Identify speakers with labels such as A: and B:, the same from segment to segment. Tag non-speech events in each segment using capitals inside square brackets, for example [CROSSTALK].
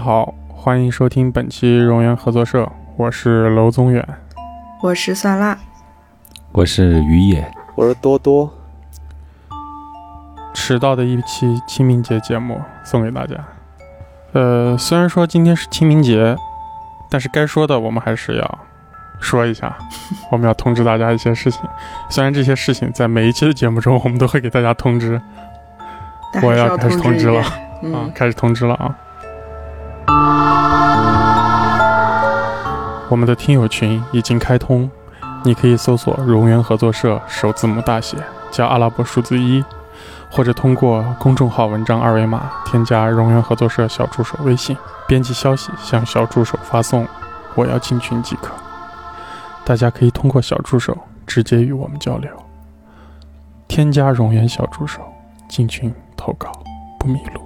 A: 好，欢迎收听本期荣源合作社，我是娄宗远。
B: 我是酸辣，
C: 我是于野，
D: 我是多多，
A: 迟到的一期清明节节目送给大家。呃，虽然说今天是清明节，但是该说的我们还是要说一
B: [LAUGHS]
A: 下，我们要通知大家一些事情。虽然这些事情在每一期的节目中我们都会给大家通知，
B: 但
A: 我
B: 还是
A: 要
B: 要
A: 开始通
B: 一
A: 知了
B: 遍。
A: 啊
B: 嗯，，
A: 开始通知了啊。我们的听友群已经开通，你可以搜索“荣源合作社”首字母大写加阿拉伯数字一，或者通过公众号文章二维码添加“荣源合作社”小助手微信，编辑消息向小助手发送“我要进群”即可。大家可以通过小助手直接与我们交流。添加荣源小助手进群投稿，不迷路。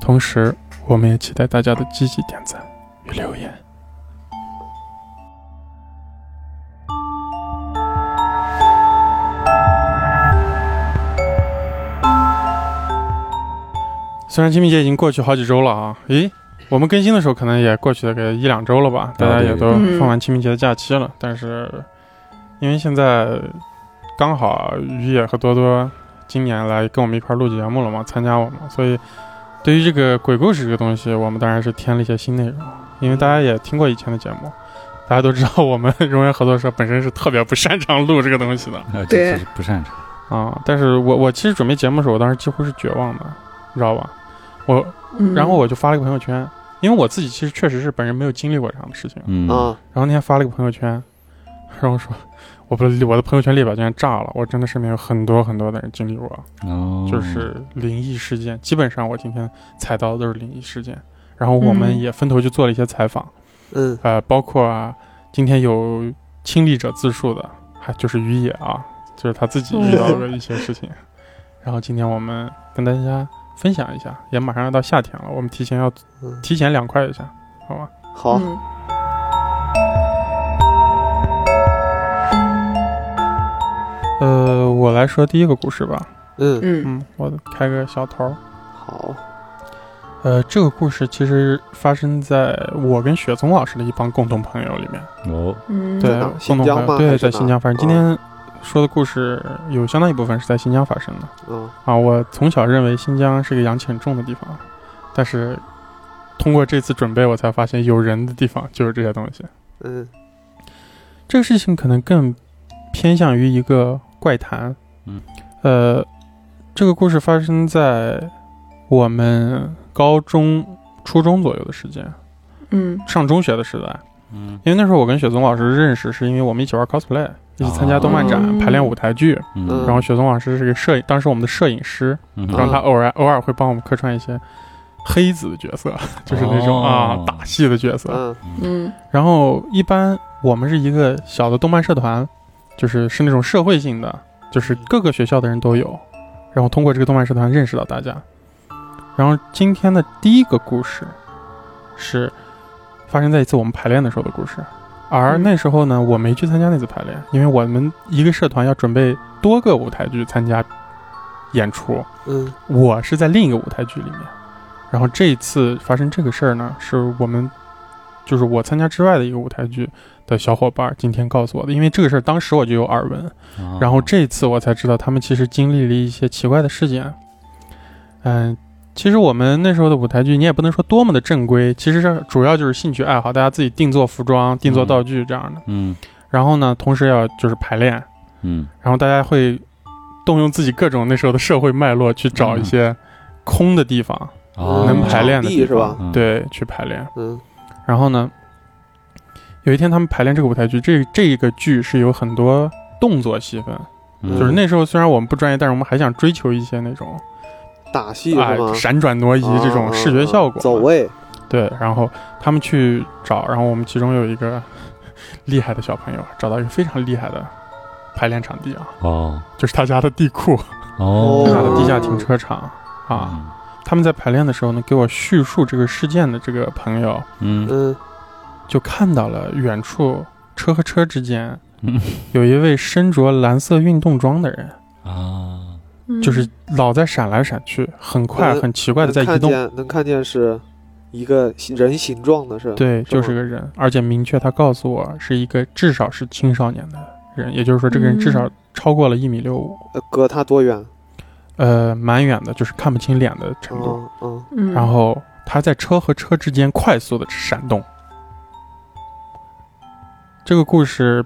A: 同时，我们也期待大家的积极点赞与留言。虽然清明节已经过去好几周了啊，咦，我们更新的时候可能也过去了个一两周了吧，大家也都
B: 啊对对对
A: 放完清明节的假期了，但是因为现在刚好于野和多多今年来跟我们一块儿录节目了嘛，参加我们，所以对于这个鬼故事这个东西，我们当然是添了一些新内容，因为大家也听过以前的节目，大家都知道我们 [LAUGHS] 荣源合作社本身是特别不擅长录啊这个东西的
C: 呃，
B: 对
C: 这是不擅长，
A: 啊。但是我我其实准备节目的时候，我当时几乎是绝望的，你知道吧？我
B: 嗯
A: 然后我就发了一个朋友圈，因为我自己其实确实是本人没有经历过这样的事情。
C: 嗯，
D: 啊，
A: 然后那天发了一个朋友圈，然后说我不我的朋友圈列表竟然炸了，我真的身边有很多很多的人经历过，
C: 哦，
A: 就是灵异事件，基本上我今天踩到的都是灵异事件。然后我们
B: 嗯
A: 也分头去做了一些采访，
D: 嗯
A: 呃，包括啊，今天有亲历者自述的，还就是于野啊，就是他自己遇到的一些事情。然后今天我们跟大家分享一下，也马上要到夏天了，我们提前要
D: 嗯，
A: 提前凉快一下，好吧？
D: 好，
B: 嗯
A: 呃，我来说第一个故事吧。
D: 嗯
B: 嗯
A: 嗯，我开个小头儿。
D: 好，
A: 呃，这个故事其实发生在我跟雪松老师的一帮共同朋友里面。
C: 哦，
B: 嗯，
A: 对
D: 在哪，
A: 共同
D: 新
A: 朋
D: 疆
A: 友
D: 吗
A: 对，
D: 还
A: 在
D: 是哪
A: 新疆发生。今
D: 啊
A: 天说的故事有相当一部分是在新疆发生的
D: 嗯
A: 啊。我从小认为新疆是个阳气很重的地方，但是通过这次准备，我才发现有人的地方就是这些东西。
D: 嗯
A: 这个事情可能更偏向于一个怪谈。
C: 嗯，
A: 呃，这个故事发生在我们高中、初中左右的时间，
B: 嗯
A: 上中学的时代。
C: 嗯
A: 因为那时候我跟雪松老师认识，是因为我们一起玩 cosplay，一起参加动漫展、
B: 哦
A: 排练舞台剧。
C: 嗯，
D: 嗯
A: 然后雪松老师是个摄影，当时我们的摄影师，
C: 嗯
A: 然后他偶尔偶尔会帮我们客串一些黑子的角色， [LAUGHS] 就是那种、啊
C: 哦
A: 打戏的角色。
D: 嗯
B: 嗯
A: 然后一般我们是一个小的动漫社团，就是是那种社会性的，就是各个学校的人都有，然后通过这个动漫社团认识到大家。然后今天的第一个故事是发生在一次我们排练的时候的故事，而
B: 嗯
A: 那时候呢，我没去参加那次排练，因为我们一个社团要准备多个舞台剧参加演出，
D: 嗯
A: 我是在另一个舞台剧里面。然后这一次发生这个事儿呢，是我们就是我参加之外的一个舞台剧的小伙伴儿今天告诉我的，因为这个事儿当时我就有耳闻，
C: 哦
A: 然后这次我才知道他们其实经历了一些奇怪的事件。嗯、其实我们那时候的舞台剧，你也不能说多么的正规，其实是主要就是兴趣爱好，大家自己定做服装、定做
C: 嗯
A: 道具这样的。
C: 嗯
A: 然后呢，同时要就是排练，
C: 嗯
A: 然后大家会动用自己各种那时候的社会脉络去
D: 嗯
A: 找一些空的地方，
C: 哦
A: 能排练的地
D: 场地是
A: 方
D: 吧
C: 嗯
A: 对，去排练。
D: 嗯
A: 然后呢，有一天他们排练这个舞台剧，这这个剧是有很多动作戏份，
C: 嗯
A: 就是那时候虽然我们不专业，但是我们还想追求一些那种
D: 打戏是
A: 啊、
D: 吗？
A: 闪转挪移
D: 啊
A: 这种视觉效果。
D: 走位，
A: 对，然后他们去找，然后我们其中有一个 [LAUGHS] 厉害的小朋友找到一个非常厉害的排练场地啊，
C: 哦
A: 就是他家的地库。
C: 哦
A: 他
D: 哦
A: 的地下停车场啊。他们在排练的时候呢，给我叙述这个事件的这个朋友，
C: 嗯
D: 嗯
A: 就看到了远处车和车之间
C: 嗯 [LAUGHS]
A: 有一位身着蓝色运动装的人，
C: 啊
B: 嗯
A: 就是老在闪来闪去，很快
D: 能
A: 很奇怪的在
D: 能
A: 移
D: 呃看
A: 动。
D: 见能看见是一个形人形状的是，，
A: 对，
D: 是
A: 就
D: 吗
A: 是个人，而且明确他告诉我是一个至少是青少年的人，也就是说这个人至少
B: 嗯
A: 超过了一米六五，
D: 隔他多远？
A: 呃，蛮远的，就是看不清脸的程度。
D: 嗯嗯，
B: 嗯，
A: 然后他在车和车之间快速的闪动。这个故事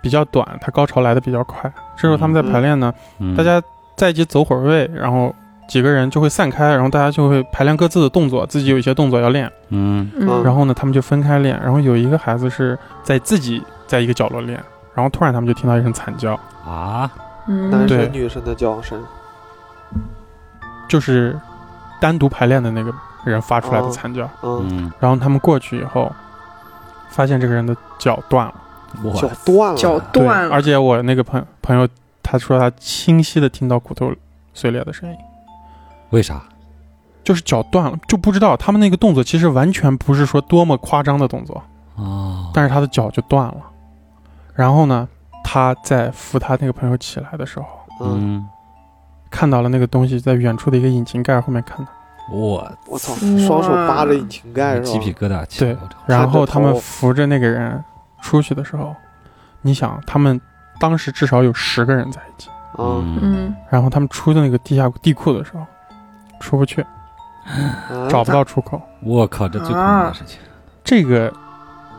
A: 比较短，它高潮来的比较快。这时候他们在排练呢，
C: 嗯
A: 大家在一起走会儿位，然后几个人就会散开，然后大家就会排练各自的动作，自己有一些动作要练。
C: 嗯
B: 嗯，
A: 然后呢，他们就分开练，然后有一个孩子是在自己在一个角落练，然后突然他们就听到一声惨叫，
C: 啊，
D: 男
B: 嗯
A: 对
D: 神女神的啊叫声，
A: 就是单独排练的那个人发出来的
D: 哦
A: 惨叫。
D: 嗯，
C: 嗯，
A: 然后他们过去以后，发现这个人的脚断了，
C: 我
D: 脚断
B: 脚
D: 了，啊
A: 对
B: 断了
A: 而，且我那个朋朋友他说他清晰的听到骨头碎裂的声音，
C: 为啥？
A: 就是脚断了，就不知道他们那个动作其实完全不是说多么夸张的动作，
D: 啊
C: 哦，
A: 但是他的脚就断了。然后呢，他在扶他那个朋友起来的时候，
D: 嗯，
C: 嗯，
A: 看到了那个东西在远处的一个引擎盖后面看到，
C: 我
D: 我操，
B: 哇
D: 双手扒着引擎盖
A: 嗯
D: 是
C: 鸡皮
D: 吧？啊
C: 疙瘩起，
A: 对
C: 我操
A: 然后
D: 看着
A: 他们
D: 头
A: 扶着那个人出去的时候，你想他们当时至少有十个人在一起。
D: 嗯
B: 嗯
A: 然后他们出的那个地下地库的时候，出不去，
D: 啊
A: 找不到出口。
C: 我靠，这最恐怖
B: 啊
C: 的事情，
A: 这个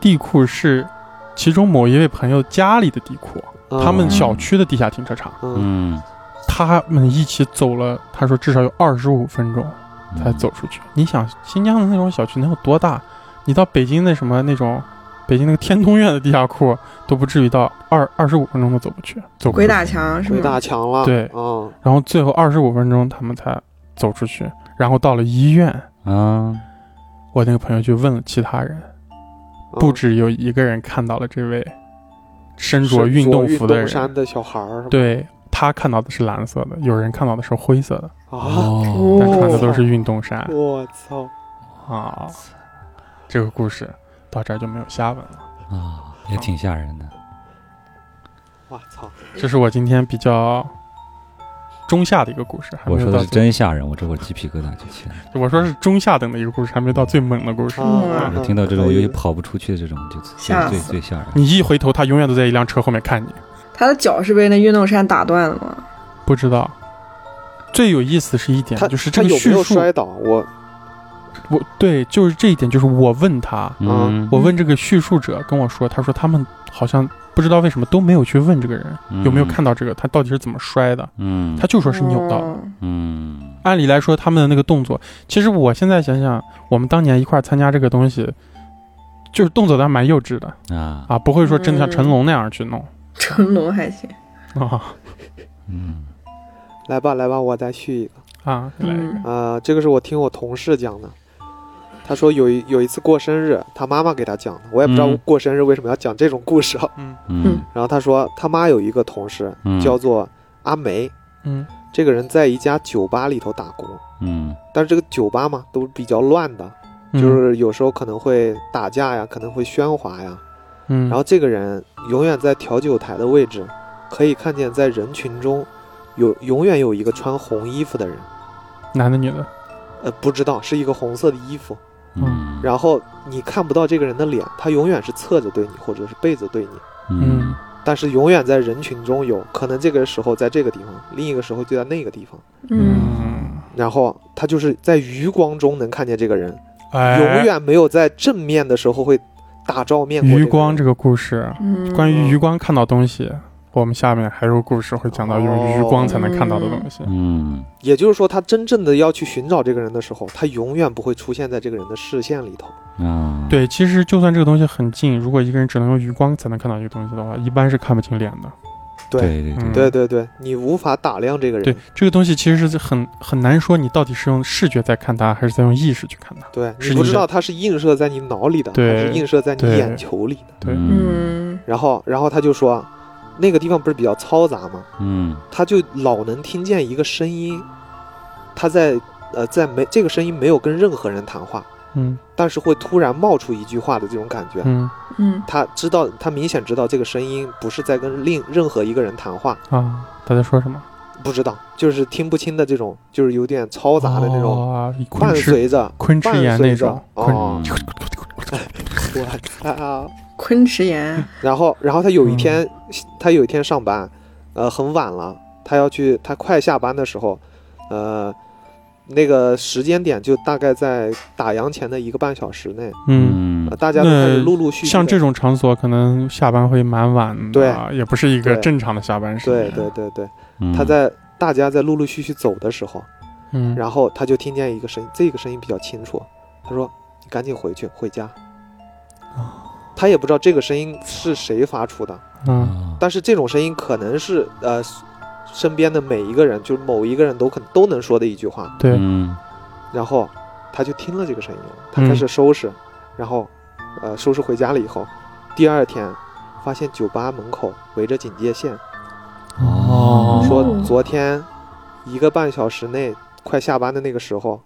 A: 地库是其中某一位朋友家里的地库，
D: 嗯
A: 他们小区的地下停车场。
D: 嗯
C: 嗯，
A: 他们一起走了，他说至少有二十五分钟才走出去。你想，新疆的那种小区能有多大？你到北京那什么那种，北京那个天通苑的地下库都不至于到二二十五分钟都走不去，走不
B: 鬼
A: 出去
B: 打墙是
D: 鬼
B: 吗？
D: 打墙
A: 嗯
D: 了，
A: 对
D: 嗯，
A: 然后最后二十五分钟他们才走出去，然后到了医院，
C: 啊，
A: 我那个朋友去问了其他人，
D: 嗯
A: 不只有一个人看到了这位身
D: 身
A: 着
D: 着
A: 运动
D: 运
A: 服的
D: 动
A: 人，
D: 衫的小孩儿是吧，
A: 对他看到的是蓝色的，有人看到的是灰色的， [LAUGHS]
D: 啊，
C: 哦，
A: 但穿的
B: 哦
A: 都是运动衫
D: 我操，
A: 啊。这个故事到这儿就没有下文了。
C: 啊，也挺吓人的，
D: 我操，啊
A: 这是我今天比较中下的一个故事，还
C: 我
A: 没有
C: 说
A: 到
C: 的是
A: 最
C: 真吓人，我这会儿鸡皮疙瘩就起来了，
A: 我说是中下等的一个故事，还没有到最猛的故事。
D: 啊
C: 我听到这种
D: 可以
C: 尤其跑不出去的这种，就
B: 吓
C: 最最
B: 死
C: 最吓人。
A: 你一回头，他永远都在一辆车后面看你。
B: 他的脚是被那运动衫打断了吗？
A: 不知道。最有意思的是一点
D: 他，
A: 就是
D: 他
A: 这个
D: 有没
A: 叙
D: 有
A: 述，
D: 摔倒？我
A: 我对，就是这一点，就是我问他，
C: 嗯，
A: 我问这个叙述者跟我说，他说他们好像不知道为什么都没有去问这个人有
D: 嗯
A: 没有看到这个，他到底是怎么摔的，
C: 嗯，嗯，
A: 他就说是扭到的。
B: 哦
C: 嗯，
A: 按理来说，他们的那个动作，其实我现在想想，我们当年一块儿参加这个东西，就是动作都还蛮幼稚的
C: 啊，
A: 啊，不会说真的像成龙那样去弄
B: 成龙还行，
A: 啊
C: 嗯，
D: 来吧来吧，我再续一个。
A: 啊，来一个
B: 嗯
D: 呃，这个是我听我同事讲的，他说有一有一次过生日，他妈妈给他讲的，我也不知道
C: 嗯
D: 过生日为什么要讲这种故事啊。 [LAUGHS]
A: 嗯
C: 嗯，
D: 然后他说他妈有一个同事
C: 嗯
D: 叫做阿梅，
A: 嗯
D: 这个人在一家酒吧里头打工，
C: 嗯，
D: 但是这个酒吧嘛都是比较乱的，
A: 嗯，
D: 就是有时候可能会打架呀，可能会喧哗呀。
A: 嗯，
D: 然后这个人永远在调酒台的位置，可以看见在人群中有永远有一个穿红衣服的人，
A: 男的女的，
D: 呃，不知道是一个红色的衣服。
C: 嗯，
D: 然后你看不到这个人的脸，他永远是侧着对你，或者是背着对你，
C: 嗯
D: 但是永远在人群中有可能这个时候在这个地方，另一个时候就在那个地方，
B: 嗯
A: 嗯，
D: 然后他就是在余光中能看见这个人，
A: 哎，
D: 永远没有在正面的时候会打照面过这个
A: 余
D: 人。
A: 光这个故事，
B: 嗯，
A: 关于余光看到东西，我们下面还有故事会讲到用余光才能看到的东西。
C: 嗯
D: 也就是说，他真正的要去寻找这个人的时候，他永远不会出现在这个人的视线里头。
C: 啊，，
A: 对，其实就算这个东西很近，如果一个人只能用余光才能看到一个东西的话，一般是看不清脸的。
D: 对
C: 对对
A: 嗯
C: 对，
D: 对对对，你无法打量这个人
A: 对。，这个东西其实是很很难说，你到底是用视觉在看它，还是在用意识去看它。
D: 对
A: 是
D: 你不
A: 你
D: 知
A: 的
D: 道他是映射在你脑里的，
A: 对
D: 还是映射在你
A: 对
D: 眼球里的。
C: 嗯
B: 嗯
D: 然后，然后他就说，那个地方不是比较嘈杂吗？
C: 嗯
D: 他就老能听见一个声音，他在呃，在没这个声音没有跟任何人谈话，
A: 嗯
D: 但是会突然冒出一句话的这种感觉。
A: 嗯
B: 嗯
D: 他知道，他明显知道这个声音不是在跟另任何一个人谈话，
A: 啊，他在说什么？
D: 不知道，就是听不清的这种，就是有点嘈杂的那种，
A: 哦昆
D: 伴
A: 池 [LAUGHS]
D: 随着，
A: 昆池岩那种，
D: 伴随着
A: 昆嗯
D: 哦我操！
B: 昆池岩，
D: 然后，然后他有一天，他有一天上班，呃，很晚了，他要去，他快下班的时候，呃，那个时间点就大概在打烊前的一个半小时内，
A: 嗯。
C: 嗯
D: 呃大家都开始
A: 那
D: 陆陆续续地
A: 像这种场所，可能下班会蛮晚的，
D: 对
A: 也不是一个
D: 对
A: 正常的下班时
D: 对
A: 间。
D: 对，对对，
C: 嗯
D: 他在大家在陆陆续续走的时候，
A: 嗯，
D: 然后他就听见一个声音，这个声音比较清楚，他说：“你赶紧回去，回家。”他也不知道这个声音是谁发出的，
A: 嗯
C: 啊
D: 但是这种声音可能是呃身边的每一个人，就是某一个人都可都能说的一句话。
A: 对
C: 嗯
D: 然后他就听了这个声音了，他开始收拾，然后呃收拾回家了以后，第二天发现酒吧门口围着警戒线，
A: 哦
D: 说
B: 哦
D: 昨天一个半小时内快下班的那个时候，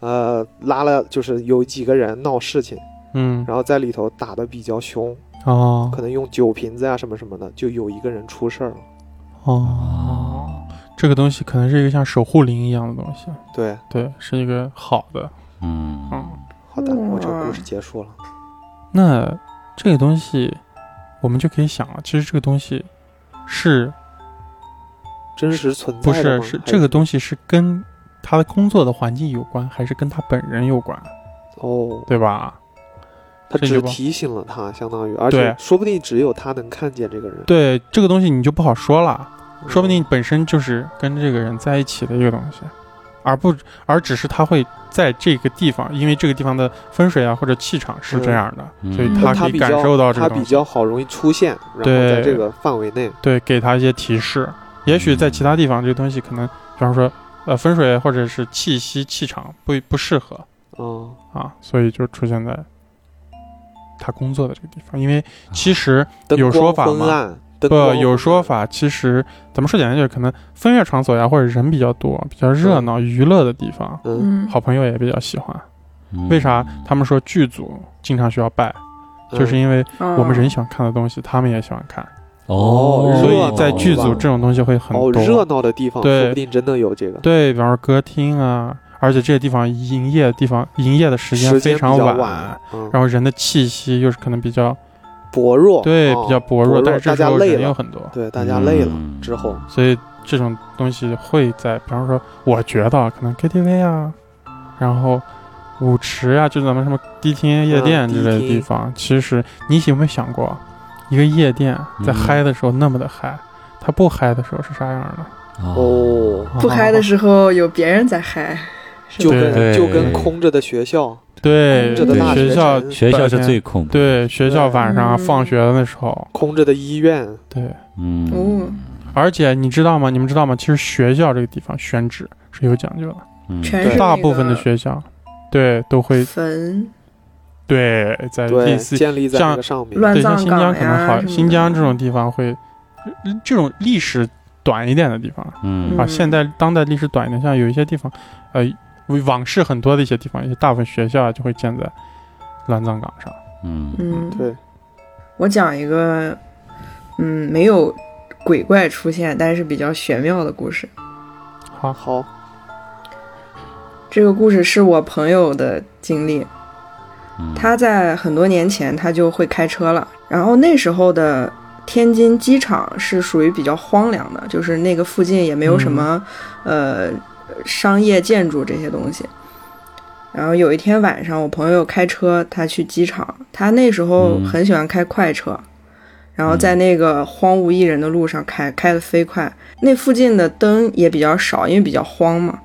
D: 呃，拉了就是有几个人闹事情，
A: 嗯
D: 然后在里头打得比较凶，
A: 哦
D: 可能用酒瓶子啊什么什么的，就有一个人出事儿了。
C: 嗯
A: 哦，这个东西可能是一个像守护灵一样的东西，
D: 对，
A: 对，是一个好的。
C: 嗯
A: 嗯
D: 好的，我这个
B: 哇
D: 故事结束了。
A: 那这个东西，我们就可以想了，其实这个东西是
D: 真实存
A: 不
D: 在的
A: 是
D: 吗
A: 是
D: 还
A: 这个东西是跟他的工作的环境有关，还是跟他本人有关，
D: 哦，
A: 对吧？
D: 他
A: 这
D: 只
A: 就不
D: 提醒了他，相当于，而且
A: 对
D: 说不定只有他能看见这个人，
A: 对，这个东西你就不好说了。
D: 嗯
A: 说不定本身就是跟这个人在一起的一个东西，而不而只是他会在这个地方，因为这个地方的风水啊或者气场是这样的，
C: 嗯
A: 所以
C: 嗯
A: 他
D: 他
A: 可以
D: 比较
A: 感受到这
D: 他
A: 个
D: 比
A: 东西，
D: 较好容易出现，然后
A: 对
D: 在这个范围内，
A: 对，给他一些提示。也许在其他地方，这个东西可能，比方说，呃，风水或者是气息、气场不不适合
D: 嗯，
A: 啊，所以就出现在他工作的这个地方。因为其实
D: 灯
A: 有说
D: 光
A: 法
D: 昏
A: 吗
D: 暗，灯
A: 不
D: 光昏
A: 有说
D: 暗，
A: 法，其实咱们说简单就是，可能风月场所呀，或者人比较多、比较热闹、娱乐的地方，
D: 嗯，
B: 嗯，
A: 好朋友也比较喜欢。
C: 嗯
A: 为啥他们说剧组经常需要拜，
D: 嗯
A: 就是因为
B: 哦
A: 我们人喜欢看的东西，他们也喜欢看，
C: 哦，
D: 热
A: 所
D: 闹
A: 以在剧组
D: 是吧
A: 这种东西会很
D: 哦热
A: 多。
D: 闹的地方，
A: 对
D: 说不定真的有这个
A: 对，比方说歌厅啊，而且这些地方营业的地方营业的时间非常
D: 比较
A: 晚，
D: 晚，嗯，
A: 然后人的气息又是可能比较
D: 薄弱，
A: 对
D: 哦
A: 比较薄弱，但是这
D: 大
A: 时
D: 家
A: 候
D: 累
A: 人又
D: 了，
A: 很多，
D: 对，大家累了
C: 嗯
D: 之后，
A: 所以这种东西会在，比方说我觉得可能 KTV 啊，然后。舞池啊，就咱们什么迪厅、夜店之类的地方，其实你有没有想过，一个夜店在
C: 嗯
A: 嗨的时候那么的嗨，它不嗨的时候是啥样的？
D: 哦，
B: 不嗨的时候有别人在嗨，是
D: 就
B: 吧
D: 跟
C: 对
D: 就跟空着的学校，
A: 对
B: 空着的
D: 大
A: 学
D: 学
A: 校
D: 城
C: 学校是最恐怖，
A: 对学校
D: 对
A: 晚上啊
B: 嗯
A: 放学的那时候，
D: 空着的医院，
A: 对，
C: 嗯
B: 哦
A: 而且你知道吗？你们知道吗？其实学校这个地方选址是有讲究的，
C: 嗯
B: 全是那个
A: 大部分的学校，对都会
B: 坟
A: 对在哎类
D: 对，
A: 似
D: 建立在
A: 像
D: 那个上面，
B: 乱
A: 对，
B: 乱
A: 像新
B: 葬岗
A: 疆可能
B: 呀
A: 好，
B: 什么
A: 新疆
B: 的
A: 这种地方会，呃这种历史短一点的地方
C: 嗯
A: 啊，
B: 嗯
A: 现代当代历史短一点，像有一些地方，呃，往事很多的一些地方，一些大部分学校啊就会建在乱葬岗上。
C: 嗯
B: 嗯，
D: 对，
B: 我讲一个，嗯，没有鬼怪出现，但是比较玄妙的故事。
A: 好，
D: 好，
B: 这个故事是我朋友的经历，
C: 嗯
B: 他在很多年前他就会开车了，然后那时候的天津机场是属于比较荒凉的，就是那个附近也没有什么、呃商业建筑这些东西。然后有一天晚上，我朋友开车，他去机场，他那时候
C: 嗯
B: 很喜欢开快车，然后在那个荒无一人的路上开，开得飞快。那附近的灯也比较少，因为比较荒嘛，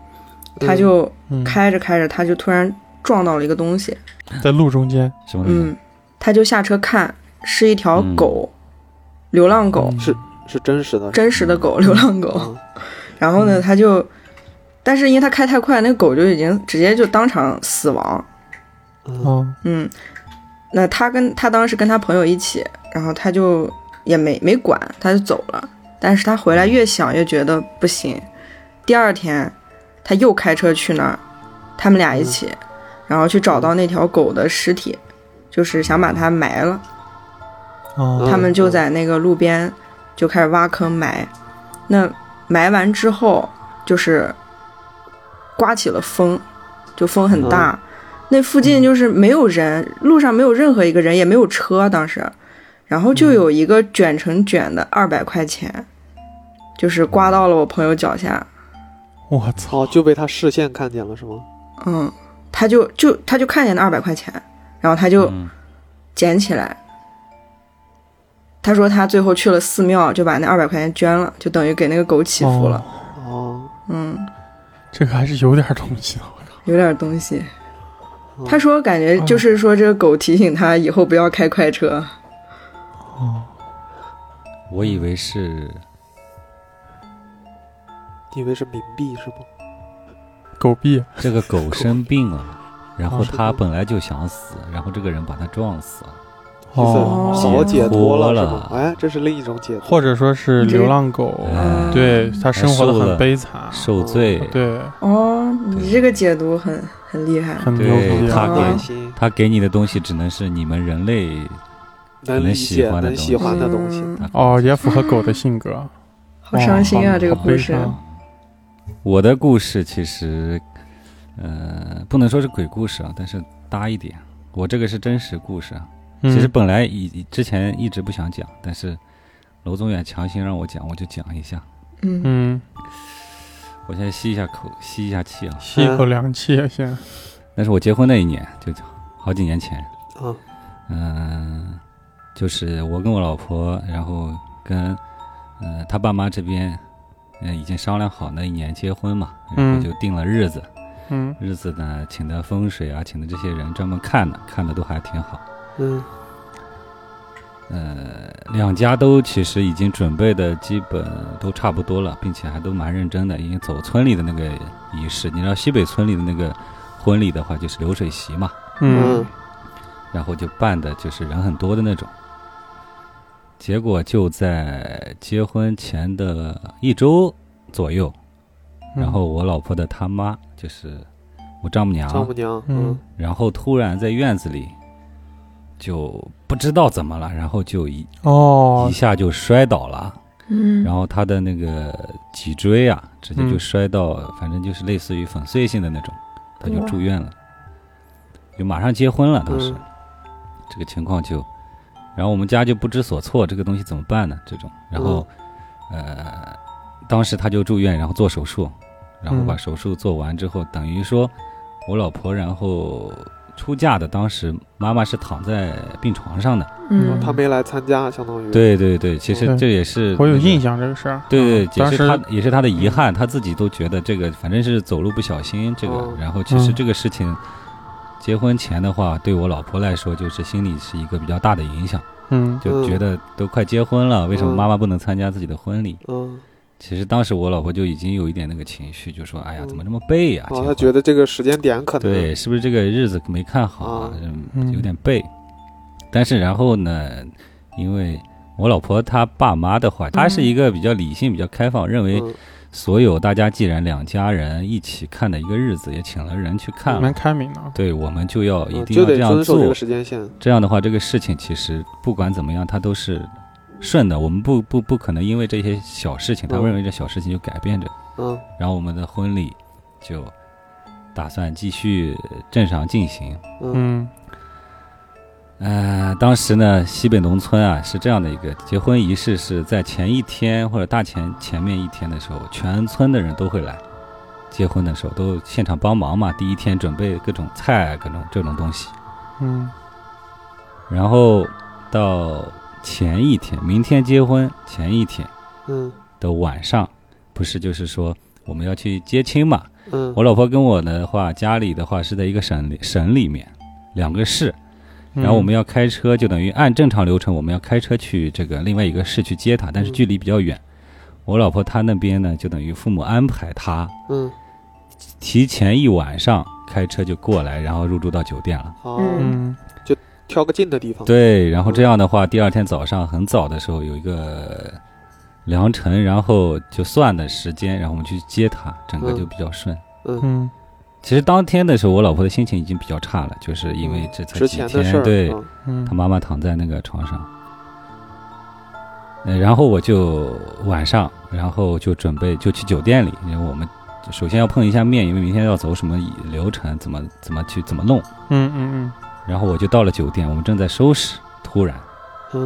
B: 他
D: 嗯
B: 就
A: 嗯，
B: 开着开着，他就突然撞到了一个东西，
A: 在路中间，
C: 什么
B: 嗯，他就下车看，是一条狗，流浪狗，
A: 嗯
D: 是是真实的，
B: 真实的狗，流浪狗。
D: 嗯
B: 然后呢，他就，但是因为他开太快，那狗就已经直接就当场死亡。
D: 嗯
A: 嗯
B: 嗯，那他跟他当时跟他朋友一起，然后他就也没没管，他就走了。但是他回来越想越觉得不行，第二天他又开车去那儿，他们俩一起，然后去找到那条狗的尸体，就是想把它埋了。
A: 哦
D: 嗯
B: 他们就在那个路边就开始挖坑埋。那埋完之后，就是刮起了风，就风很大。那附近就是没有人，路上没有任何一个人，也没有车。当时，然后就有一个卷成卷的二百块钱，就是刮到了我朋友脚下。
A: 我操！
D: 哦，就被他视线看见了是吗？
B: 嗯，他就就他就看见那二百块钱，然后他就
C: 嗯
B: 捡起来。他说他最后去了寺庙，就把那二百块钱捐了，就等于给那个狗祈福了。
A: 哦，
D: 哦，
B: 嗯，
A: 这个还是有点东西的。我靠
B: 有点东西。
D: 哦
B: 他说感觉就是说这个狗提醒他以后不要开快车。
C: 我以为是
D: 你以为是冥币是吗？
A: 狗币，
C: 这个狗生病了。
A: [LAUGHS]
C: 然后
A: 哦
C: 它本来就想死，然后这个人把它撞死了。
B: 哦
D: 就是好解脱了是吗
C: 解脱了？
D: 哎，这是另一种解脱。
A: 哦或者说是流浪狗，
C: 哎
A: 嗯对它生活的很悲惨，
C: 受罪，
A: 啊对，
B: 哦，你这个解读很很厉害。
A: 很牛
C: 对
A: 逼
C: 它
A: 啊。
B: 哦
D: 嗯内
C: 给
D: 心
C: 它给你的东西只能是你们人类嗯
D: 能理解、能喜欢的东西，
B: 嗯
A: 哦，也符合狗的性格，
B: 好伤心啊！
A: 哦
B: 这个
A: 好
B: 故
A: 悲
B: 事。
A: 伤
C: 我的故事其实，呃，不能说是鬼故事啊，但是搭一点。我这个是真实故事啊。
A: 嗯
C: 其实本来以之前一直不想讲，但是娄宗远强行让我讲，我就讲一下。
B: 嗯，
A: 嗯，
C: 我先吸一下口，吸一下气啊。
A: 吸一口凉气啊先。
C: 那是我结婚那一年，就就好几年前。
A: 哦
D: 啊，
C: 嗯、就是我跟我老婆，然后跟呃她爸妈这边，呃已经商量好那一年结婚嘛，然后
A: 嗯
C: 就定了日子。
A: 嗯
C: 日子呢，请的风水啊，请的这些人专门看的，看的都还挺好。
D: 嗯
C: 呃，两家都其实已经准备的基本都差不多了，并且还都蛮认真的，已经走村里的那个仪式。你知道西北村里的那个婚礼的话，就是流水席嘛，
A: 嗯
D: 嗯，
C: 然后就办的就是人很多的那种。结果就在结婚前的一周左右，然后我老婆的他妈，就是我丈母娘，
D: 丈母娘，
A: 嗯
D: 嗯，
C: 然后突然在院子里就不知道怎么了，然后就一
A: 哦
C: 一，下就摔倒了，
B: 嗯，
C: 然后他的那个脊椎啊，直接就
A: 嗯
C: 摔到，反正就是类似于粉碎性的那种，他就
B: 哇
C: 住院了，就马上结婚了，当时、
D: 嗯
C: 这个情况就，然后我们家就不知所措，这个东西怎么办呢？这种，然后、
A: 嗯
C: 呃，当时他就住院，然后做手术，然后把
A: 嗯
C: 手术做完之后，等于说我老婆然后出嫁的，当时妈妈是躺在病床上的，
B: 嗯，
D: 他没来参加，相当于，
C: 对对对，其实
A: 对
C: 这也是
A: 我有
C: 那个
A: 印象这个事儿。
C: 对对，
A: 嗯当
C: 也是他
A: 时
C: 也是他的遗憾，他自己都觉得这个反正是走路不小心这个
D: 哦，
C: 然后其实
A: 嗯
C: 这个事情，结婚前的话，对我老婆来说就是心里是一个比较大的影响，
A: 嗯
C: 就觉得都快结婚了，为什么
D: 嗯
C: 妈妈不能参加自己的婚礼？
D: 嗯，
C: 其实当时我老婆就已经有一点那个情绪，就说：“哎呀，
D: 嗯
C: 怎么这么背呀？”
D: 哦，他觉
C: 得
D: 得这个时间点可能，
C: 对，，是不是这个日子没看好啊？嗯，
A: 嗯
C: 有点背。但是然后呢，因为我老婆她爸妈的话，她是一个比较理性、比较开放，认为。
D: 嗯
C: 所有大家既然两家人一起看的一个日子，也请了人去看了
A: 蛮开明的。
C: 对，我们就要一
D: 嗯
C: 定
D: 就
C: 要这
D: 得
C: 样
D: 遵守这
C: 做
D: 个。时间线，
C: 这样的话，这个事情其实不管怎么样，它都是顺的。我们不不不可能因为这些小事情，他
D: 嗯
C: 认为这小事情就改变着。
D: 嗯
C: 然后我们的婚礼就打算继续正常进行。
D: 嗯
A: 嗯
C: 呃，当时呢，西北农村啊是这样的一个结婚仪式，是在前一天或者大前前面一天的时候，全村的人都会来。结婚的时候都现场帮忙嘛，第一天准备各种菜、各种这种东西，
A: 嗯
C: 然后到前一天，明天结婚前一天
D: 嗯
C: 的晚上，不是就是说我们要去接亲嘛？
D: 嗯，
C: 我老婆跟我的话，家里的话是在一个省里省里面，两个市，
A: 嗯，
C: 然后我们要开车，就等于按正常流程，我们要开车去这个另外一个市去接她，但是距离比较远。我老婆她那边呢，就等于父母安排她
D: 嗯，
C: 提前一晚上开车就过来，然后入住到酒店了。
D: 好，
A: 嗯
D: 挑个近的地方，，
C: 对，然后这样的话，第二天早上很早的时候有一个良辰，然后就算的时间，然后我们去接她，整个就比较顺。
D: 嗯
A: 嗯
C: 其实当天的时候，我老婆的心情已经比较差了，就是因为这才
D: 嗯之
C: 几
D: 前的事
C: 天，
D: 儿，
C: 对，
D: 嗯
A: 嗯
C: 他妈妈躺在那个床上，呃然后我就晚上，然后就准备就去酒店里，因为我们首先要碰一下面，因为明天要走什么流程，怎么怎么去怎么弄。
A: 嗯嗯
C: 然后我就到了酒店，我们正在收拾，突然，
D: 嗯，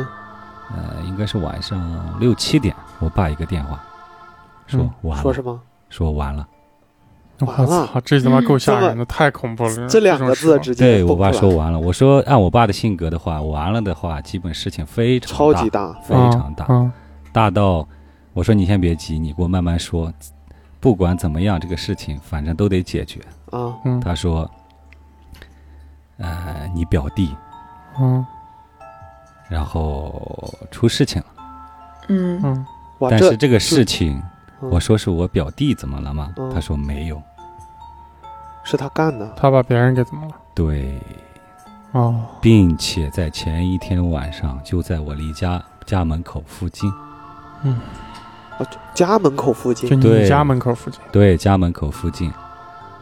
C: 呃，应该是晚上六七点，我爸一个电话，说
A: 嗯
C: 完了，
D: 说什么？
C: 说完了。
A: 嗯，我
D: 完了
A: 操，这他妈够
D: 这
A: 吓
D: 么
A: 人的，太恐怖了。
D: 这两个字
A: 嗯种时
D: 直接
C: 对我
D: 蹦出
C: 爸
D: 来
C: 说完了，我说按我爸的性格的话，完了的话，基本事情非常
D: 超
C: 大嗯
D: 级大，
C: 非
A: 候啊
C: 常大，
A: 啊
C: 大到我说你先别急，你给我慢慢说，不管怎么样，这个事情反正都得解决。
D: 啊
A: 嗯
C: 他说，呃，你表弟
A: 嗯
C: 然后出事情了，
B: 嗯
A: 嗯
D: 哇，
C: 但
D: 这
C: 是这个事情，
D: 嗯
C: 我说是我表弟怎么了吗？
D: 嗯
C: 他说没有，
D: 是他干的，
A: 他把别人给怎么了？
C: 对，
A: 哦，
C: 并且在前一天晚上就在我离家家门口附近，
D: 嗯啊家门口附
A: 就
D: 近，
A: 你
C: 对
A: 家门口附近。
C: 对，家门口附近，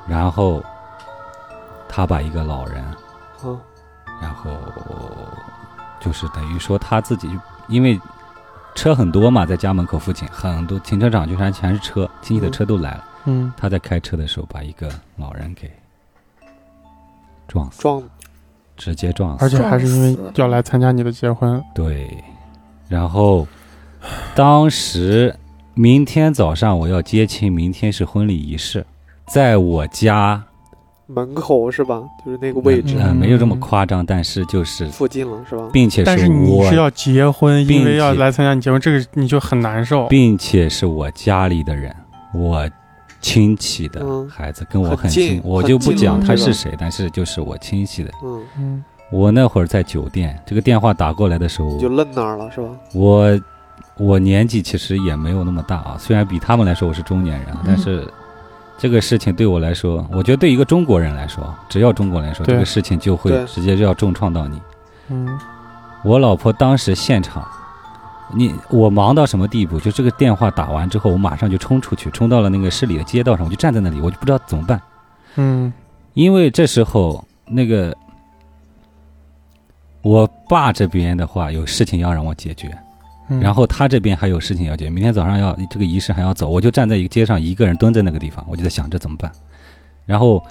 C: 然后他把一个老人，
D: 啊
C: 然后就是等于说他自己，因为车很多嘛，在家门口附近很多停车场就全全是车，亲戚的车都来了，
A: 嗯，
C: 他在开车的时候把一个老人给撞死，
D: 撞
C: 直接撞
A: 而
C: 死，
A: 且还是因
B: 撞死
A: 为
B: 了
A: 要来参加你的结婚。
C: 对，然后当时明天早上我要接亲，明天是婚礼仪式，在我家。
D: 门口是吧？就是那个位置
C: 呃，没有这么
A: 嗯
C: 夸张，但是就是，
D: 附近了是吧？
C: 并且
A: 但是你
C: 我，
A: 是要结婚，
C: 并
A: 因为要
C: 且
A: 来参加你结婚，这个你就很难受。
C: 并且是我家里的人，我亲戚的
D: 嗯
C: 孩子跟我
D: 很
C: 很亲
D: 近，
C: 我
D: 很
C: 就不
D: 近
C: 讲
B: 了
C: 他
D: 这
C: 是
D: 个
C: 谁，但是就是我亲戚的。
D: 嗯，
A: 嗯
C: 我那会儿在酒店，这个电话打过来的时候
D: 你，就愣那儿了是吧？
C: 我我年纪其实也没有那么大啊，虽然比他们来说我是中年人啊，但
B: 嗯
C: 是这个事情对我来说，我觉得对一个中国人来说，只要中国人来说，这
A: 对
C: 个事情就会
D: 对
C: 直接就要重创到你。
A: 嗯
C: 我老婆当时现场，你我忙到什么地步？就这个电话打完之后，我马上就冲出去，冲到了那个市里的街道上，我就站在那里，我就不知道怎么办，
A: 嗯
C: 因为这时候那个我爸这边的话有事情要让我解决，
A: 嗯，
C: 然后他这边还有事情要解决，明天早上要这个仪式还要走，我就站在一个街上一个人蹲在那个地方，我就在想这怎么办。然后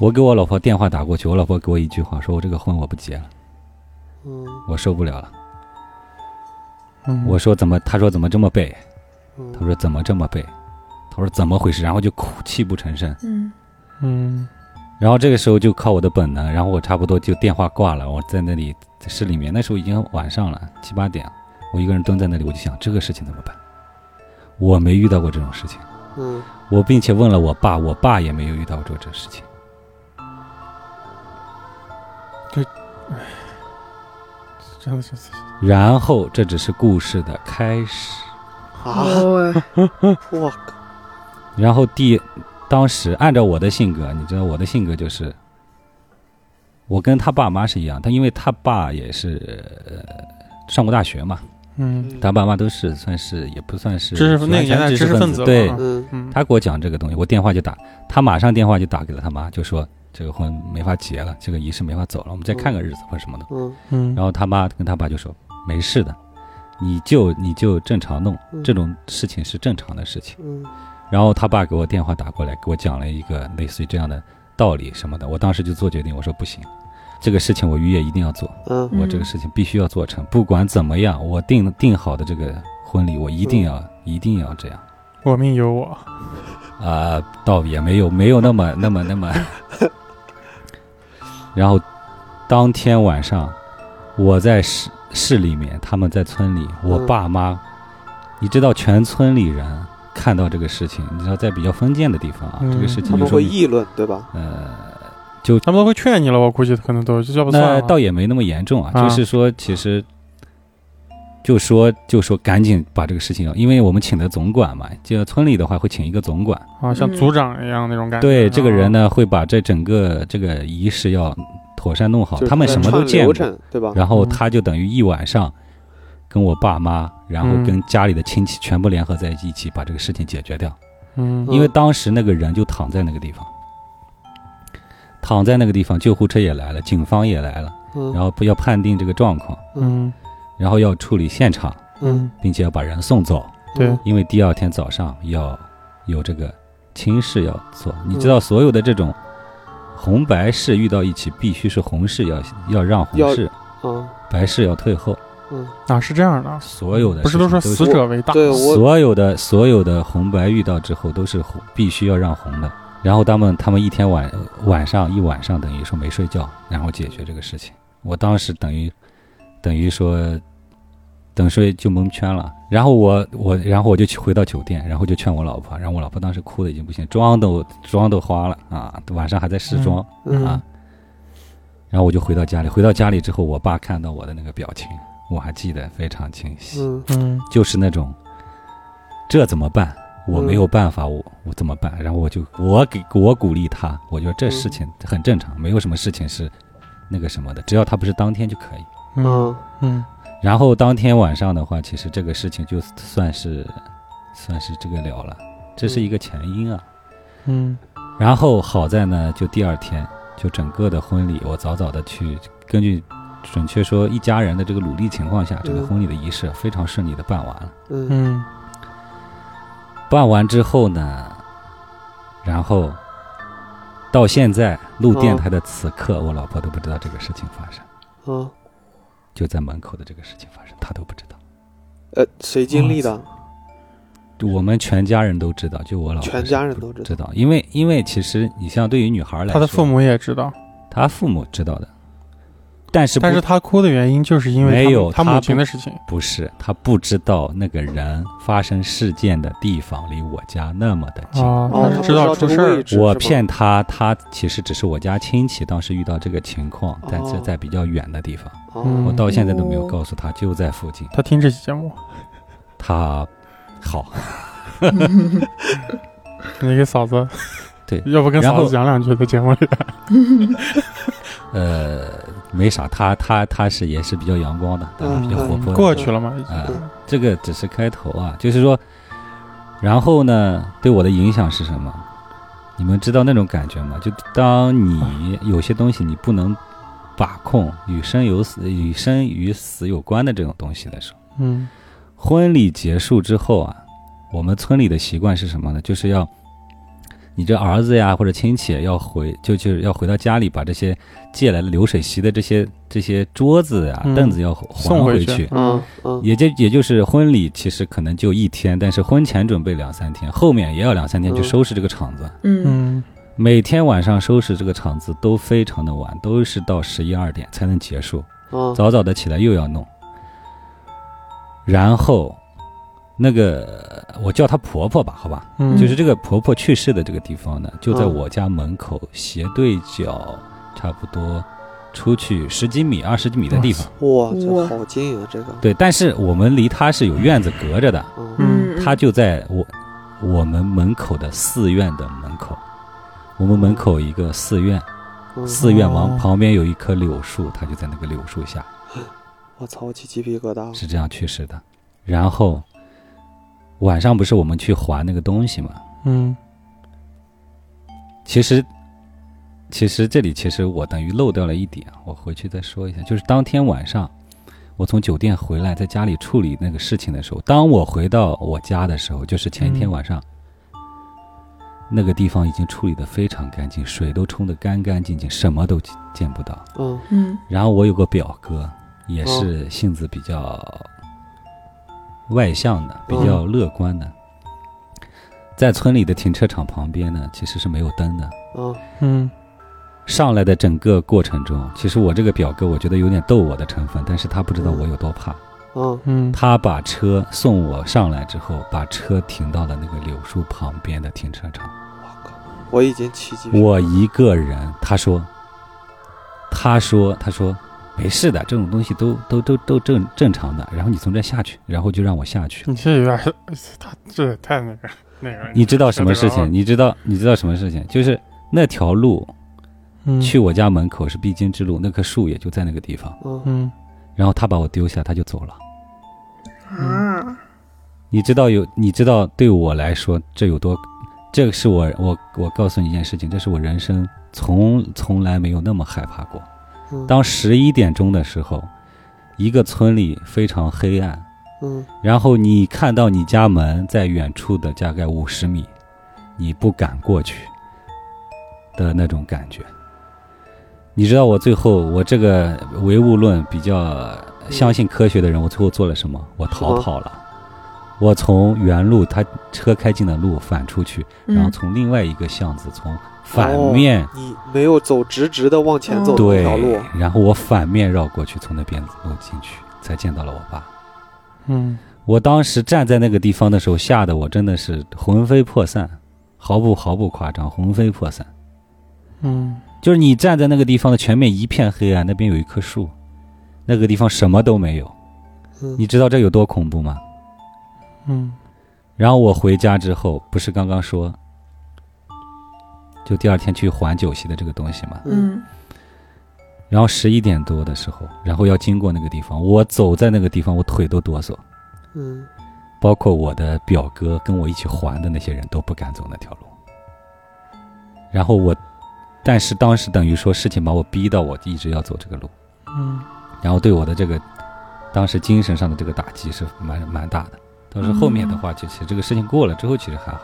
C: 我给我老婆电话打过去，我老婆给我一句话，说我这个婚我不结了，
D: 嗯
C: 我受不了了。
A: 嗯
C: 我说怎么？他说怎么这么背？他
D: 嗯，
C: 说怎么这么背？他说怎么回事？然后就哭泣不成声。
B: 嗯
A: 嗯
C: 然后这个时候就靠我的本能，然后我差不多就电话挂了。我在那里在市里面，那时候已经晚上了七八点了，我一个人蹲在那里，我就想这个事情怎么办？我没遇到过这种事情，
D: 嗯，
C: 我并且问了我爸，我爸也没有遇到过这事情。
A: 真的是
C: 然后这只是故事的开始。
D: 啊，
B: 哦
A: 嗯
D: 我
C: 然后第，当时按照我的性格，你知道我的性格就是，我跟他爸妈是一样，他因为他爸也是、呃、上过大学嘛，
A: 嗯，
C: 他爸妈都是算是也不算是
A: 知识分那个年代
C: 知
A: 知识分
C: 分
A: 子了
C: 对
A: 啊，
D: 嗯
A: 嗯
C: 他给我讲这个东西，我电话就打，他马上电话就打给了他妈，就说这个婚没法结了，这个仪式没法走了，我们再看个日子或者什么的。
D: 嗯
A: 嗯，
C: 然后他妈跟他爸就说没事的，你就你就正常弄，
D: 嗯
C: 这种事情是正常的事情。
D: 嗯
C: 然后他爸给我电话打过来，给我讲了一个类似于这样的道理什么的。我当时就做决定，我说不行，这个事情我于业一定要做，
D: 嗯
B: 嗯
C: 我这个事情必须要做成，不管怎么样，我定定好的这个婚礼，我一定要、一定要这样。
A: 我命由我，
C: 啊、倒也没有没有那么那么那么。 [LAUGHS] 然后当天晚上，我在市市里面，他们在村里，我
D: 嗯
C: 爸妈，你知道，全村里人看到这个事情，你知道，在比较封建的地方啊，
A: 嗯
C: 这个事
D: 他
C: 情就
D: 们
C: 说
D: 会
C: 明
D: 议论对吧？
C: 呃，
A: 他们都会劝你了，我估计可能都就要不算
C: 那
A: 了。
C: 倒也没那么严重啊，
A: 啊
C: 就是说，其实。就说就说赶紧把这个事情要，因为我们请的总管嘛，就村里的话会请一个总管，
A: 啊，像
B: 嗯
A: 组长一样那种感觉。
C: 对这个人
A: 啊，
C: 呢，会把这整个这个仪式要妥善弄好
D: 就，是
C: 哦他们
D: 在
C: 什么都
D: 串
C: 见
D: 流
C: 过。
D: 程对吧？
C: 然后
A: 嗯
C: 他就等于一晚上跟我爸妈，然后
A: 嗯
C: 跟家里的亲戚全部联合在一起，把这个事情解决掉。
A: 嗯
C: 因为当时那个人就躺在那个地方，躺在那个地方，救护车也来了，警方也来了，
D: 嗯
C: 然后不要判定这个状况，
A: 嗯
C: 然后要处理现场，
A: 嗯，
C: 并且要把人送走，
A: 对，
C: 因为第二天早上要有这个亲事要做。
A: 嗯
C: 你知道，所有的这种红白事遇到一起，必须是红事要要让红
D: 要
C: 事，
D: 嗯
C: 白事要退后。
D: 嗯，
A: 哪啊是这样的？
C: 所有的
A: 不是
C: 事情
A: 说
C: 都
A: 死者为大？
D: 对我
C: 所有的所有的红白遇到之后都是红，必须要让红的。然后他们他们一天晚晚上一晚上等于说没睡觉，然后解决这个事情。我当时等于等于说等睡就蒙圈了。然后我我然后我就去回到酒店，然后就劝我老婆，然后我老婆当时哭的已经不行，妆都妆都花了啊，晚上还在试妆、
D: 嗯
C: 啊。然后我就回到家里，回到家里之后，我爸看到我的那个表情，我还记得非常清晰。
D: 嗯
A: 嗯
C: 就是那种，这怎么办？我没有办法，我我怎么办？然后我就我给我鼓励他，我觉得这事情很正常，没有什么事情是那个什么的，只要他不是当天就可以。
A: 嗯
D: 嗯
A: 嗯
C: 然后当天晚上的话，其实这个事情就算是算是这个了了，这是一个前因啊。
A: 嗯
C: 然后好在呢，就第二天就整个的婚礼，我早早的去根据准确说一家人的这个努力情况下，这个
D: 嗯
C: 婚礼的仪式非常顺利的办完了。
D: 嗯
A: 嗯
C: 办完之后呢，然后到现在录电台的此
D: 哦
C: 刻，我老婆都不知道这个事情发生，
D: 嗯，
C: 就在门口的这个事情发生，她都不知道。
D: 呃，谁经历的？
C: 哦我们全家人都知道，就我老婆
D: 全家人都
C: 知
D: 知
C: 道，知
D: 道。
C: 道因为因为其实你像对于女孩来说，
A: 他的父，母也知道，
C: 她父母知道的，但是不
A: 但是他哭的原因就是因为他
C: 没有
A: 他
C: 他
A: 母亲
C: 不
A: 的事情。
C: 不是她不知道那个人发生事件的地方离我家那么的近。
A: 啊，
D: 哦
A: 他是
D: 他不
A: 知道
D: 这
A: 出
D: 个
A: 事儿
D: 位
A: 了，
D: 置
C: 我
D: 是吧
C: 骗她，她其实只是我家亲戚，当时遇到这个情况，但是
D: 哦
C: 在比较远的地方。
A: 嗯
D: 哦
C: 我到现在都没有告诉他，就在附近。
A: 他听这期节目，
C: 他好，
A: 你给嫂子，[LAUGHS]
C: 对
A: 要不跟
C: 然
A: 嫂
C: 后
A: 子讲两句在节目里。
C: 呃，没啥，他他他是也是比较阳光的，
D: 嗯
C: 啊比较活泼的。
A: 过去了嘛，已经。
C: 啊、这个只是开头啊，就是说，然后呢，对我的影响是什么？你们知道那种感觉吗？就当你有些东西你不能把控，与生有死、与生与死有关的这种东西的时候。
A: 嗯
C: 婚礼结束之后啊，我们村里的习惯是什么呢？就是要你这儿子呀或者亲戚要回，就就是要回到家里，把这些借来的流水席的这些这些桌子呀、
A: 嗯
C: 凳子要还
A: 送回
C: 回
A: 去
D: 嗯嗯
C: 也就也就是婚礼，其实可能就一天，但是婚前准备两三天，后面也要两三天去
D: 嗯
C: 收拾这个场子。
B: 嗯
A: 嗯
C: 每天晚上收拾这个场子都非常的晚，都是到十一二点才能结束。
D: 嗯
C: 早早的起来又要弄。然后，那个我叫她婆婆吧，好吧，
A: 嗯，
C: 就是这个婆婆去世的这个地方呢，就在
D: 嗯
C: 我家门口斜对角，差不多出去十几米、二十几米的地方。
D: 哇，
B: 哇
D: 这好近啊，这个。
C: 对，但是我们离她是有院子隔着的，
D: 嗯
A: 嗯
B: 嗯，
C: 她就在我我们门口的寺院的门口。我们门口一个寺院，
D: 嗯，
C: 寺院
A: 哦
C: 旁旁边有一棵柳树，她就在那个柳树下。
D: 我操，我起鸡皮疙瘩。
C: 是这样去世的。然后晚上不是我们去还那个东西吗？
A: 嗯
C: 其实，其实这里其实我等于漏掉了一点，我回去再说一下。就是当天晚上，我从酒店回来，在家里处理那个事情的时候，当我回到我家的时候，就是前一天
A: 嗯
C: 晚上，那个地方已经处理的非常干净，水都冲得干干净净，什么都见不到。
D: 嗯
B: 嗯
C: 然后我有个表哥，也
D: 哦
C: 是性子比较外向的，比较乐观的。在村里的停车场旁边呢，其实是没有灯的。
D: 嗯
A: 嗯
C: 上来的整个过程中，其实我这个表哥，我觉得有点逗我的成分，但是他不知道我有多怕。
D: 嗯
A: 嗯，
C: 他把车送我上来之后，把车停到了那个柳树旁边的停车场。
D: 我已经起鸡皮。
C: 我一个人，他说，他说，他说，没事的，这种东西都都都都正正常的。然后你从这下去，然后就让我下去。
A: 你这有点儿，他这也太那个那个。
C: 你知道什么事
A: 这个
C: 情？你知道你知道什么事情？就是那条路
A: 嗯
C: 去我家门口是必经之路，那棵树也就在那个地方。
D: 嗯
A: 嗯
C: 然后他把我丢下，他就走了。
B: 啊，
C: 你知道有你知道对我来说这有多？这个是我我我告诉你一件事情，这是我人生从从来没有那么害怕过。
D: 嗯，
C: 当十一点钟的时候，一个村里非常黑暗，
D: 嗯
C: 然后你看到你家门在远处的大概五十米，你不敢过去的那种感觉。你知道我最后我这个唯物论比较相信科学的人，我最后做了什么？我逃跑了。我从原路他车开进的路反出去，然后
B: 嗯
C: 从另外一个巷子从反面、
D: 哦你没有走直直的往前走的那
C: 对
D: 条路，，
C: 然后我反面绕过去，从那边路进去，才见到了我爸。
A: 嗯，
C: 我当时站在那个地方的时候，吓得我真的是魂飞魄散，毫不毫不夸张，魂飞魄散。
A: 嗯，
C: 就是你站在那个地方的全面一片黑暗，那边有一棵树，那个地方什么都没有，
D: 嗯
C: 你知道这有多恐怖吗？
A: 嗯，
C: 然后我回家之后，不是刚刚说，就第二天去还酒席的这个东西吗？
B: 嗯
C: 然后十一点多的时候，然后要经过那个地方，我走在那个地方，我腿都哆嗦，
D: 嗯
C: 包括我的表哥跟我一起还的那些人都不敢走那条路。然后我，但是当时等于说事情把我逼到我一直要走这个路，
A: 嗯，
C: 然后对我的这个当时精神上的这个打击是蛮蛮大的。但是后面的话，就其实这个事情过了之后，其实还好。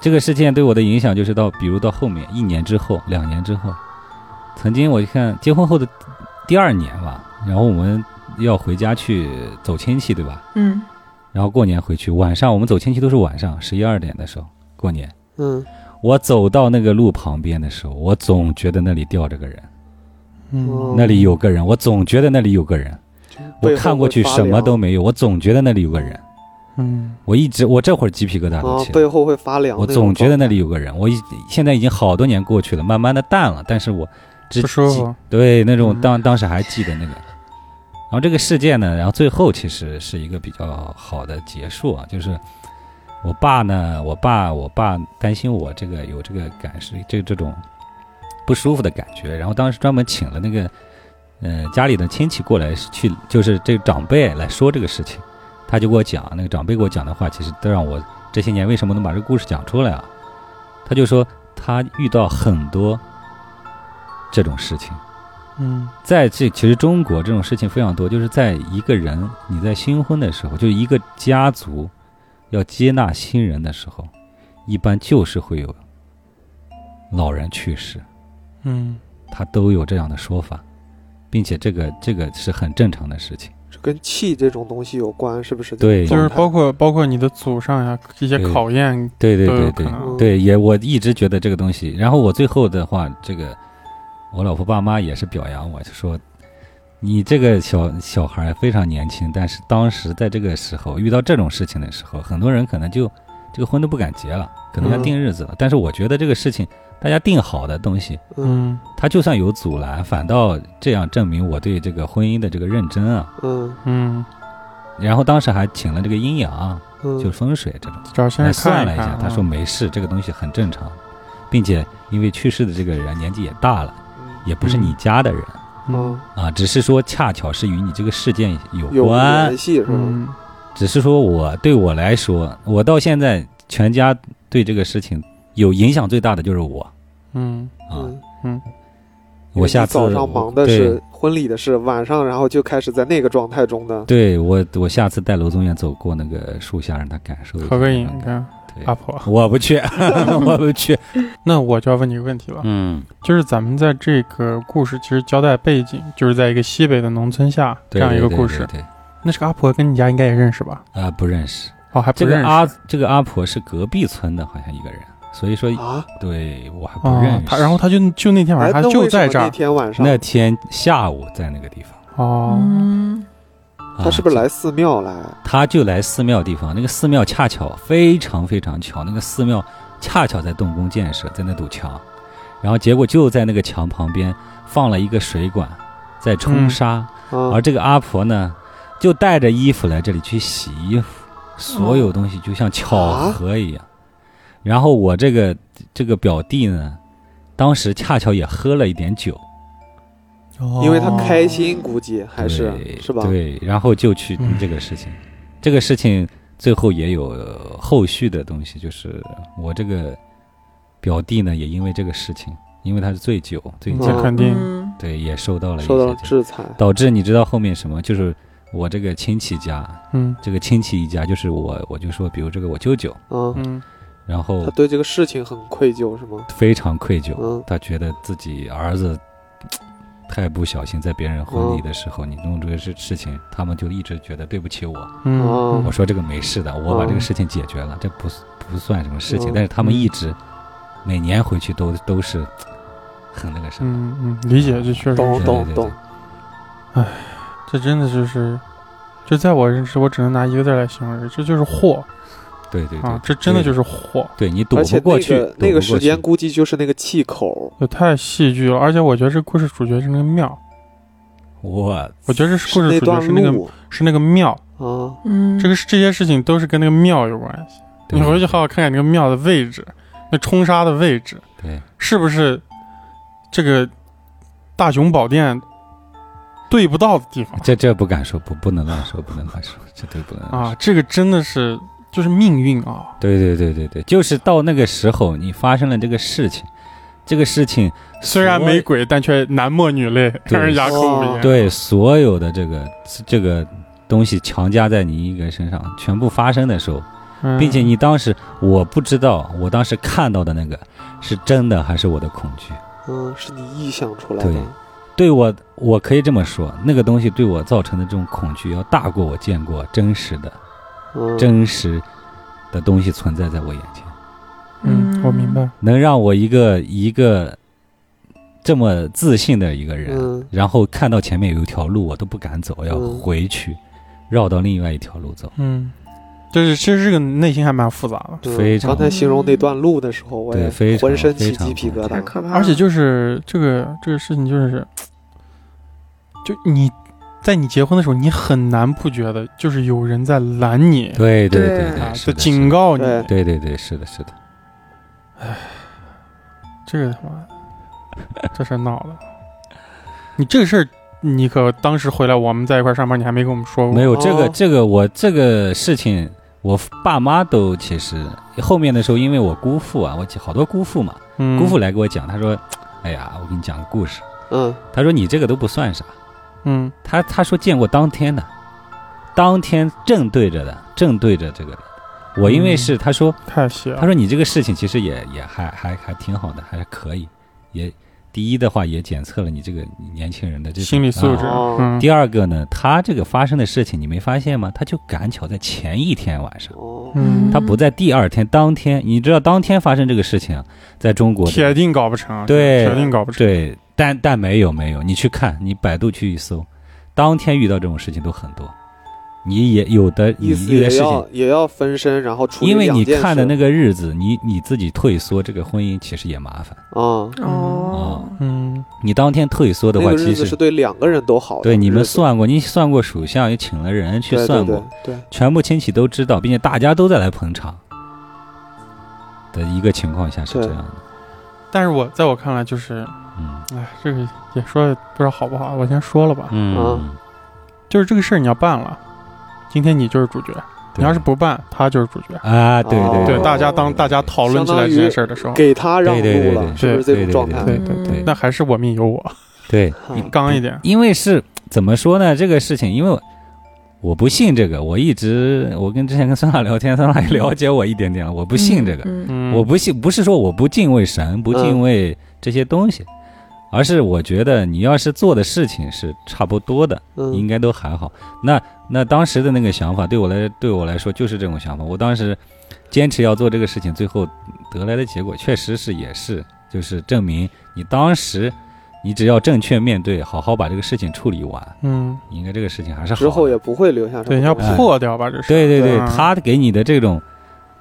C: 这个事件对我的影响就是到，比如到后面一年之后、两年之后，曾经我就看结婚后的第二年吧，然后我们要回家去走亲戚，对吧？
B: 嗯
C: 然后过年回去，晚上我们走亲戚都是晚上十一二点的时候过年。
D: 嗯
C: 我走到那个路旁边的时候，我总觉得那里吊着个人，
A: 嗯，
C: 那里有个人，我总觉得那里有个人。
D: 背
C: 我
D: 后
C: 看过去
D: 会发
C: 什么
D: 凉
C: 都没有，我总觉得那里有个人。
A: 嗯，
C: 我一直我这会儿鸡皮疙瘩
D: 啊
C: 都起，来
D: 背
C: 了，
D: 后会发凉
C: 我
D: 种状态。
C: 总觉得那里有个人。我一现在已经好多年过去了，慢慢的淡了，但是我只
A: 不舒
C: 记
A: 服，
C: 对，那种
A: 嗯
C: 当当时还记得那个。然后这个事件呢，然后最后其实是一个比较好的结束啊，就是我爸呢，我爸我爸担心我这个有这个感受，这这种不舒服的感觉，然后当时专门请了那个呃家里的亲戚过来去，就是这个长辈来说这个事情，他就给我讲，那个长辈给我讲的话，其实都让我这些年为什么能把这个故事讲出来啊？他就说他遇到很多这种事情。
A: 嗯，
C: 在这其实中国这种事情非常多，就是在一个人你在新婚的时候，就是一个家族要接纳新人的时候，一般就是会有老人去世，
A: 嗯，
C: 他都有这样的说法，并且这个这个是很正常的事情。
D: 这跟气这种东西有关，是不是？
C: 对
A: 就是
D: 状态
A: 包括包括你的祖上呀，一些
C: 对
A: 考验
C: 对对
A: 都有
C: 对
A: 可
C: 对
A: 能，
C: 对，也我一直觉得这个东西。然后我最后的话，这个我老婆爸妈也是表扬我，就说你这个小小孩非常年轻，但是当时在这个时候遇到这种事情的时候，很多人可能就这个婚都不敢结了，可能要
D: 嗯
C: 定日子了。但是我觉得这个事情，大家定好的东西，
D: 嗯
A: 嗯
C: 它就算有阻拦，反倒这样证明我对这个婚姻的这个认真啊。
D: 嗯
A: 嗯，
C: 然后当时还请了这个阴阳啊，
D: 嗯，
C: 就风水这种。
A: 找先
C: 来
A: 生看
C: 算了一下
A: 看，，啊嗯
C: 他说没事，这个东西很正常，并且因为去世的这个人年纪也大了，
D: 嗯
C: 也不是你家的人
A: 嗯
C: 啊，只是说恰巧是与你这个事件有
D: 有
C: 关
D: 联，系是吧？
A: 嗯
C: 只是说我对我来说，我到现在全家对这个事情有影响最大的就是我
A: 嗯
C: 啊，
D: 嗯，因为
C: 我下
D: 你
C: 次
D: 早上忙的
C: 对
D: 是婚礼的事，晚上然后就开始在那个状态中的，
C: 对我，我下次带娄宗远走过那个树下，让他感受一下
A: 嗯合个啊影
C: 那，种感
A: 看
C: 对
A: 阿婆。
C: 我不去， [LAUGHS] 我不去，
A: 那我就要问你个问题了，
C: 嗯，
A: 就是咱们在这个故事其实交代背景，就是在一个西北的农村下这
C: 对
A: 样一个
C: 对
A: 故
C: 对
A: 事。
C: 对啊
A: 那这个阿婆跟你家应该也认识吧？，
C: 呃不认识。
A: 哦，还
C: 这
A: 不认
C: 个
A: 识
C: 阿这个阿婆是隔壁村的，好像一个人，所以说
D: 啊，
C: 对我还不认
A: 哦
C: 识。，
A: 他然后他就就那天晚
D: 哎，
A: 上
D: 那
A: 他就
D: 为什
A: 在
D: 么
A: 这
D: 那
A: 儿
D: 天晚上，
C: 那天下午在那个地方，
A: 哦，
B: 嗯
C: 啊
D: 他是不是来？寺庙来？啊
C: 他就来寺庙地方，那个寺庙恰巧非常非常巧，那个寺庙恰巧在动工建设，在那堵墙，然后结果就在那个墙旁边放了一个水管，在
A: 嗯
C: 冲沙，
D: 啊
C: 而，这个阿婆呢，就带着衣服来这里去洗衣服，所有东西就像巧
D: 啊
C: 合一样。然后我这个这个表弟呢，当时恰巧也喝了一点酒，
D: 因为他
A: 哦
D: 开心，估计还
C: 对
D: 是是吧？
C: 对，然后就去
A: 嗯
C: 这个事情，这个事情最后也有呃后续的东西，就是我这个表弟呢，也因为这个事情，因为他是醉酒醉驾
A: 那，肯定
B: 嗯
C: 对，也受到了一
D: 受到了
C: 些这个
D: 制裁。
C: 导致你知道后面什么？就是我这个亲戚家，
A: 嗯
C: 这个亲戚一家，就是我我就说，比如这个我舅舅，
D: 嗯，
A: 嗯
C: 然后
D: 他对这个事情很愧疚是吗？
C: 非常愧疚，
D: 嗯
C: 他觉得自己儿子嘖太不小心，在别人婚礼的时候，你弄这个事事情，他们就一直觉得对不起我。
A: 嗯，
D: 哦
A: 嗯
C: 我说这个没事的，我把
D: 嗯
C: 这个事情解决了，这不不算什么事情。
D: 嗯
C: 但是他们一直每年回去都都是嘖很那个什么，
A: 嗯嗯，理解，这确实
D: 懂
A: 是，
D: 懂
C: 对对对
D: 懂，
A: 这真的就是，就在我认识，我只能拿一个字来形容，这就是祸
C: 对对对
A: 啊，，这真的就是祸，
C: 对你躲
D: 而且
C: 不过
D: 那
C: 去，
D: 个那
C: 躲
D: 个
C: 不过
D: 时
C: 去
D: 间估计就是那个气口，
A: 这太戏剧了。而且我觉得这故事主角是那个庙，
C: 我
A: 我觉得这故事
D: 那
A: 主角
D: 段
A: 是那个
D: 路
A: 是那个庙，
D: 啊，
B: 嗯，
A: 这个是这些事情都是跟那个庙有关系。
C: 对
A: 你回去好好看看那个庙的位置，那冲杀的位置
C: 对
A: 是不是这个大雄宝殿对不到的地
C: [LAUGHS]
A: 方
C: 这这不敢说，不不能乱说，不能乱说，这对不能乱说
A: 啊？这个真的是就是命运啊！
C: 对对对对对，就是到那个时候，你发生了这个事情，这个事情
A: 虽然
C: 所
A: 没鬼，但却男莫女泪，
C: 对
A: 让人哑口无言。
D: 哦
C: 对所有的这个这个东西强加在你一个身上，全部发生的时候，
A: 嗯，
C: 并且你当时我不知道，我当时看到的那个是真的还是我的恐惧。
D: 嗯，是你臆想出来的
C: 对，对我，我可以这么说，那个东西对我造成的这种恐惧要大过我见过真实的、
D: 嗯，
C: 真实的东西存在在我眼前。
A: 嗯，我明白。
C: 能让我一个一个这么自信的一个人，
D: 嗯
C: 然后看到前面有一条路我都不敢走，要
D: 嗯
C: 回去，绕到另外一条路走。
A: 嗯，就是其实这个内心还蛮复杂的，
D: 嗯
C: 非常
D: 刚才形容那段路的时候，我
C: 对
D: 也
C: 非常
D: 浑身起
C: 非常
D: 鸡皮疙
B: 太
D: 瘩。
B: 可怕了，
A: 而且就是这个这个事情就是，就你在你结婚的时候，你很难不觉得就是有人在拦你
C: 对
B: 对
C: 对对，
A: 啊，
C: 是
A: 在
C: 的，是
A: 警
C: 的
A: 告你，
D: 对
C: 对对对，是的，是的，
A: 这个他妈的，这事儿闹的，你这个事儿。你可当时回来，我们在一块儿上班，你还没跟我们说过。
C: 没有这个
D: 哦
C: 这个我这个事情，我爸妈都其实后面的时候，因为我姑父啊，我好多姑父嘛，
A: 嗯，
C: 姑父来给我讲，他说，哎呀，我给你讲个故事，
D: 嗯，
C: 他说你这个都不算啥，
A: 嗯
C: 他他说见过当天的，当天正对着的，正对着这个的。我因为
A: 嗯
C: 是他说，
A: 太邪了。
C: 他说你这个事情其实也也还还还挺好的，还是可以。也第一的话也检测了你这个年轻人的这种
A: 心理素质，
C: 啊
D: 哦
A: 嗯，
C: 第二个呢，他这个发生的事情你没发现吗？他就赶巧在前一天晚上，
D: 哦，
A: 嗯，
C: 他不在第二天当天。你知道当天发生这个事情啊，在中国的
A: 铁定搞不成，啊
C: 对
A: 铁定搞不成。
C: 对，但但没有没有，你去看，你百度去一搜，当天遇到这种事情都很多。你也有的，你
D: 意思
C: 有的
D: 也
C: 事
D: 要
C: 情，
D: 也要分身，然后处理
C: 因为
D: 两
C: 你
D: 件
C: 看
D: 事
C: 的那个日子，你你自己退缩，这个婚姻其实也麻烦。
D: 啊，
B: 哦，
A: 嗯，
C: 你当天退缩的
D: 那
C: 话，
D: 个
C: 其
D: 日子是
C: 实
D: 对两个人都好的日子。
C: 对你们算过，你算过属相，也请了人去
D: 对
C: 算
D: 对
C: 过，
D: 对，对
C: 全部亲戚都知道，并且大家都在来捧场的一个情况下是
D: 对
C: 这样的。
A: 但是我在我看来就是，
C: 嗯
A: 哎，这个也说得不知道好不好，我先说了吧。
D: 啊
C: 嗯，
A: 就是这个事儿你要办了，今天你就是主角，
C: 对
A: 你要是不办，他就是主角。
C: 啊，对对
D: 哦
A: 对，大家当大家讨论起来这件事儿的时候，
D: 给他让
C: 对对对
D: 路了，
C: 对
D: 是不是这种状态？
A: 对
B: 对对
A: 那还是我命由我，
C: 对，
D: 嗯
A: 刚一点。
C: 因为是怎么说呢？这个事情，因为我我不信这个，我一直我跟之前跟孙娜聊天，孙娜也了解我一点点了，我不信这个，
B: 嗯
A: 嗯，
C: 我不信，不是说我不敬畏神，不敬畏这些东西，而是我觉得你要是做的事情是差不多的，应
D: 嗯
C: 该都还好。那那当时的那个想法，对我来对我来说就是这种想法。我当时坚持要做这个事情，最后得来的结果确实是也是，就是证明你当时你只要正确面对，好好把这个事情处理完，
A: 嗯，
C: 应该这个事情还是好的。
D: 之后也不啊会留下什么东
A: 对，
D: 西。
A: 要
C: 哎
A: 破掉吧，这是。
C: 对对对，
A: 嗯
C: 他给你的这种，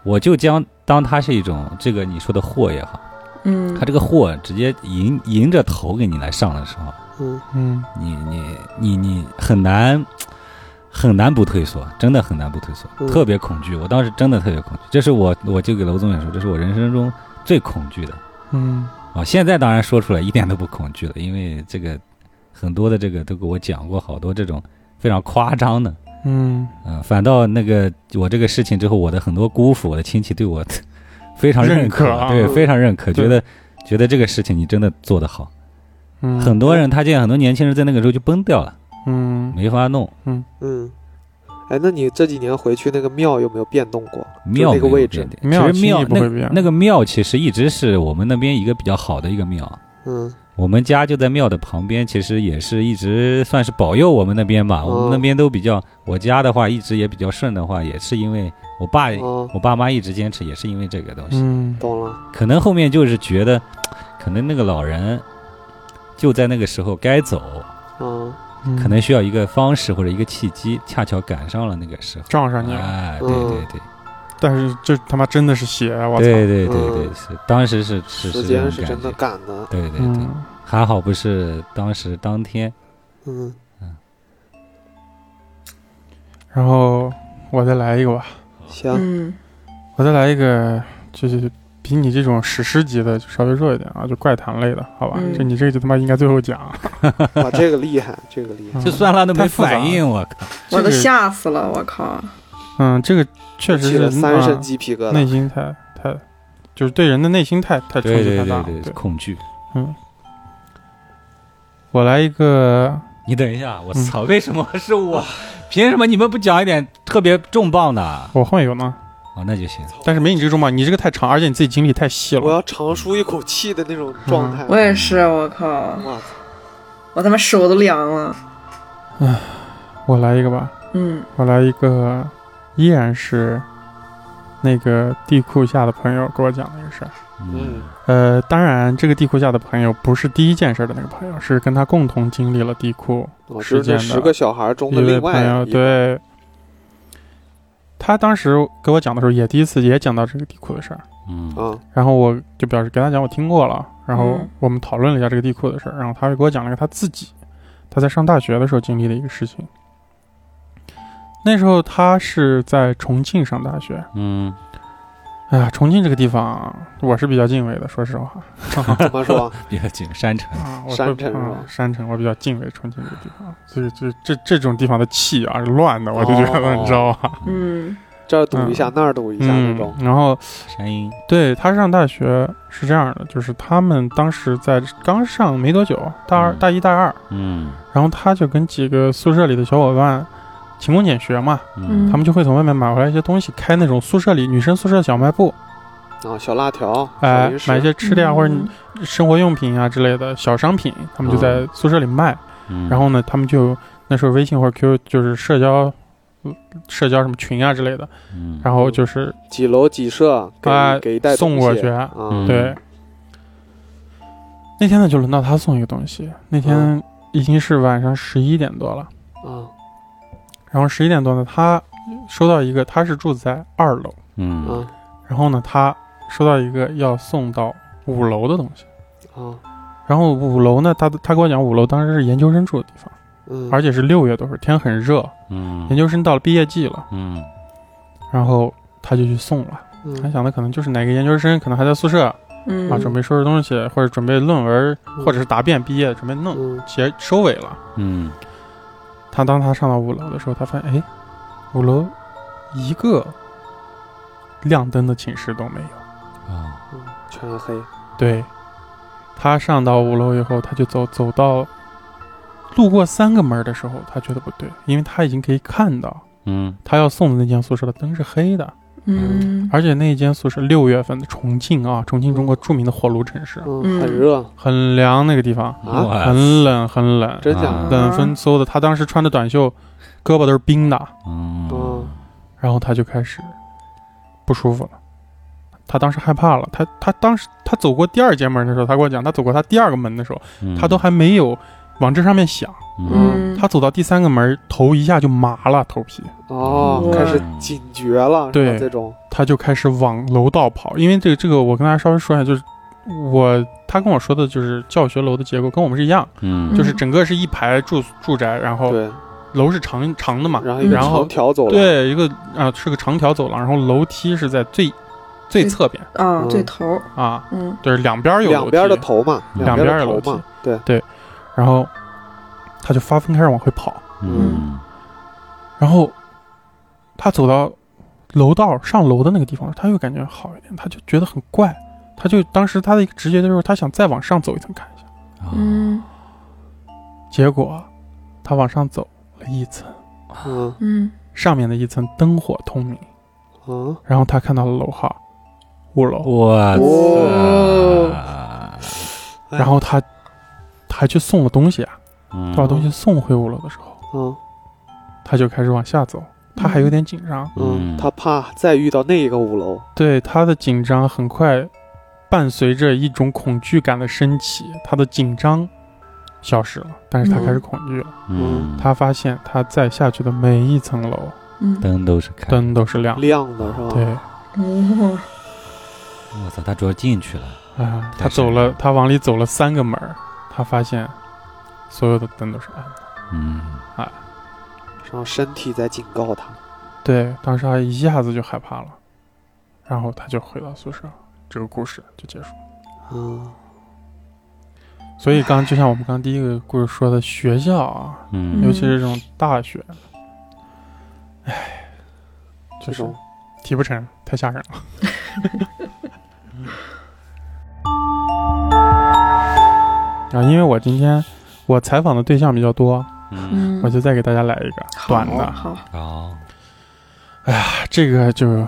C: 我就将当它是一种这个你说的祸也好，
B: 嗯，
C: 他这个祸直接迎迎着头给你来上的时候，
D: 嗯，
A: 嗯，
C: 你你你你很难很难不退缩，真的很难不退缩，
D: 嗯
C: 特别恐惧。我当时真的特别恐惧，这是我我就给娄宗远说，这是我人生中最恐惧的
A: 嗯
C: 啊。现在当然说出来一点都不恐惧了，因为这个很多的这个都给我讲过好多这种非常夸张的，
A: 嗯，
C: 嗯、反倒那个我这个事情之后，我的很多姑父、我的亲戚对我 [LAUGHS] 非常
A: 认
C: 认可，
A: 可啊
C: 对，非常认可，
A: 对
C: 觉得觉得这个事情你真的做得好。
A: 嗯，
C: 很多人他见很多年轻人在那个时候就崩掉了。
A: 嗯，
C: 没法弄。
D: 嗯，哎，那你这几年回去那个庙有没有变动过？
C: 庙
D: 就那个
C: 没有
D: 位置
C: 变点
A: 庙轻
C: 其实庙
A: 易不
C: 那
A: 会变
C: 那个庙其实一直是我们那边一个比较好的一个庙。
D: 嗯
C: 我们家就在庙的旁边，其实也是一直算是保佑我们那边吧。
D: 哦
C: 我们那边都比较，我家的话一直也比较顺的话，也是因为我爸、
D: 哦，
C: 我爸妈一直坚持，也是因为这个东西。
A: 嗯，
D: 懂了。
C: 可能后面就是觉得，可能那个老人就在那个时候该走，
D: 嗯，
A: 嗯
C: 可能需要一个方式或者一个契机，恰巧赶上了那个时候。
A: 撞上你了，
C: 哎，对
D: 嗯
C: 对对，
A: 但是这他妈真的是血，啊我操！
C: 对对对对，
D: 嗯
C: 是当时是是
D: 时
C: 是这
D: 间
C: 种
D: 是真的
C: 感觉，
D: 赶的。
C: 对对对，
A: 嗯，
C: 还好不是当时当天，
D: 嗯，
A: 然后我再来一个吧，
D: 行，
B: 嗯
A: 我再来一个，就是比你这种史诗级的就稍微弱一点啊，就怪谈类的，好吧？
B: 嗯
A: 就你这个就他妈应该最后讲，
D: 哇，这个厉害，这个厉害。
C: 就算了都
A: 太
C: 没
A: 复杂
C: 反应，我靠，
A: 这
B: 我
A: 个
B: 都吓死了，我靠！
A: 嗯，这个确实
D: 起了
A: 是
D: 三身
A: 啊
D: 鸡皮疙
A: 内
D: 瘩。
A: 心太太，就是对人的内心太太冲
C: 对
A: 击太
C: 对
A: 大了。
C: 对对，恐惧。
A: 我来一个，
C: 你等一下，我
A: 嗯
C: 操，为什么是我？凭什么你们不讲一点特别重磅的？哦，
A: 我后面有呢，
C: 那就行。
A: 但是没你这个重磅，你这个太长，而且你自己经历太细
D: 我
A: 了。
D: 要长舒一口气的那种状态。
B: 我也是，我靠！
D: 哇操！
B: 我他妈手都凉了。
A: 我来一个吧，
B: 嗯
A: 我来一个，依然是那个地库下的朋友给我讲的一个事儿。
D: 嗯
C: 嗯，
A: 呃，当然，这个地库下的朋友不是第一件事的那个朋友，是跟他共同经历了地库
D: 我
A: 时
D: 是
A: 间
D: 这
A: 的
D: 十个小孩中
A: 一
D: 的
A: 位
D: 另
A: 朋
D: 外
A: 友。
D: 一个。
A: 对，他当时给我讲的时候，也第一次也讲到这个地库的事儿。
C: 嗯
D: 啊，
A: 然后我就表示给他讲我听过了，然后
B: 嗯
A: 我们讨论了一下这个地库的事儿，然后他又给我讲了一个他自己他在上大学的时候经历的一个事情。那时候他是在重庆上大学，
C: 嗯，
A: 哎呀，重庆这个地方我是比较敬畏的，说实话
D: 怎么说？
C: 比较紧，山城。
A: 啊，我会
D: 山城是吧
A: 啊，山城我比较敬畏重庆这个地方，所以就这这种地方的气啊是乱的，我就觉得
D: 哦
A: 你知道吧？
B: 嗯
D: 这儿堵一下，那儿堵一下那
A: 嗯
D: 种。，
A: 然后
C: 山阴，
A: 对他上大学是这样的，就是他们当时在刚上没多久，大二、
C: 嗯
A: 大一、大二，
C: 嗯
A: 然后他就跟几个宿舍里的小伙伴勤工俭学嘛，
B: 嗯
A: 他们就会从外面买回来一些东西，开那种宿舍里女生宿舍的小卖部，
D: 啊，小辣条，小
A: 哎、
D: 零食
A: 买一些吃的呀、
B: 嗯
A: 或者生活用品啊之类的小商品，他们就在宿舍里卖。
C: 嗯
A: 然后呢，他们就那时候微信或者 QQ 就是社交。嗯社交什么群啊之类的，
C: 嗯
A: 然后就是
D: 几楼几舍给
A: 哎
D: 给一袋
A: 送
D: 东
A: 过
D: 西
A: 去
D: 啊，
C: 嗯
A: 对。那天呢，就轮到他送一个东西。那
C: 嗯
A: 天已经是晚上十一点多了，
D: 啊
A: 然后十一点多呢，他收到一个，他是住在二楼，
C: 嗯
D: 啊
A: 然后呢，他收到一个要送到五楼的东西。
D: 啊，
A: 然后五楼呢，他他跟我讲，五楼当时是研究生住的地方，
D: 嗯，
A: 而且是六月多时候，天很热，
C: 嗯
A: 研究生到了毕业季了，
C: 嗯
A: 然后他就去送了。他
D: 嗯
A: 想的可能就是哪个研究生可能还在宿舍啊，
B: 嗯
A: 准备收拾东西，或者准备论文，或者是答辩毕业准备弄，
D: 嗯
A: 结收尾了。
C: 嗯
A: 他当他上到五楼的时候，他发现，哎，五楼一个亮灯的寝室都没有。
C: 啊
D: 嗯全黑，
A: 对，他上到五楼以后，他就走走到路过三个门儿的时候，他觉得不对，因为他已经可以看到
C: 嗯
A: 他要送的那间宿舍的灯是黑的，
B: 嗯
A: 而且那间宿舍六月份的重庆啊，重庆中国著名的火炉城市，
D: 嗯，
B: 嗯
D: 很热，
A: 很凉那个地方，
D: 啊
C: 哇
A: 很冷很冷，
D: 真假
C: 啊
D: 的？
A: 冷风嗖的。他当时穿的短袖，胳膊都是冰的，
C: 嗯
D: 嗯
A: 然后他就开始不舒服了。他当时害怕了，他他当时他走过第二间门的时候，他跟我讲，他走过他第二个门的时候，
C: 嗯
A: 他都还没有往这上面想，
B: 嗯
A: 他走到第三个门，头一下就麻了，头皮，
D: 哦，
B: 哇
D: 开始警觉了，是吧
A: 嗯对
D: 这种，
A: 他就开始往楼道跑。因为这个这个，我跟大家稍微说一下，就是我他跟我说的就是教学楼的结构跟我们是一样，
C: 嗯
A: 就是整个是一排住住宅，然后
D: 对，
A: 楼是长长哦的嘛，
D: 然后一个
A: 然后
D: 长条走了，
A: 对，一个啊、是个长条走廊，然后楼梯是在最最侧边
B: 啊
D: 嗯
B: 最头儿
A: 啊，
B: 嗯
A: 就是两边有
D: 两
A: 楼
D: 边
A: 梯
D: 的头嘛，
C: 两
D: 边
A: 边
D: 的
A: 有楼
D: 头嘛，对，
A: 然后他就发疯开始往回跑，
C: 嗯
A: 然后他走到楼道上楼的那个地方，他又感觉好一点，他就觉得很怪，他就当时他的一个直觉就是他想再往上走一层看一下，
C: 啊
B: 嗯
A: 结果他往上走了一层，
D: 嗯
B: 嗯，
A: 上面的一层灯火通明，
D: 嗯，
A: 然后他看到了楼号，五楼，
C: 哇
D: 啊
A: 嗯
D: 嗯
B: 哦
C: 塞！
D: 哎
A: 然后他他还去送了东西啊，他把
C: 嗯
A: 东西送回五楼的时候，
D: 嗯
A: 他就开始往下走，他还有点紧张，
D: 嗯，他怕再遇到那一个五楼，
A: 对他的紧张很快伴随着一种恐惧感的升起，他的紧张消失了，但是他
B: 嗯
A: 开始恐惧了，
C: 嗯，
A: 他发现他再下去的每一层楼
B: 嗯，
C: 灯都是开的。
A: 灯都是亮的，
D: 亮的是吧？
A: 啊对。
B: 哦，
C: 我操，他主要进去了，
A: 啊，他
C: 但是
A: 走了，他往里走了三个门儿，他发现所有的灯都是暗的。
C: 嗯，
D: 然后身体在警告他，
A: 对，当时他一下子就害怕了，然后他就回到宿舍，这个故事就结束了。
D: 嗯
A: 所以刚就像我们刚第一个故事说的，学校啊，
C: 嗯
A: 尤其是这种大学，唉，就
D: 这
A: 是
D: 种
A: 提不成，太吓人了。啊，因为我今天我采访的对象比较多，
C: 嗯，
B: 嗯
A: 我，就再给大家来一个短的。
B: 好，好
C: 哦
A: 这个就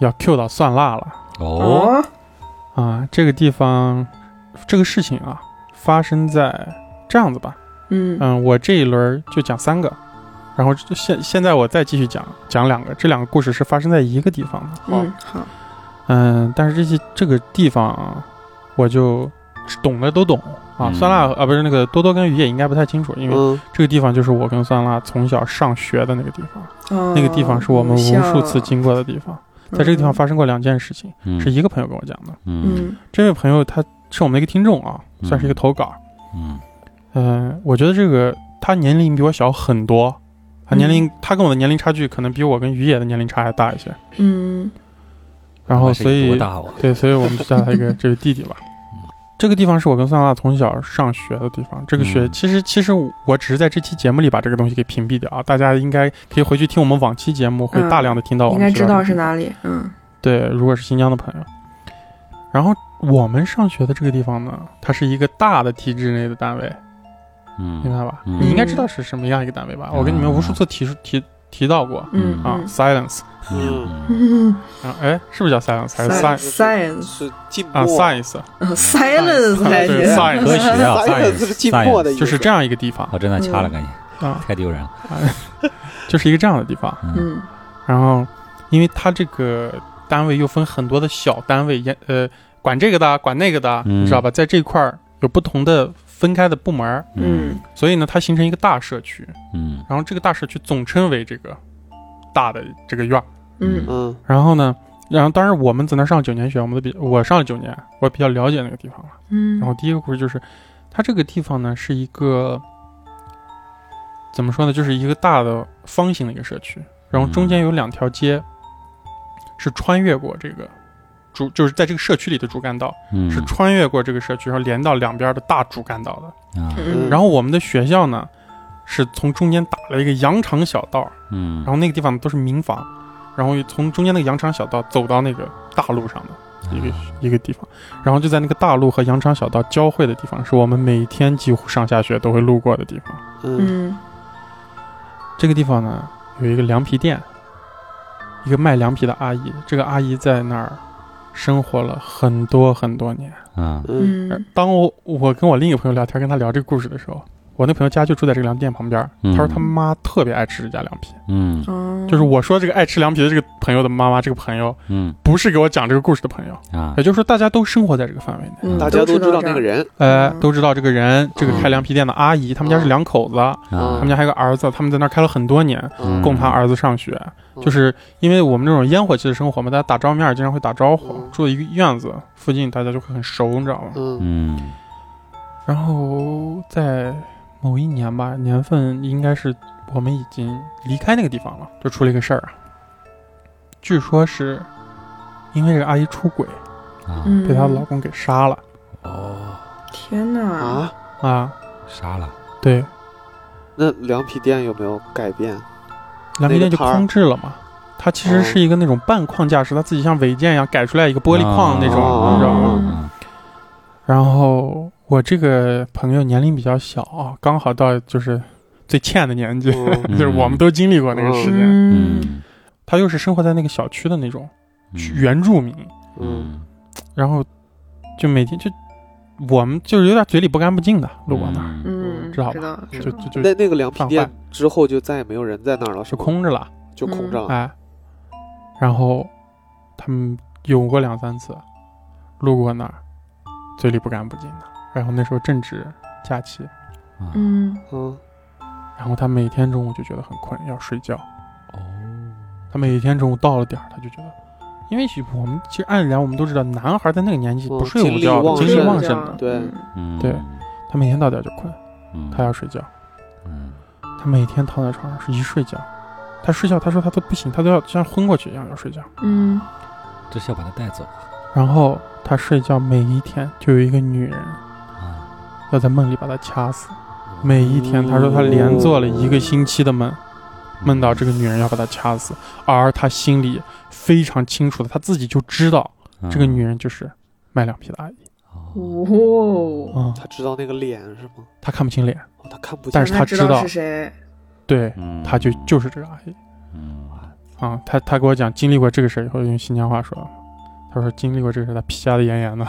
A: 要 Q 到蒜辣了
C: 哦，，
A: 啊！这个地方，这个事情啊，发生在这样子吧，
B: 嗯
A: 嗯，我这一轮儿就讲三个，然后这现现在我再继续讲讲两个，这两个故事是发生在一个地方的，
B: 嗯，好，
A: 嗯，但是这些这个地方啊，我就懂的都懂啊，
C: 嗯哦
A: 酸辣啊不是那个多多跟雨也应该不太清楚，因为
D: 嗯
A: 这个地方就是我跟酸辣从小上学的那个地方，
B: 哦
A: 那个地方是我们无数次，经过的地方，在这个地方
B: 嗯
A: 发生过两件事情。
C: 嗯
A: 是一个朋友跟我讲的。
C: 嗯
B: 嗯
A: 这位朋友他是我们的一个听众啊，
C: 嗯
A: 算是一个投稿。
C: 嗯
A: 嗯、我觉得这个他年龄比我小很多，
B: 嗯
A: 他年龄、他跟我的年龄差距可能比我跟于野的年龄差还大一些。
B: 嗯
A: 然后
C: 哇这
A: 所以
C: 多大我？
A: 对，所以我们就叫他一个 [LAUGHS] 这个弟弟吧
C: 嗯。
A: 这个地方是我跟酸辣从小上学的地方。这个学、
C: 嗯
A: 其实其实我只是在这期节目里把这个东西给屏蔽掉啊，大家应该可以回去听我们往期节目，会
B: 嗯
A: 大量的听到我
B: 应
A: 们
B: 该
A: 学
B: 知
A: 校
B: 道
A: 的
B: 是
A: 地方
B: 哪里，嗯
A: 对，如果是新疆的朋友，然后我们上学的这个地方呢，它是一个大的体制内的单位，明
C: 嗯
A: 白吧？
C: 嗯
A: 你应该知道是什么样一个单位吧？我跟你们无数次提出提提到过
B: 嗯
A: 啊，silence
C: 嗯
B: 嗯 [LAUGHS]
A: 啊，哎，是不是叫 silence 还是
B: Sci-
A: science
B: science
D: 是静默
A: 啊？science
B: 嗯，silence
D: 啊
B: 还
A: 对
B: 是
D: [LAUGHS]
A: science
C: 科学啊
D: Science 是静默的意思，
A: 就是这样一个地方
C: 我真的掐了，赶紧，
A: 啊，
C: 太丢人了。
A: 就是一个这样的地方。
C: 嗯
B: 嗯
A: 然后，因为它这个单位又分很多的小单位，也呃，管这个的，管那个的，
C: 嗯
A: 你知道吧？在这块儿有不同的分开的部门儿，
B: 嗯
A: 所以呢，它形成一个大社区。
C: 嗯
A: 然后这个大社区总称为这个大的这个院儿。
B: 嗯
D: 嗯
A: 然后呢，然后当然我们在那上九年学，我们都比我上了九年，我比较了解那个地方了。
B: 嗯，
A: 然后第一个故事就是，它这个地方呢是一个怎么说呢，就是一个大的方形的一个社区，然后
B: 嗯
A: 中间有两条街是穿越过这个。主就是在这个社区里的主干道、
C: 嗯
A: 是穿越过这个社区，然后连到两边的大主干道的。
C: 啊
B: 嗯
A: 然后我们的学校呢，是从中间打了一个羊肠小道，
C: 嗯，
A: 然后那个地方都是民房，然后从中间那个羊肠小道走到那个大路上的一个、一个地方，然后就在那个大路和羊肠小道交汇的地方，是我们每天几乎上下学都会路过的地方。
D: 嗯
B: 嗯
A: 这个地方呢，有一个凉皮店，一个卖凉皮的阿姨，这个阿姨在那儿生活了很多很多年。
C: 啊
D: 嗯
A: 而
B: 嗯
A: 当我我跟我另一个朋友聊天，跟他聊这个故事的时候，我那朋友家就住在这个凉皮店旁边儿，他说他
C: 嗯
A: 妈特别爱吃这家凉皮，
C: 嗯
B: 哦，
A: 就是我说这个爱吃凉皮的这个朋友的妈妈，这个朋友。
C: 嗯
A: 不是给我讲这个故事的朋友，
C: 啊
A: 也就是说，大家都生活在这个范围内，
B: 嗯
D: 大家都知道
B: 这
D: 那个
B: 儿，
D: 人，
A: 呃，
B: 嗯
A: 都知道这个人，这个
D: 嗯
A: 开凉皮店的阿姨，他们家是两口子，他
C: 啊
A: 们家还有个儿子，他们在那儿开了很多年，
D: 嗯
A: 供他儿子上学。
D: 嗯
A: 就是因为我们这种烟火气的生活嘛，大家打照面儿经常会打招呼，
D: 嗯
A: 住一个院子附近，大家就会很熟，你知道吗？
D: 嗯
C: 嗯
A: 然后在某一年吧，年份应该是我们已经离开那个地方了，就出了一个事儿啊，据说是因为这个阿姨出轨，
C: 啊
B: 嗯，
A: 被她的老公给杀了。
C: 哦，
B: 天哪，
D: 啊，
A: 啊，
C: 杀了，
A: 对，
D: 那凉皮店有没有改
A: [LAUGHS]
D: 变？
A: 凉皮店就
D: 摊儿
A: 空置了嘛。它其实
D: 哦
A: 是一个那种半框架式，它自己像违建一样改出来一个玻璃框那种，
D: 哦
A: 你知道吗？
C: 嗯
A: 然后我这个朋友年龄比较小啊，刚好到就是最欠的年 [LAUGHS] 纪，
D: 嗯
A: 就是我们都经历过那个时间。
B: 嗯
C: 嗯
A: 他又是生活在那个小区的那种
C: 嗯
A: 原住民，
D: 嗯
C: 嗯，
A: 然后就每天就我们就是有点嘴里不干不净的，路过那儿
C: 儿，
B: 嗯，
A: 知道吧
B: 知道
A: 就就就
D: 那那个凉皮
A: 放
D: 店
A: 饭
D: 之后就再也没有人在那儿了，
A: 是
D: 是吗，
A: 空着了，
D: 就空着了。
A: 哎，然后他们有过两三次路过那儿，嘴里不干不净的。然后那时候正值假期，
C: 啊
B: 嗯
D: 嗯，
A: 然后他每天中午就觉得很困，要睡觉。
C: 哦，
A: 他每天中午到了点儿，他就觉得，因为许我们其实按理来我们都知道，男孩在那个年纪
D: 嗯
A: 不睡午觉的，
D: 精
A: 精
D: 力
A: 力
D: 旺
A: 旺
D: 盛
A: 盛的，
D: 对
B: 嗯
C: 嗯
A: 对，他每天到点儿就困，
C: 嗯
A: 他要睡觉。
C: 嗯
A: 他每天躺在床上是一睡觉，他睡觉，他说他都不行，他都要像昏过去一样要睡觉。
B: 嗯
C: 这是要把他带走啊
A: 然后他睡觉每一天就有一个女人
C: 啊，
A: 要在梦里把他掐死，每一天他说他连做了一个星期的梦，梦到这个女人要把他掐死，而他心里非常清楚的，他自己就知道
C: 嗯
A: 这个女人就是卖凉皮的阿姨
B: 哦，
C: 嗯
A: 啊、
D: 他知道那个脸是吗？
A: 他看不清脸，
D: 哦，他看不见，
A: 但是他
B: 知
A: 知道
B: 是谁，
A: 对，
C: 嗯
A: 他就就是这个阿姨
C: 嗯
A: 啊、他他给我讲经历过这个事儿以后，用新疆话说，他说经历过这个事儿，他皮夹的严严的。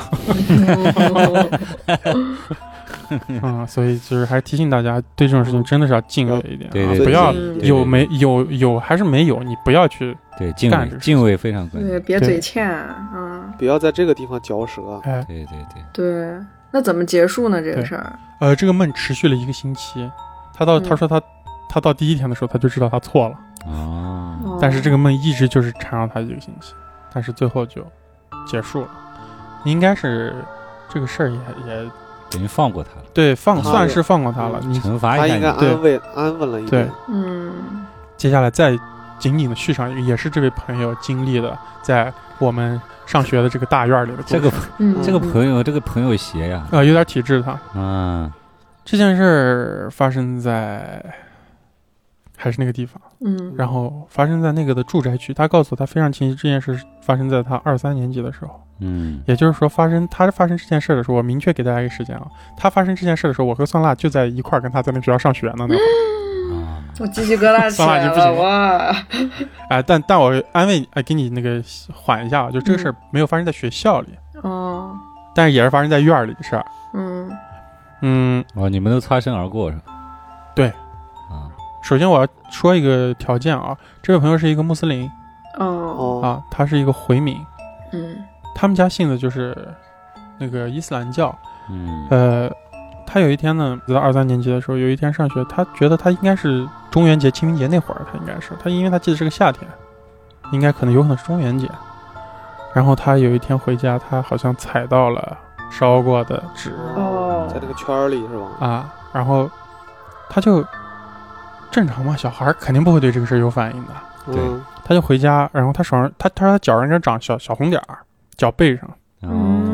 C: 嗯
A: 啊、所以就是还是提醒大家，对这种事情真的是要敬畏一点，
C: 对
A: 啊
C: 对，
A: 不
C: 对
A: 要
C: 对对对
A: 有没有有还是没有，你不要去，
C: 对敬
A: 干这
C: 畏
A: 事
C: 敬畏非常关键，
A: [LAUGHS]
B: 对，哦别嘴欠啊，
D: 不要在这个地方嚼舌。
A: 哎，
C: 对对对，
B: 对，那怎么结束呢？这个
A: 对
B: 事儿，
A: 呃，这个梦持续了一个星期，他到他
B: 嗯
A: 说他他到第一天的时候他就知道他错了，
C: 哦，
A: 但是这
B: 个
A: 个梦一直就是缠绕他一个星期，但是最后就结束了，应该是这个事儿也也
C: 等于放过他了，
A: 对放
D: 他
A: 算
D: 也
A: 是放过他了，你
C: 惩罚
D: 他
C: 一
D: 应该
C: 下你，
A: 对
D: 安慰安稳了一点。
B: 嗯
A: 接下来再紧紧的续上一个，也是这位朋友经历的，在我们上学的这个大院里的故事
C: 这个
B: 嗯，
C: 这个
B: 嗯
C: 朋友这个朋友鞋呀，
A: 呃有点体制他。
C: 嗯
A: 这件事儿发生在还是那个地方，
B: 嗯，
A: 然后发生在那个的住宅区。他告诉我，他非常清晰这件事发生在他二三年级的时候，
C: 嗯
A: 也就是说，发生他发生这件事的时候，我明确给大家一个时间啊，他发生这件事的时候，我和酸辣就在一块儿跟他在那学校上学呢。那会儿，
C: 啊，
B: 我鸡皮疙瘩起
A: 算了
B: 来了，
A: 你不行
B: 哇，
A: 哎，但但我安慰，哎，给你那个缓一下啊，就这个事儿没有发生在学校里，
B: 哦，
A: 但是也是发生在院儿里的事儿。
B: 嗯
A: 嗯，
C: 哦，你们都擦身而过是吧？
A: 对
C: 啊，
A: 首先我要说一个条件啊，这位朋友是一个穆斯林
B: 哦，
D: 哦，
A: 啊，他是一个回民。
B: 嗯
A: 他们家信的就是那个伊斯兰教。
C: 嗯
A: 呃，他有一天呢，在二三年级的时候，有一天上学，他觉得他应该是中元节、清明节那会儿，他应该是他，因为他记得是个夏天，应该可能有可能是中元节。然后他有一天回家，他好像踩到了烧过的纸
B: 哦
D: 在那个圈儿里是吧？
A: 啊，然后他就正常嘛，小孩儿肯定不会对这个事儿有反应的。
C: 对
D: 嗯，
A: 他就回家，然后他手上，他他说他脚上应该长小小红点儿，脚背上，
C: 哦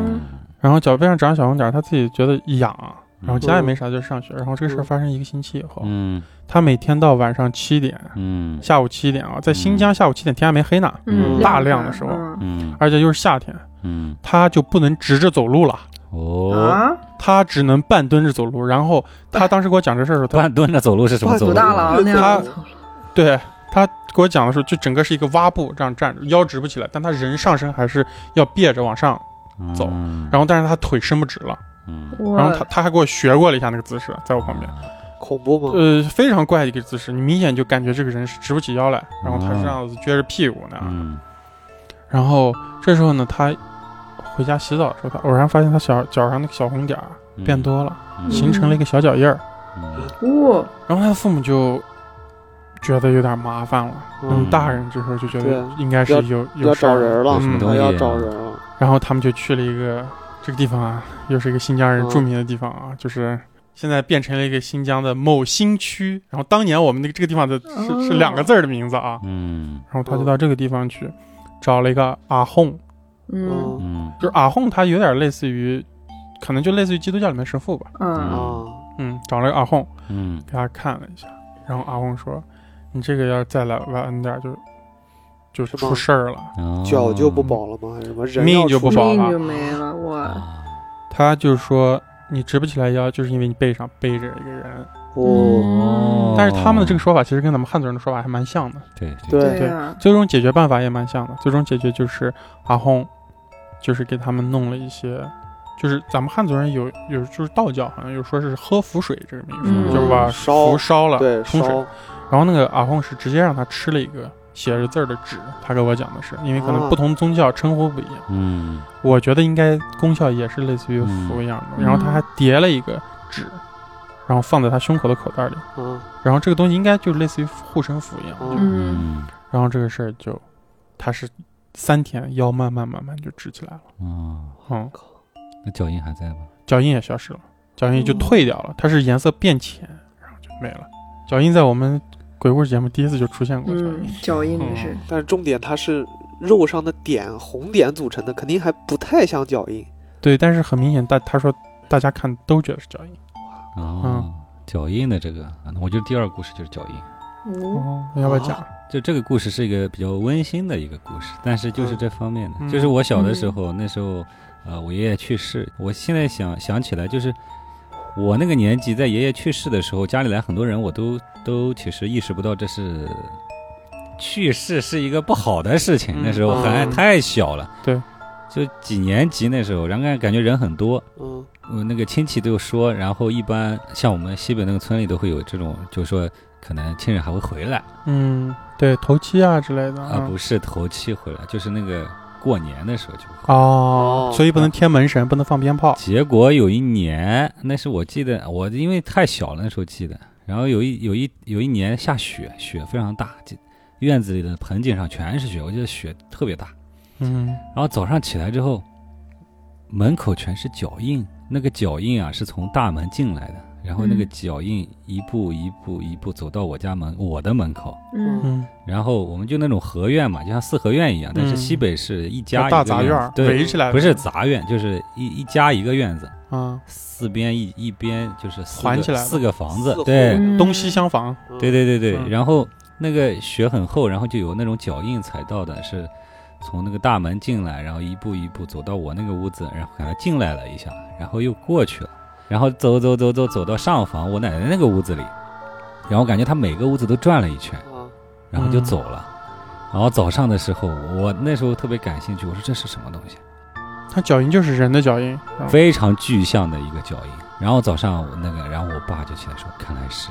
A: 然后脚背上长小红点儿，他自己觉得痒，然后家也
D: 嗯
A: 没啥，就上学。然后这个事儿
D: 嗯
A: 发生一个星期以后，
C: 嗯
A: 他每天到晚上七点，
C: 嗯
A: 下午七点啊，在新疆下午七点天还没黑呢，
B: 嗯，
A: 大
B: 量
A: 量
B: 化
A: 的时候
B: 嗯
C: 嗯
A: 而且又是夏天，
C: 嗯
A: 他就不能直着走路了，
C: 哦，
B: 啊，
A: 他只能半蹲着走路。然后他当时给我讲这事儿的时候，他
C: 半蹲着走路是什么走
B: 武
C: 路？啊
B: 大郎那样
D: 他
B: 子，
A: 对他给我讲的时候，就整个是一个蛙步这样站着，腰直不起来，但他人上身还是要别着往上，走
C: 然
A: 然后但是他腿伸不直了，
C: 嗯，
B: 哇
A: 然后他他还给我学过了一下那个姿势，在我旁边。
D: 恐怖吗？
A: 呃，非常怪的一个姿势，你明显就感觉这个人是直不起腰来，然后他是
C: 嗯
A: 这样子撅着屁股那样。
C: 嗯
A: 然后这时候呢，他回家洗澡的时候，他偶然发现他小脚上那个小红点儿
C: 嗯
A: 变多了，
C: 嗯
A: 形成了一个小脚印儿。
C: 嗯
B: 哇，
A: 然后他的父母就觉得有点麻烦了，
D: 嗯
A: 嗯，大人这时候就觉
D: 对
A: 得
D: 啊
A: 应该是有有
D: 要
A: 事
D: 找
A: 儿
D: 人了，
C: 有什么
A: 嗯
C: 东
D: 他
C: 西
D: 要找人了。
A: 然后他们就去了一个这个地方啊，又是一个新疆人
D: 嗯
A: 著名的地方啊，就是现在变成了一个新疆的某新区。然后当年我们那个这个地方的
D: 啊
B: 哦
A: 是是两个字儿的名字啊，
C: 嗯
A: 然后他就到这个地方去找了一个阿訇，
B: 嗯
D: 嗯
C: 嗯
A: 就是阿訇，他有点类似于，可能就类似于基督教里面神父吧。
B: 嗯
D: 啊，
A: 嗯，找了个阿訇
C: 嗯
A: 给他看了一下，然后阿訇说：“你这个要再来晚点儿就就是是
D: 吗
A: 出事儿了。”
C: 哦
D: 脚就不保了吗？还是什么人
A: 命
D: 要
A: 就
D: 出
A: 不保
B: 命
A: 了
B: 就没了，我
C: 啊
A: 他就是说你直不起来腰，就是因为你背上背着一个人，
D: 哦，
B: 嗯
C: 哦
A: 但是他们的这个说法其实跟咱们汉族人的说法还蛮像的，
C: 对
D: 对
B: 啊，
A: 最终解决办法也蛮像的。最终解决就是阿訇，就是给他们弄了一些，就是咱们汉族人有有就是道教好像有说是喝符水这么一说，
B: 嗯
A: 就是把
D: 烧
A: 符烧了，
D: 对，
A: 冲水
D: 烧
A: 然后那个阿訇是直接让他吃了一个写着字儿的纸，他给我讲的是，因为可能
D: 啊
A: 不同宗教称呼不一样，
C: 嗯，
A: 我觉得应该功效也是类似于符一样的。然后他还叠了一个纸，然后放在他胸口的口袋里，
D: 啊，
A: 然后这个东西应该就类似于护身符一样。
D: 嗯
B: 嗯，
C: 嗯，
A: 然后这个事儿就，他是三天腰慢慢慢慢就直起来了，
C: 哦，
A: 嗯，
C: 那脚印还在吗？
A: 脚印也消失了，脚印就退掉了，它是颜色变浅，然后就没了。脚印在我们鬼故事节目第一次就出现过脚印
B: 嗯，，脚印是
C: 哦，
D: 但是重点它是肉上的点红点组成的，肯定还不太像脚印。
A: 对，但是很明显大他说大家看都觉得是脚印，嗯
C: 哦，脚印的这个，啊那我觉得第二故事就是脚印。
B: 嗯
A: 哦，要不要讲？
C: 就这个故事是一个比较温馨的一个故事，但是就是这方面的，
A: 嗯
C: 就是我小的时候，那时候，呃，我爷爷去世，我现在想想起来，就是我那个年纪，在爷爷去世的时候，家里来很多人，我都都其实意识不到这是去世是一个不好的事情，
A: 嗯
C: 那时候还
D: 嗯
C: 太小了，
A: 对，
C: 就几年级那时候，然后感觉人很多，
D: 嗯
C: 我那个亲戚都说，然后一般像我们西北那个村里都会有这种，就是说可能亲人还会回来。
A: 嗯，对，头七啊之类的
C: 啊，不是头七回来，就是那个过年的时候就回来。
A: 哦
D: 哦，
A: 所以不能贴门神，不能放鞭炮。
C: 结果有一年，那是我记得，我因为太小了那时候记得，然后有一有一有一年下雪，雪非常大，这院子里的盆景上全是雪，我记得雪特别大。
A: 嗯，
C: 然后早上起来之后，门口全是脚印，那个脚印啊是从大门进来的，然后那个
B: 嗯
C: 脚印一步一步一步走到我家门我的门口，
B: 嗯
A: 嗯，
C: 然后我们就那种合院嘛，就像四合院一样，但是
A: 嗯
C: 西北是一家一
A: 大
C: 个
A: 杂
C: 院
A: 院
C: 子
A: 儿
C: 对，
A: 围起来的，
C: 不是杂院，就是一一家一个院子，
A: 啊，
C: 四边一一边就是四
A: 环
C: 个
A: 起来的
C: 四个房子
D: 四，户
C: 对
B: 嗯
A: 东西厢房。
D: 嗯
C: 对对对对。
A: 嗯
C: 然后那个雪很厚，然后就有那种脚印踩到的，是从那个大门进来，然后一步一步走到我那个屋子，然后给他进来了一下，然后又过去了，然后走走走走走到上房我奶奶那个屋子里，然后我感觉他每个屋子都转了一圈，
D: 啊，
C: 然后就
A: 嗯
C: 走了。然后早上的时候，我那时候特别感兴趣，我说这是什么东西？
A: 它脚印就是人的脚印，啊
C: 非常具象的一个脚印。然后早上我那个，然后我爸就起来说，看来是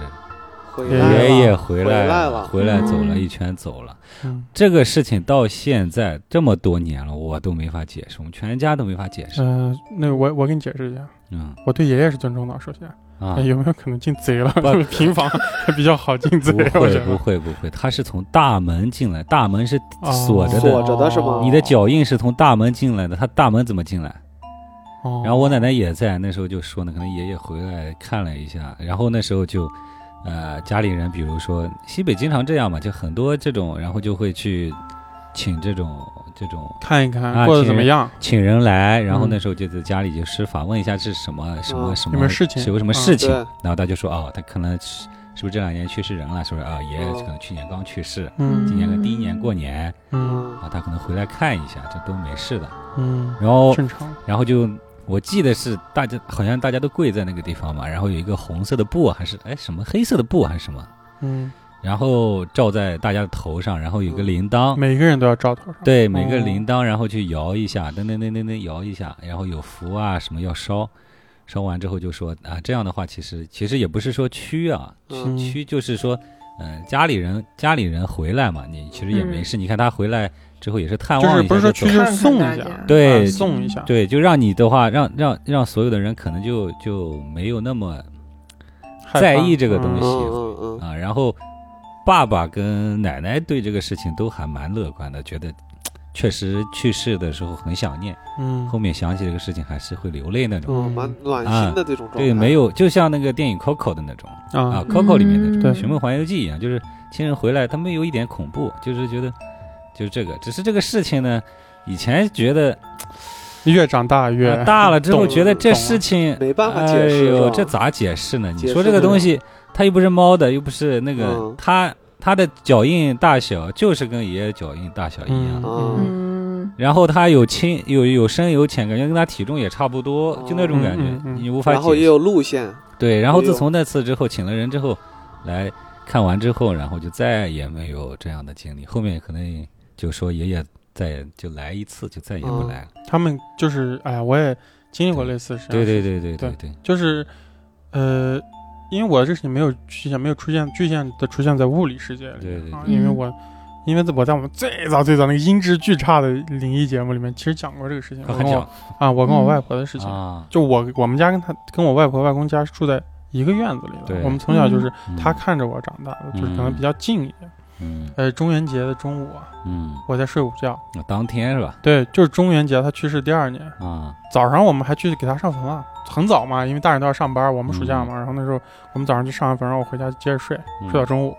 D: 回
A: 爷
D: 来了
C: 爷爷
D: 回
C: 来
D: 来
C: 了，
D: 了
C: 回来走了
B: 嗯
C: 一圈走了。
A: 嗯
C: 这个事情到现在这么多年了，我都没法解释，我们全家都没法解释。
A: 呃，那我我给你解释一下，
C: 嗯
A: 我对爷爷是尊重的，首先，
C: 啊
A: 哎，，有没有可能进贼了？
C: 不
A: [LAUGHS] 平房还比较好进贼，
C: 不
A: 我
C: 会
A: 觉
C: 不
A: 得。
C: 会不会，他是从大门进来，大门是
A: 哦
C: 锁着
D: 锁
C: 的。
D: 着的是吗
C: 你的脚印是从大门进来的，他大门怎么进来？
A: 哦，
C: 然后我奶奶也在，那时候就说呢，可能爷爷回来看了一下，然后那时候就，呃，家里人比如说西北经常这样嘛，就很多这种，然后就会去请这种这种
A: 看一看
C: 啊
A: 过得怎么样？
C: 请人来，然
A: 嗯
C: 后
A: 哦
C: 那时候就在家里就施法，问一下是什么什么
D: 嗯
C: 什
A: 有
C: 么
A: 没有事情
C: 是有什么事情，
D: 对，
C: 然后他就说哦，他可能是是不是这两年去世人了，说啊爷爷
D: 哦
C: 可能去年刚去世，
A: 嗯
C: 今年可能第一年过年
A: 嗯
D: 嗯
C: 啊，他可能回来看一下，这都没事的。
A: 嗯，
C: 然后
A: 正常。
C: 然后就我记得是大家好像大家都跪在那个地方嘛，然后有一个红色的布还是哎什么黑色的布还是什么，
A: 嗯，
C: 然后罩在大家的头上，然后有个铃铛，
A: 每个人都要照头上。
C: 对每个
A: 哦
C: 铃铛，然后去摇一下，噔噔噔噔噔摇一下，然后有符啊什么要烧。烧完之后就说啊，这样的话其实其实也不是说驱啊，
A: 嗯
C: 驱就是说，嗯、家里人家里人回来嘛，你其实也没事。你看他回来之后也是探
A: 嗯就
C: 望
A: 是
C: 一下，
A: 不是说去
B: 就
A: 就
B: 走
A: 是送一
B: 看看大
A: 下
B: 家，
C: 对
A: 啊送一下。，
C: 对，就让你的话，让让让所有的人可能就就没有那么在意这个东
D: 嗯
C: 西
D: 嗯嗯嗯，
C: 啊。然后爸爸跟奶奶对这个事情都还蛮乐观的，觉得嘖确实去世的时候很想念，
A: 嗯
C: 后面想起这个事情还是会流泪那种。
D: 嗯，蛮暖心的这种状态。
C: 对，没有，就像那个电影《Coco》的那种啊，
A: 啊
C: 《Coco》里面
B: 嗯
C: 那种
A: 对
C: 《寻梦环游记》一样，就是亲人回来，他们有一点恐怖，就是觉得就是这个，只是这个事情呢，以前觉得
A: 越长大
C: 啊
A: 越
C: 大了之后
A: 懂
C: 觉得这
A: 懂
C: 事情
D: 没办法解释
C: 哎
D: 是吧
C: 呦，这咋解释呢？你
D: 解释
C: 说这个东西，它又不是猫的，又不是那个
D: 嗯，
C: 它它的脚印大小就是跟爷爷脚印大小一样。
D: 啊
A: 嗯
B: 嗯
C: 然后它有轻有有深有浅，感觉跟它体重也差不多，就那种感
A: 嗯嗯
C: 觉，
A: 嗯
C: 你无法
D: 然后
C: 解释。
D: 也有路线，
C: 对，然后
D: 哎呦
C: 自从那次之后，请了人之后来看完之后，然后就再也没有这样的经历。后面可能就说爷爷再也就来一次，就再也
D: 嗯
C: 不来了。
A: 他们就是，哎呀，我也经历过类似的事情。
C: 对对对对对对，
A: 就是，呃，因为我的事情没有局限，没有出现局限的出现在物理世界里
C: 对对
A: 啊，
C: 对
A: 因为
E: 嗯
A: 我，因为我在我们最早最早那个音质巨差的灵异节目里面，其实讲过这个事情。我
C: 还
A: 跟我
C: 讲
A: 啊，我跟我
E: 嗯
A: 外婆的事情，
C: 啊，
A: 就我我们家跟他跟我外婆外公家是住在一个院子里的
C: 对，
A: 我们从小就是
C: 嗯
A: 他看着我长大的，就是可能
C: 嗯
A: 比较近一点。
C: 嗯
A: 呃，中元节的中午啊，
C: 嗯，
A: 我在睡午觉，
C: 那当天是吧？
A: 对，就是中元节他去世第二年，
C: 啊，
A: 早上我们还去给他上坟了，很早嘛，因为大人都要上班，我们暑假嘛。然后那时候我们早上去上完坟，然后我回家接着睡，
C: 嗯
A: 睡到中午。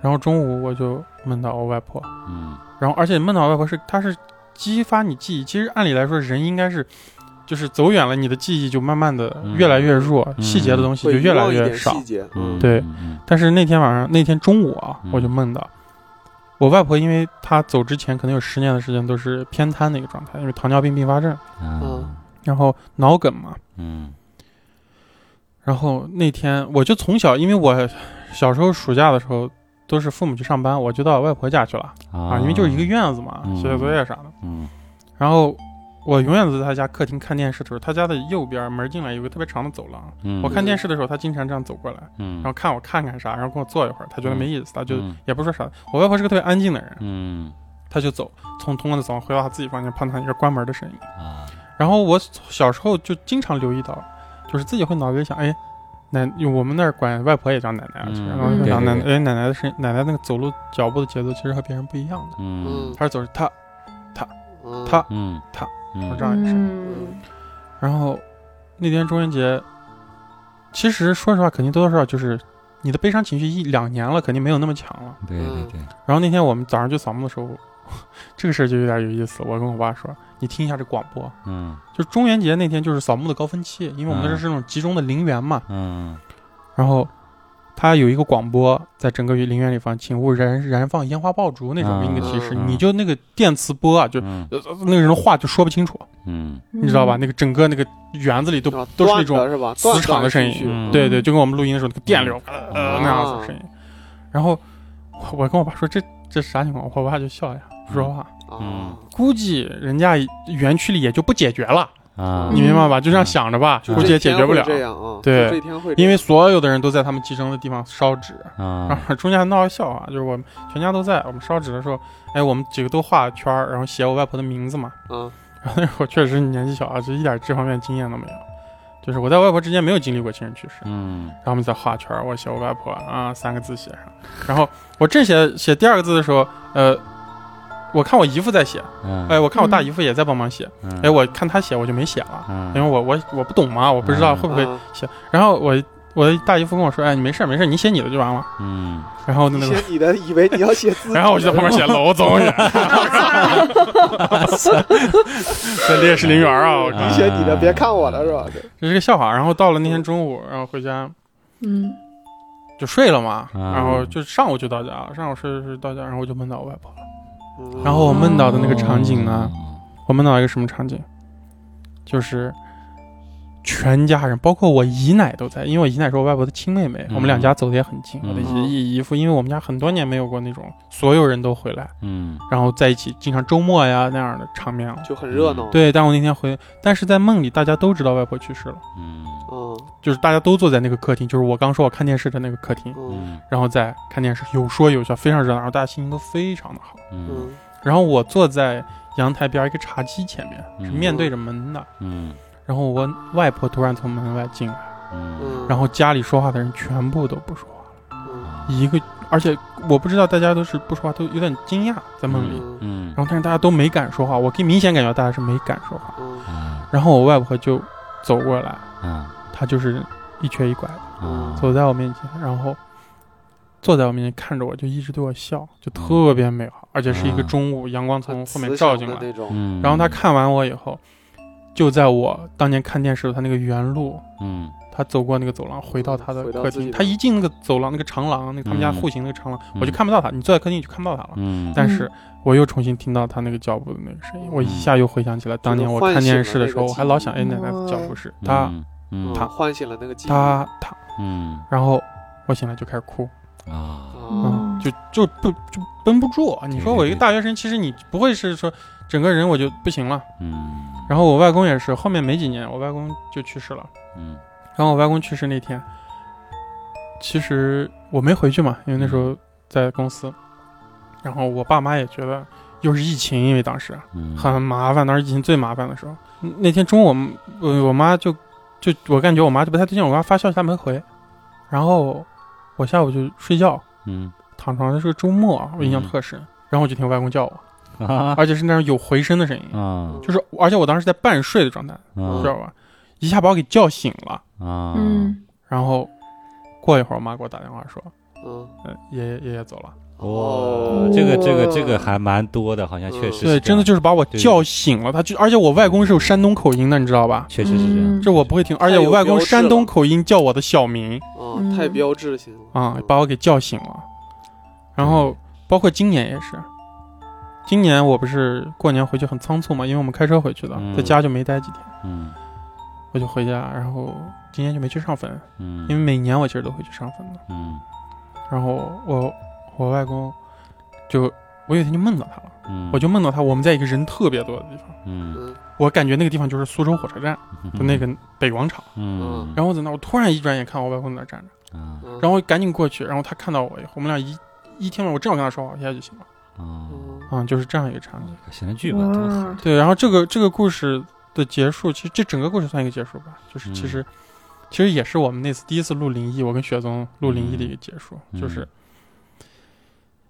A: 然后中午我就梦到我外婆，
C: 嗯
A: 然后而且梦到我外婆是她是激发你记忆，其实按理来说人应该是。就是走远了，你的记忆就慢慢的
C: 嗯
A: 越来越弱，
C: 嗯
A: 细节的东西就
D: 会
A: 越
D: 遗
A: 来
D: 忘一
A: 越
D: 点
A: 少
D: 细。节，
C: 嗯，
A: 对
C: 嗯，嗯
A: 但是那天晚上，那天中午啊，
C: 嗯
A: 我就梦到我外婆，因为她走之前可能有十年的时间都是偏瘫的一个状态，因为糖尿病并发症，
C: 啊
A: 然后脑梗嘛，
C: 嗯
A: 然后那天我就从小，因为我小时候暑假的时候都是父母去上班，我就到我外婆家去了啊，因为就是一个院子嘛，
C: 嗯
A: 写写作业啥的。
C: 嗯
A: 然后我永远都在他家客厅看电视的时候，他家的右边门进来有个特别长的走廊，
C: 嗯，
A: 我看电视的时候，他经常这样走过来，
C: 嗯，
A: 然后看我看看啥，然后跟我坐一会儿，他觉得没意思，他就
C: 嗯
A: 也不说啥。我外婆是个特别安静的人，
C: 嗯
A: 他就走，从通过的走廊回到他自己房间，碰到一个关门的声音。
C: 啊
A: 然后我小时候就经常留意到，就是自己会脑子里想，哎，奶，我们那儿管外婆也叫奶奶啊，其实
C: 嗯
A: 然后就想
C: 嗯
A: 奶奶，哎，
C: 对对
A: 奶奶的声音，奶奶那个走路脚步的节奏其实和别人不一样的，
C: 嗯
A: 她是走着她，
D: 嗯
A: 他
C: 嗯，
A: 他
C: 嗯
A: 我这样也是
B: 嗯，
A: 然后那天中元节，其实说实话，肯定多多少少就是你的悲伤情绪一两年了，肯定没有那么强了。
C: 对对对，
A: 然后那天我们早上去扫墓的时候， [LAUGHS] 这个事儿就有点有意思，我跟我爸说，你听一下这广播。
C: 嗯
A: 就中元节那天就是扫墓的高峰期，因为我们那
C: 嗯
A: 是那种集中的陵园嘛，
C: 嗯
A: 然后他有一个广播，在整个陵园里放，请勿燃燃放烟花爆竹那种，
C: 啊
A: 给你个提示，
C: 嗯
A: 你就那个电磁波啊，就、
C: 嗯
A: 呃那个人话就说不清楚，
C: 嗯
A: 你知道吧？那个整个那个园子里都、
D: 啊
A: 都是那
D: 断
A: 种
D: 的是吧？
A: 磁场的声音
D: 断断续续
C: 嗯
A: 对对，就跟我们录音的时候那个电
D: 嗯
A: 流、呃
C: 啊
A: 那样子的声音。然后我我跟我爸说这这啥情况，我爸就笑呀，
D: 嗯
A: 不说话。
D: 啊，
A: 估计人家园区里也就不解决了，
C: 啊，
A: 你明白吧？就这样想着吧，
C: 就
A: 估计也
D: 嗯这
A: 解
D: 天
A: 决不
D: 会
A: 了，
D: 这样啊，
A: 对
D: 就这天会这
A: 因
D: 样，
A: 为所有的人都在他们集中的地方烧纸。
C: 啊
A: 啊， [LAUGHS] 中间还闹个笑话，就是我们全家都在，我们烧纸的时候，哎，我们几个都画圈儿，然后写我外婆的名字嘛。 [LAUGHS]
D: 啊，
A: 然后那会儿确实年纪小啊，就一点这方面经验都没有，就是我在外婆之间没有经历过亲人去世，
C: 嗯
A: 然后我们在画圈儿，我写我外婆啊三个字写上，然后我正写写第二个字的时候，呃，我看我姨父在写，
C: 嗯
A: 哎，我看我大姨父也在帮忙写，哎，我看他写我就没写了，
C: 嗯
A: 因为我我我不懂嘛，我不知道会不会
D: 啊
A: 写，然后我我的大姨父跟我说，哎，你没事儿没事儿，你写你的就完了，
C: 嗯
A: 然后
D: 你
A: 那个
D: 写你的，以为你要写
C: [LAUGHS]
D: 字，
A: [LAUGHS] 然后我就在旁边写娄宗 [LAUGHS] 远，在烈士陵园啊，我
D: 你
A: 靠
D: 写你的，别看我了是吧？对
A: 这是个笑话。然后到了那天中午，然后回家
E: 嗯
A: 就睡了嘛，
C: 嗯
A: 然后就上午就到家了，上午睡睡睡到家，然后我就梦到我外婆了。
D: 嗯
A: [LAUGHS] 然后我梦到的那个
E: 哦
A: 场景呢，，我梦到一个什么场景，就是全家人，包括我姨奶都在，因为我姨奶是我外婆的亲妹妹，
C: 嗯
A: 我们两家走的也很近。
C: 嗯
A: 我的姨姨父，因为我们家很多年没有过那种所有人都回来，
C: 嗯
A: 然后在一起，经常周末呀那样的场面了。啊
D: 嗯就很热闹，，
A: 对，但我那天回，但是在梦里大家都知道外婆去世了，
C: 嗯
D: 嗯
A: 就是大家都坐在那个客厅，就是我刚说我看电视的那个客厅，
D: 嗯
C: 嗯
A: 然后在看电视，有说有笑，非常热闹，然后大家心情都非常的好。
C: 嗯
D: 嗯
A: 然后我坐在阳台边一个茶几前面，是
C: 嗯
A: 面对着门的。
C: 嗯
A: 然后我外婆突然从门外进来，
C: 嗯
D: 嗯，
A: 然后家里说话的人全部都不说话，
D: 嗯
A: 一个，而且我不知道大家都是不说话，都有点惊讶在梦里。
D: 嗯
C: 嗯
A: 然后但是大家都没敢说话，我可以明显感觉到大家是没敢说话。
D: 嗯
C: 啊
A: 然后我外婆就走过来，
C: 啊
A: 她就是一瘸一拐的
C: 啊，
A: 走在我面前，然后坐在我面前看着我，就一直对我笑，就特别美好，而且是一个中午阳光从
D: 很
A: 后
D: 慈
A: 面照进
D: 祥的
A: 来。
D: 那种，
C: 嗯，
A: 然后他看完我以后，就在我当年看电视的他那个原路，
C: 嗯
A: 他走过那个走廊，回到他的
D: 回到
A: 客
D: 自己
A: 厅。
D: 的
A: 他一进那个走廊，那个长廊，那个他们家
C: 嗯
A: 户型那个长廊，
C: 嗯
A: 我就看不到他。你坐在客厅你就看不到他了。
C: 嗯
A: 但是我又重新听到他那个脚步的那个声音，我一下又回想起来当年我看电视的时候，我还老想哎奶奶的脚步是他
C: 嗯
D: 嗯唤醒了那个记忆。啊
A: 他他，
C: 嗯
A: 然后我醒来就开始哭，嗯
C: 啊，
D: 哦
A: 就就不就绷不住。啊你说我一个大学生，其实你不会是说整个人我就不行了。
C: 嗯，
A: 然后我外公也是，后面没几年，我外公就去世了。
C: 嗯
A: 然后我外公去世那天，其实我没回去嘛，因为那时候在公司。然后我爸妈也觉得又是疫情，因为当时
C: 嗯，
A: 很麻烦，当时疫情最麻烦的时候。嗯那天中午我们，我我妈就就我感觉我妈就不太对劲，我给她发消息她没回，然后我下午就睡觉，
C: 嗯
A: 躺床上是个周末，我印象
C: 嗯
A: 特深。然后我就听我外公叫我， [LAUGHS]
C: 啊
A: 而且是那种有回声的声音，
C: 啊
A: 就是而且我当时在半睡的状态，
C: 嗯
A: 知道吧？一下把我给叫醒了。
C: 啊，
B: 嗯，
A: 然后过一会儿，我妈给我打电话说，
D: 嗯，
A: 嗯，爷爷爷爷走了。
C: 哦，这个这个这个还蛮多的，好像确实是这
A: 对，
C: 样
A: 真的就是把我叫醒了。他就而且我外公是有山东口音的，你知道吧？
C: 确实是这
B: 嗯
C: 样，
A: 这我不会听，而且我外公山东口音叫我的小名
D: 哦
B: 嗯，
D: 太标志性了
A: 啊、
D: 嗯
A: 把我给叫醒了。然后包括今年也是，今年我不是过年回去很仓促嘛，因为我们开车回去的，
C: 嗯
A: 在家就没待几天，
C: 嗯
A: 我就回家，然后今年就没去上坟，
C: 嗯，
A: 因为每年我其实都会去上坟的。
C: 嗯
A: 然后我我外公就我有一天就梦到他了。
C: 嗯，
A: 我就梦到他，我们在一个人特别多的地方，
C: 嗯
D: 嗯
A: 我感觉那个地方就是苏州火车站的那个北广场。
C: 嗯，
A: 然后我在那，我突然一转眼看我外公在那站着，
C: 后啊
D: 嗯，
A: 然后我赶紧过去，然后他看到我以后，我们俩一一天晚上我正好跟他说话，一下就醒了。
C: 啊，
D: 嗯
A: 嗯，就是这样一个场景。
C: 写成剧吧，多好
B: 哇，
A: 对，然后这个这个故事的结束，其实这整个故事算一个结束吧，就是
C: 嗯
A: 其实、其实也是我们那次第一次录灵异，我跟雪宗录灵异的一个结束，
C: 嗯
A: 就是。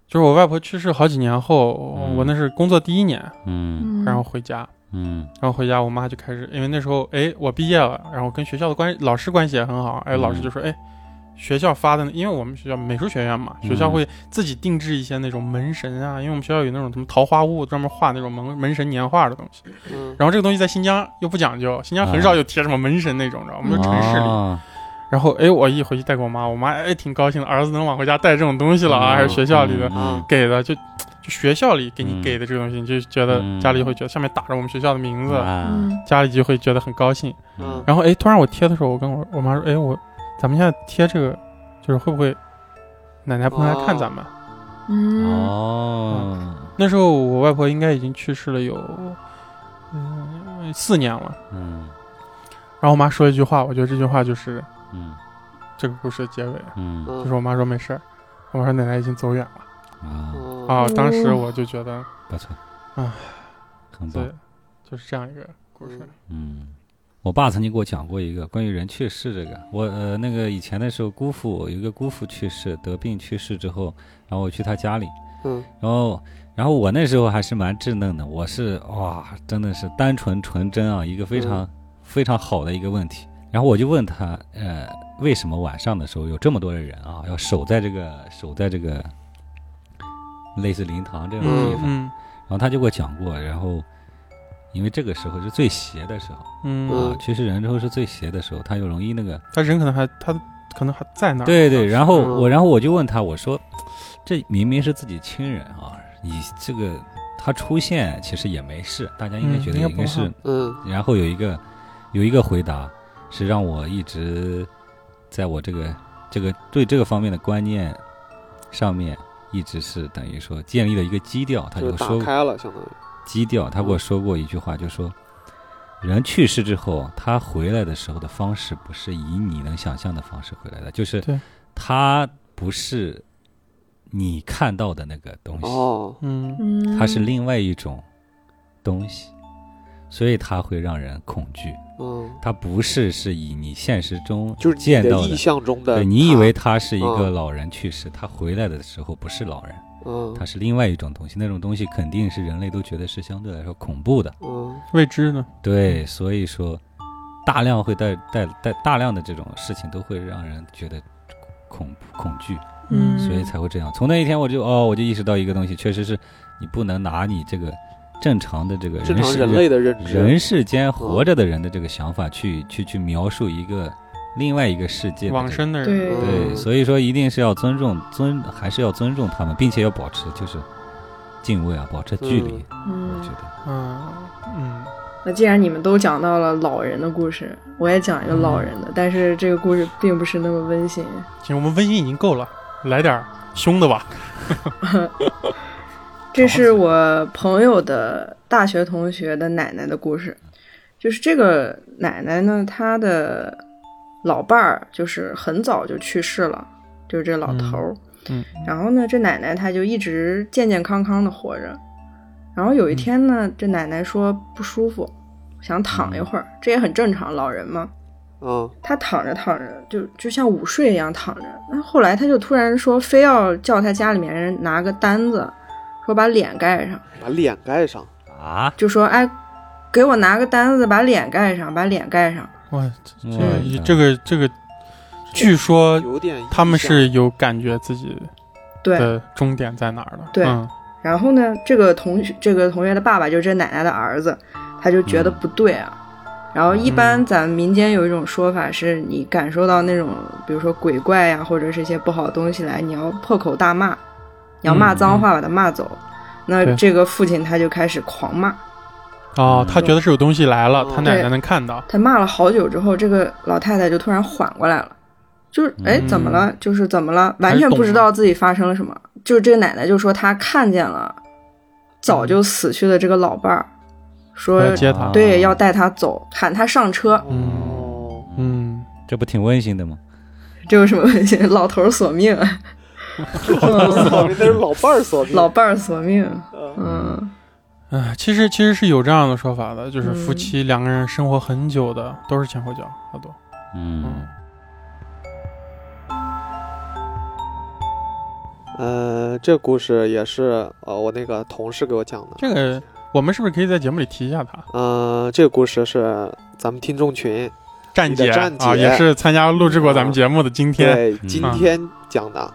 A: 就是我外婆去世好几年后，
C: 嗯
A: 我那是工作第一年，
C: 嗯
A: 然后回家，
C: 嗯
A: 然后回家，我妈就开始，因为那时候，哎，我毕业了，然后跟学校的关老师关系也很好，哎，
C: 嗯
A: 老师就说，哎，学校发的，因为我们学校美术学院嘛，
C: 嗯
A: 学校会自己定制一些那种门神啊，因为我们学校有那种什么桃花坞，专门画那种门门神年画的东西。
D: 嗯
A: 然后这个东西在新疆又不讲究，新疆很少有贴什么门神那种，知道吗？我们就城市里。
C: 啊
A: 然后，哎，我一回去带给我妈，我妈哎挺高兴的，儿子能往回家带这种东西了啊，
C: 嗯
A: 还是学校里的
D: 啊
A: 给的，就就学校里给
C: 嗯
A: 你给的这个东西，你就觉得
C: 嗯
A: 家里会觉得上面打着我们学校的名字。
C: 啊，
B: 嗯
A: 家里就会觉得很高兴。
D: 嗯
A: 然后哎，突然我贴的时候，我跟我我妈说，哎，我咱们现在贴这个，就是会不会奶奶不能来看咱们？
C: 啊
B: 嗯
C: 哦，
A: 那时候我外婆应该已经去世了有嗯四年了。
C: 嗯
A: 然后我妈说一句话，我觉得这句话就是
C: 嗯
A: 这个故事的结尾，
C: 嗯
A: 就是我妈说没事儿，我妈说奶奶已经走远了
C: 啊，
D: 啊
A: 啊。当时
B: 哦
A: 我就觉得，
C: 不错，
A: 啊，
C: 很棒
A: 对，，就是这样一个故事。
C: 嗯，我爸曾经给我讲过一个关于人去世这个，我呃那个以前的时候，姑父有一个姑父去世，得病去世之后，然后我去他家里，
D: 嗯
C: 然后然后我那时候还是蛮稚嫩的，我是哇，真的是单纯纯真啊，一个
A: 嗯
C: 非常、非常好的一个问题。然后我就问他，呃，为什么晚上的时候有这么多的人啊，要守在这个守在这个类似灵堂这种地
A: 嗯
C: 方？
A: 嗯
C: 然后他就给我讲过，然后因为这个时候是最邪的时候。
A: 嗯，嗯
C: 啊，去世人之后是最邪的时候，他又容易那个。
A: 他人可能还他可能还在那儿。
C: 对对，然后
D: 嗯
C: 我，然后我就问他，我说，这明明是自己亲人啊，你这个他出现其实也没事，大家应该
A: 嗯
C: 觉得
A: 应该
C: 应
A: 不
C: 该是。
A: 怕
D: 嗯
C: 然后有一个有一个回答是让我一直在我这个这个对这个方面的观念上面一直是等于说建立了一个基调，他
D: 就
C: 就是说
D: 打开了，相当于
C: 基调，他给我说过一句话，就说人去世之后，他回来的时候的方式不是以你能想象的方式回来的，就是
A: 对
C: 他不是你看到的那个东西，
D: 哦，
A: 嗯，
B: 嗯，
C: 它是另外一种东西，所以它会让人恐惧。
D: 嗯，
C: 它不是是以你现实中
D: 就是
C: 见
D: 你的
C: 到
D: 意
C: 的。
D: 象中的他，
C: 对你以为他是一个
D: 嗯
C: 老人去世，他回来的时候不是老人，
D: 嗯
C: 他是另外一种东西。那种东西肯定是人类都觉得是相对来说恐怖的。
D: 嗯
A: 未知呢？
C: 对，所以说，大量会带带带大量的这种事情都会让人觉得恐恐惧，
B: 嗯
C: 所以才会这样。从那一天我就哦，我就意识到一个东西，确实是你不能拿你这个正常的这个
D: 正
C: 人
D: 常
C: 世
D: 人类嗯的认知，
C: 人世间活着的人的这个想法去去去描述一个另外一个世界的
A: 往
C: 这个
A: 生的人。
B: 对
C: 对，
D: 嗯
C: 所以说一定是要尊重尊，还是要尊重他们，并且要保持就是敬畏啊，保持距离。
B: 嗯
C: 我觉得，
A: 嗯嗯，
B: 那既然你们都讲到了老人的故事，我也讲一个老人的，但是这个故事并不是那么温馨。
A: 行，我们温馨已经够了，来点儿凶的吧。
B: 这是我朋友的大学同学的奶奶的故事，就是这个奶奶呢，她的老伴儿就是很早就去世了，就是这老头儿、
A: 嗯
B: 然后呢，这奶奶她就一直健健康康的活着。然后
A: 嗯
B: 有一天呢，这奶奶说不舒服，想躺
A: 嗯
B: 一会儿，这也很正常，老人嘛。
D: 嗯
B: 她躺着躺着，就就像午睡一样躺着。那后来她就突然说，非要叫她家里面人拿个单子，说把脸盖上。
D: 把脸盖上，
C: 啊，
B: 就说：“哎，给我拿个单子，把脸盖上，把脸盖上。
A: 哇，这
C: 我
A: 这个这个，据说
D: 有点
A: 呃他们是有感觉自己
B: 对”
A: 的终点在哪儿的。
B: 对
A: 嗯
B: 然后呢，这个同学，这个同学的爸爸就是这奶奶的儿子，他就觉得不对啊。然后一般咱们民间有一种说法是，你感受到那种比如说鬼怪呀、或者是一些不好的东西来，你要破口大骂，你要骂脏话把他骂走。那
A: 对
B: 这个父亲他就开始狂骂，
A: 哦，他觉得是有东西来了，
D: 嗯
A: 他奶奶能看到。
B: 他骂了好久之后，这个老太太就突然缓过来了，就是哎
A: 嗯
B: 怎么了？就是怎么了？
A: 还
B: 完
A: 是
B: 全不
A: 懂
B: 知
A: 了
B: 道自己发生了什么。就是这个奶奶就说她看见了早就死去的这个老伴儿，说
A: 来接
D: 啊
A: 他。
B: 对要带他走，喊他上车。
D: 哦，
A: 嗯，
C: 这不挺温馨的吗？
B: 这有什么问题？ [LAUGHS] 老头儿索命，啊
D: 操 [LAUGHS] 那是老伴儿所命
B: 老伴儿索命。
D: 嗯
B: 嗯，
A: 哎，其实其实是有这样的说法的，就是夫妻两个人生活很久的都是前后脚，好多。
C: 嗯，
D: 呃，这故事也是呃我那个同事给我讲的。
A: 这个我们是不是可以在节目里提一下他？
D: 呃，这个故事是咱们听众群
A: 站姐
D: 你的站姐
A: 啊，也是参加录制过咱们节目的今天。
D: 对
C: 嗯
D: 今天讲的。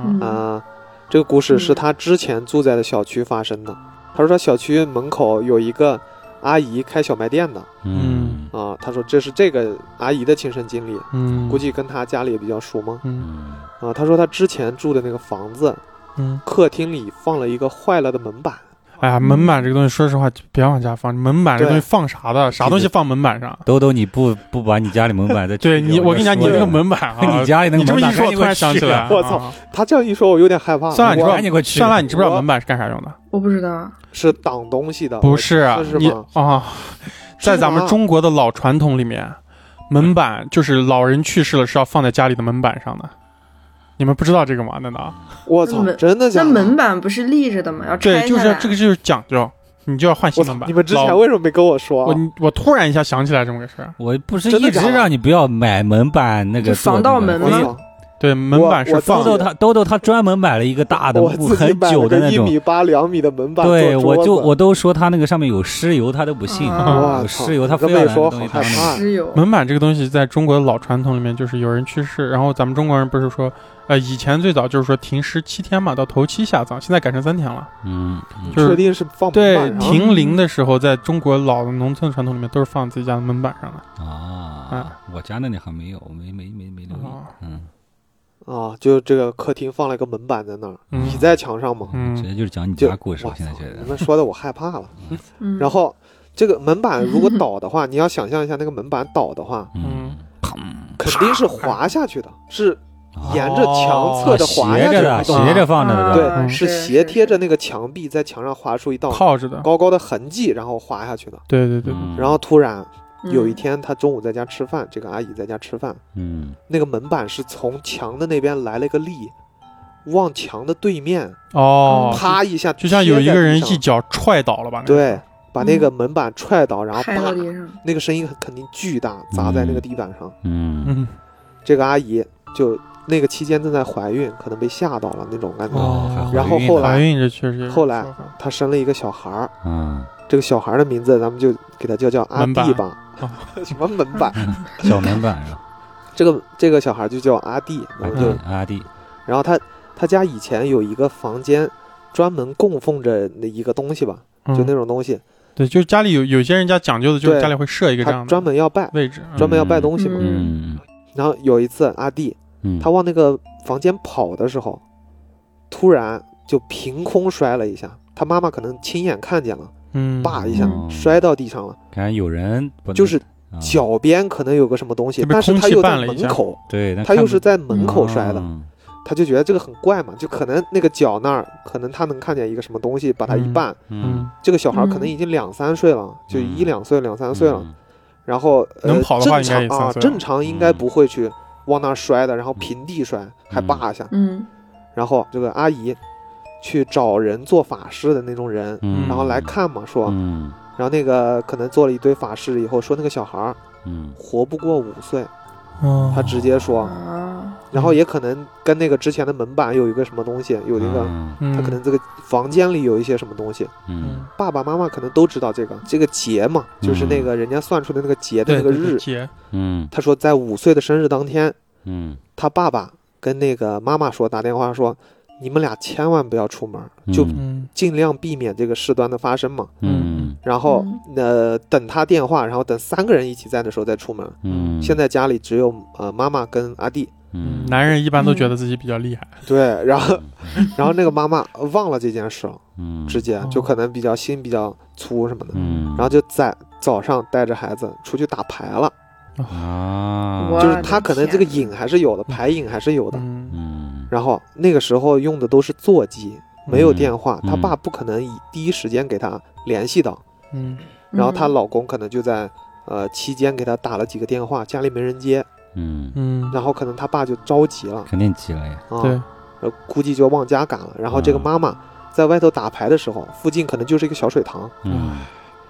B: 嗯
D: 啊，这个故事是他之前住在的小区发生的。他说他小区门口有一个阿姨开小卖店的
A: 嗯
C: 嗯
D: 啊，他说这是这个阿姨的亲身经历，
A: 嗯，
D: 估计跟他家里也比较熟嘛。
A: 嗯
C: 嗯
D: 啊，他说他之前住的那个房子
A: 嗯，
D: 客厅里放了一个坏了的门板，
A: 哎呀，门板这个东西，说实话，别往家放。门板这
D: 对
A: 东西放啥的？啥东西放门板上？
C: 兜兜，你不不把你家里门板再
A: 对你，我跟你讲，你那个门板啊，
C: [LAUGHS] 你家里那个
A: 你这么
C: 门板
A: 一说，我
C: 赶紧给
A: 突
C: 我
A: 然想起
C: 去
A: 来，
D: 我操
A: 啊！
D: 他这样一说，我有点害怕。
A: 算了，你
D: 我
A: 说
C: 赶紧给我去
A: 算了，你知不知道
D: 我
A: 门板是干啥用的？
B: 我不知道，啊
D: 是挡东西的，
A: 不是啊
D: 我是
A: 你
D: 吗
A: 啊，在咱
D: 啊
A: 们中国的老传统里面，门板就是老人去世了是要放在家里的门板上的。你们不知道这个吗？难道？
D: 我操
B: 那，门
D: 真的假
B: 那
D: 的？
B: 门板不是立着的吗？要拆
A: 对，就
B: 下
A: 是
B: 来。
A: 这个就是讲究，你就要换
D: 我
A: 新
D: 操
A: 门！板。
D: 你们之
A: 老
D: 前为什么没跟我说
A: 我
D: 啊？
A: 我突然一下想起来这么个事儿，
C: 我不是
D: 真的
C: 一直
D: 假的
C: 让你不要买门板那个
B: 就防
C: 做
B: 盗
C: 那个
B: 门
D: 我
B: 吗
D: 操！
A: 对，门板是
D: 我
A: 放
C: 兜
A: 的
C: 兜他兜兜他专门买了一个大的
D: 我
C: 木
D: 自己
C: 很
D: 买
C: 久
D: 了
C: 的
D: 个
C: 那
D: 一
C: 种，
D: 米八两米的门板做
C: 对我
D: 桌
C: 就
D: 子
C: 我都说他那个上面有尸油，他都不信，
A: 啊
D: 哇
C: 有
D: 操
C: 尸油他
D: 你这
C: 非
D: 么
C: 要
D: 一
C: 拿那
D: 说
C: 个
D: 好
C: 东西当
D: 害
C: 那
D: 怕
C: 个。
B: 石油，
A: 门板这个东西在中国的老传统里面，就是有人去世，然后咱们中国人不是说，呃，以前最早就是说停尸七天嘛，到头七下葬，现在改成三天了。
C: 嗯，
A: 就
D: 确
A: 是
D: 定是放门
A: 对，
D: 哦板上
A: 停灵的时候，在中国老的农村传统里面都是放自己家的门板上的。
C: 啊，嗯我家那里还没有，没没没没留意
A: 啊，
C: 嗯，
D: 啊，就这个客厅放了一个门板在那儿，
A: 嗯
D: 倚在墙上嘛，
C: 直
A: 嗯
C: 接就是讲你
D: 就
C: 家故事，
D: 哇
C: 我现在
D: 操
C: 觉得
D: 你，们说的我害怕了。
B: 嗯
D: 然后这个门板如果倒的话，你要想象一下那个门板倒的话，
A: 嗯，
D: 肯定是滑下去
B: [LAUGHS]
D: 的，是
C: 啊
D: 沿着墙侧着滑
C: 斜
D: 下
C: 着
D: 去
A: 哦
C: 的，
D: 的，
C: 斜着放着的，
D: 对，
B: 啊
D: 是
B: 是
D: 斜贴着
B: 是
D: 那个墙壁在墙上划出一道
A: 靠着的。
D: 高高的痕迹，然后滑下去的。
A: 对对对对，
C: 嗯
D: 然后突然
B: 嗯
D: 有一天，他中午在家吃饭，这个阿姨在家吃饭，
C: 嗯，
D: 那个门板是从墙的那边来了一个力，往墙的对面
A: 哦，
D: 啪一下，
A: 就像有一个人一嗯
D: 一
A: 脚踹倒了吧？那个
D: 嗯对，把那个门板踹倒，然后
B: 拍到地
D: 啪，
B: 上，
D: 那个声音肯定巨大，砸在那个地板上。
C: 嗯，
A: 嗯，
D: 这个阿姨就那个期间正在怀孕，可能被吓到了那种感觉。
A: 哦
C: 还怀
D: 然后
C: 孕
D: 后
C: 了
D: 来
A: 怀孕这确实也是
D: 后来
A: 说法
D: 她生了一个小孩儿，
C: 嗯，
D: 这个小孩儿的名字咱们就给他叫叫阿
A: 门板
D: 弟吧
A: 哦。
D: 什么门板？
C: 小门板是吧？嗯
D: [LAUGHS] 这个这个小孩就叫阿弟，然
C: 阿
D: 后
C: 弟
D: 就
C: 阿弟，
D: 然后他他家以前有一个房间，专门供奉着那一个东西吧，
A: 嗯
D: 就那种东西，
A: 对，就是家里有有些人家讲究的，就是
D: 对
A: 家里会设一个这
D: 他
A: 样
D: 专
A: 的
D: 门要拜，
A: 位置，
D: 专门要拜东西嘛。
C: 嗯
D: 然后有一次阿弟
C: 嗯，
D: 他往那个房间跑的时候，突然就凭空摔了一下。他妈妈可能亲眼看见了，
A: 嗯嗯，
D: 叭一下
C: 嗯
D: 摔到地上了，
C: 感觉有人不能
D: 就是
C: 啊
D: 脚边可能有个什么东西
A: 就，被
D: 但是
A: 空
D: 他
A: 气
D: 又
A: 绊
D: 在
A: 了一
D: 门
A: 下
D: 口，
C: 对，那
D: 他
C: 看
D: 又
C: 不
D: 是在门口摔的，
C: 嗯
D: 他就觉得这个很怪嘛，就可能那个脚那儿，可能他能看见一个什么东西，把他一绊。
A: 嗯
C: 嗯，，
D: 这个小孩可能
B: 嗯
D: 已经两三岁了，就一两岁、两三
C: 嗯
D: 岁了。，然后呃，
A: 能跑的话
D: 正
A: 应该
D: 常
A: 也三
D: 啊，
A: 岁了嗯
D: 正常应该不会去往那儿摔的，然后平地摔，还扒一下。
B: 嗯
D: 然后这个阿姨去找人做法事的那种人，
A: 嗯
D: 然后来，看嘛，说，
C: 嗯
D: 然后那个可能做了一堆法事以后，说那个小孩儿
C: 嗯
D: 活不过五岁，
A: 哦
D: 嗯他直接说，
B: 啊，
D: 然后也可能跟那个之前的门板有一个什么东西，有一个。
C: 嗯
A: 嗯
D: 他可能这个房间里有一些什么东西，
A: 嗯
C: 嗯
D: 爸爸妈妈可能都知道这个这个节嘛，就是那个人家算出的那个节的那个日。
A: 节
C: 嗯
D: 他说在五岁的生日当天，
C: 嗯，
D: 他爸爸跟那个妈妈说打电话说，你们俩千万不要出门，就
C: 嗯
A: 嗯
D: 尽量避免这个事端的发生嘛。
C: 嗯
D: 然后
B: 嗯
D: 呃等他电话，然后等三个人一起在的时候再出门。
C: 嗯，
D: 现在家里只有呃妈妈跟阿弟，
A: 嗯
D: [LAUGHS]
C: 嗯，
A: 男人一般都觉得自己比较厉害，
D: 对，然后然后那个妈妈忘了这件事了，
C: 嗯
D: 直接就可能比较心比较粗什么的。
C: 嗯，
D: 然后就在早上带着孩子出去打牌了，
C: 啊，
B: 我
D: 就是
B: 的
D: 他可能
B: 天
D: 这个瘾还是有的，牌瘾还是有的。
A: 嗯
C: 嗯
D: 然后那个时候用的都是座机，没有
C: 嗯
D: 电话，他
C: 嗯
D: 爸不可能以第一时间给他联系到。
A: 嗯
D: 然后她
B: 嗯
D: 老公可能就在呃期间给她打了几个电话，家里没人接，
C: 嗯，
A: 嗯，
D: 然后可能她爸就着急了
C: 肯定急了呀，
D: 啊，
A: 对，
D: 呃估计就往家赶了。然后这个
C: 嗯
D: 妈妈在外头打牌的时候，附近可能就是一个小水塘。
C: 嗯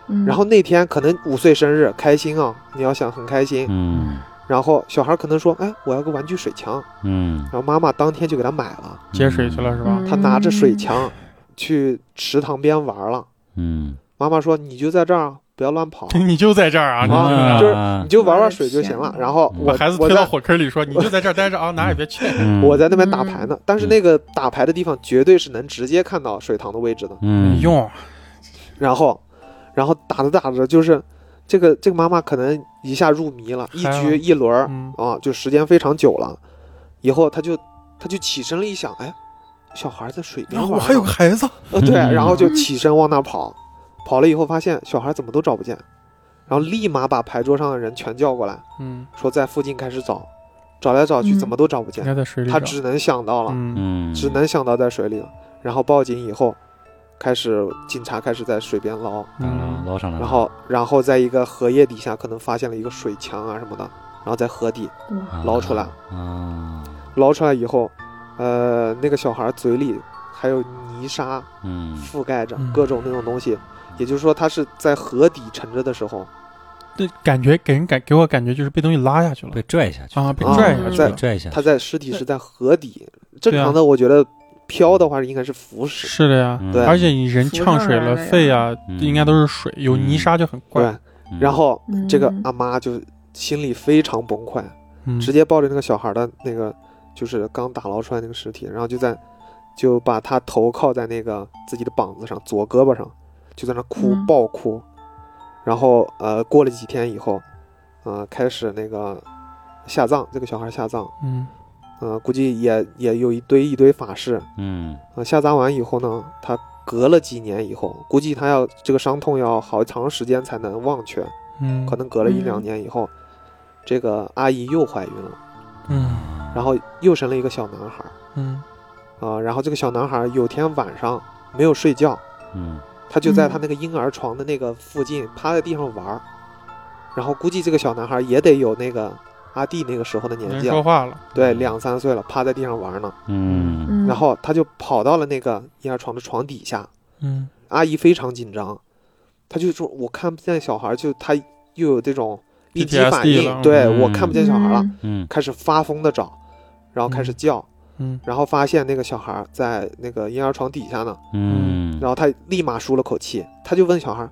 B: 嗯
D: 然后那天可能五岁生日，开心啊，你要想很开心。
C: 嗯
D: 然后小孩可能说，哎，我要个玩具水枪。
C: 嗯
D: 然，后妈妈当天就给他买了，
A: 接水去了是吧？
D: 他拿着
B: 嗯
D: 水枪去池塘边玩了。
C: 嗯，
D: 妈妈说，你就在这儿啊，不要乱跑，
A: [LAUGHS] 你就在这儿啊，你就在这儿
D: 啊你就玩玩水就行了。然后
C: 嗯
D: 我
A: 把孩子
D: 我
A: 推到
D: 在
A: 火坑里说：“你就在这儿待着啊，哪儿也别去。
D: 我在那边打
B: 嗯
D: 牌呢，但是那个打牌的地方绝对是能直接看到水塘的位置的。
C: 嗯
A: 用啊，
D: 然后，然后打着打着就是，这个这个妈妈可能一下入迷了，一
A: 嗨了
D: 局一轮儿
A: 嗯
D: 啊，就时间非常久了。以后她就她就起身了，一想，哎，小孩在水边
A: 然后我
D: 玩
A: 还有
D: 呢，
A: 个孩子，
D: 呃对，
C: 嗯
D: 然后就起身往那跑，跑了以后发现小孩怎么都找不见，然后立马把牌桌上的人全叫过来，
A: 嗯，
D: 说在附近开始找，找来找去
B: 嗯
D: 怎么都找不
A: 应
D: 见，
A: 该在水里
D: 她
A: 找。
D: 只能想到了。
A: 嗯，
C: 嗯，
D: 只能想到在水里了。然后报警以后，开始警察开始在水边捞，
C: 啊
A: 嗯
C: 捞上来了，
D: 然后然后在一个荷叶底下可能发现了一个水枪啊什么的，然后在河底
B: 哇
D: 捞出来
C: 啊，
D: 捞出来以后，呃，那个小孩嘴里还有泥沙
C: 嗯
D: 覆盖着
A: 嗯
D: 各种那种东西，也就是说他是在河底沉着的时候
A: 嗯对，感觉给人感给我感觉就是被东西拉下去了
C: 被拽下去
A: 啊，被
D: 啊
A: 拽下去
D: 在
A: 了
C: 被。拽下去，
D: 他在尸体是在河底，正
A: 对啊
D: 常的我觉得漂的话应该是浮石，
A: 是的呀，
C: 嗯
D: 对啊
A: 而且你人呛水了，肺啊
C: 嗯
A: 应该都是水，有泥沙就很
D: 对
A: 怪。
D: 吧。然后
B: 嗯
D: 这个啊阿妈就心里非常崩溃，
A: 嗯，
D: 直接抱着那个小孩的那个，就是刚打捞出来那个尸体，然后就在就把他头靠在那个自己的膀子上，左胳膊上，就在那哭
B: 嗯
D: 暴哭。然后呃，过了几天以后，呃，开始那个下葬，这个小孩下葬，
A: 嗯
D: 呃，估计也也有一堆一堆法事。
C: 嗯
D: 呃，下葬完以后呢，他隔了几年以后，估计他要这个伤痛要好长时间才能忘却，
A: 嗯，
D: 可能隔了一
B: 嗯
D: 两年以后，这个阿姨又怀孕了。
A: 嗯
D: 然后又生了一个小男孩儿
A: 嗯
D: 啊、然后这个小男孩儿有天晚上没有睡觉，
C: 嗯
D: 他就在他
B: 嗯
D: 那个婴儿床的那个附近趴在地上玩儿，然后估计这个小男孩儿也得有那个阿弟那个时候的年
A: 人
D: 纪
A: 说
D: 了，
A: 话了，
D: 对，两三岁了，趴在地上玩儿呢，
C: 嗯
D: 然后他就跑到了那个婴儿床的床底下，
A: 嗯
D: 阿姨非常紧张，她就说我看不见小孩儿，就他又有这种应激反
A: PTSD
D: 应，
A: 了
D: 对、
C: 嗯
D: 我看不见小孩儿了，
C: 嗯
D: 开始发疯的找，然后开始
A: 嗯
D: 叫。
A: 嗯
D: 然后发现那个小孩在那个婴儿床底下呢，
C: 嗯，
D: 然后他立马舒了口气，他就问小孩：“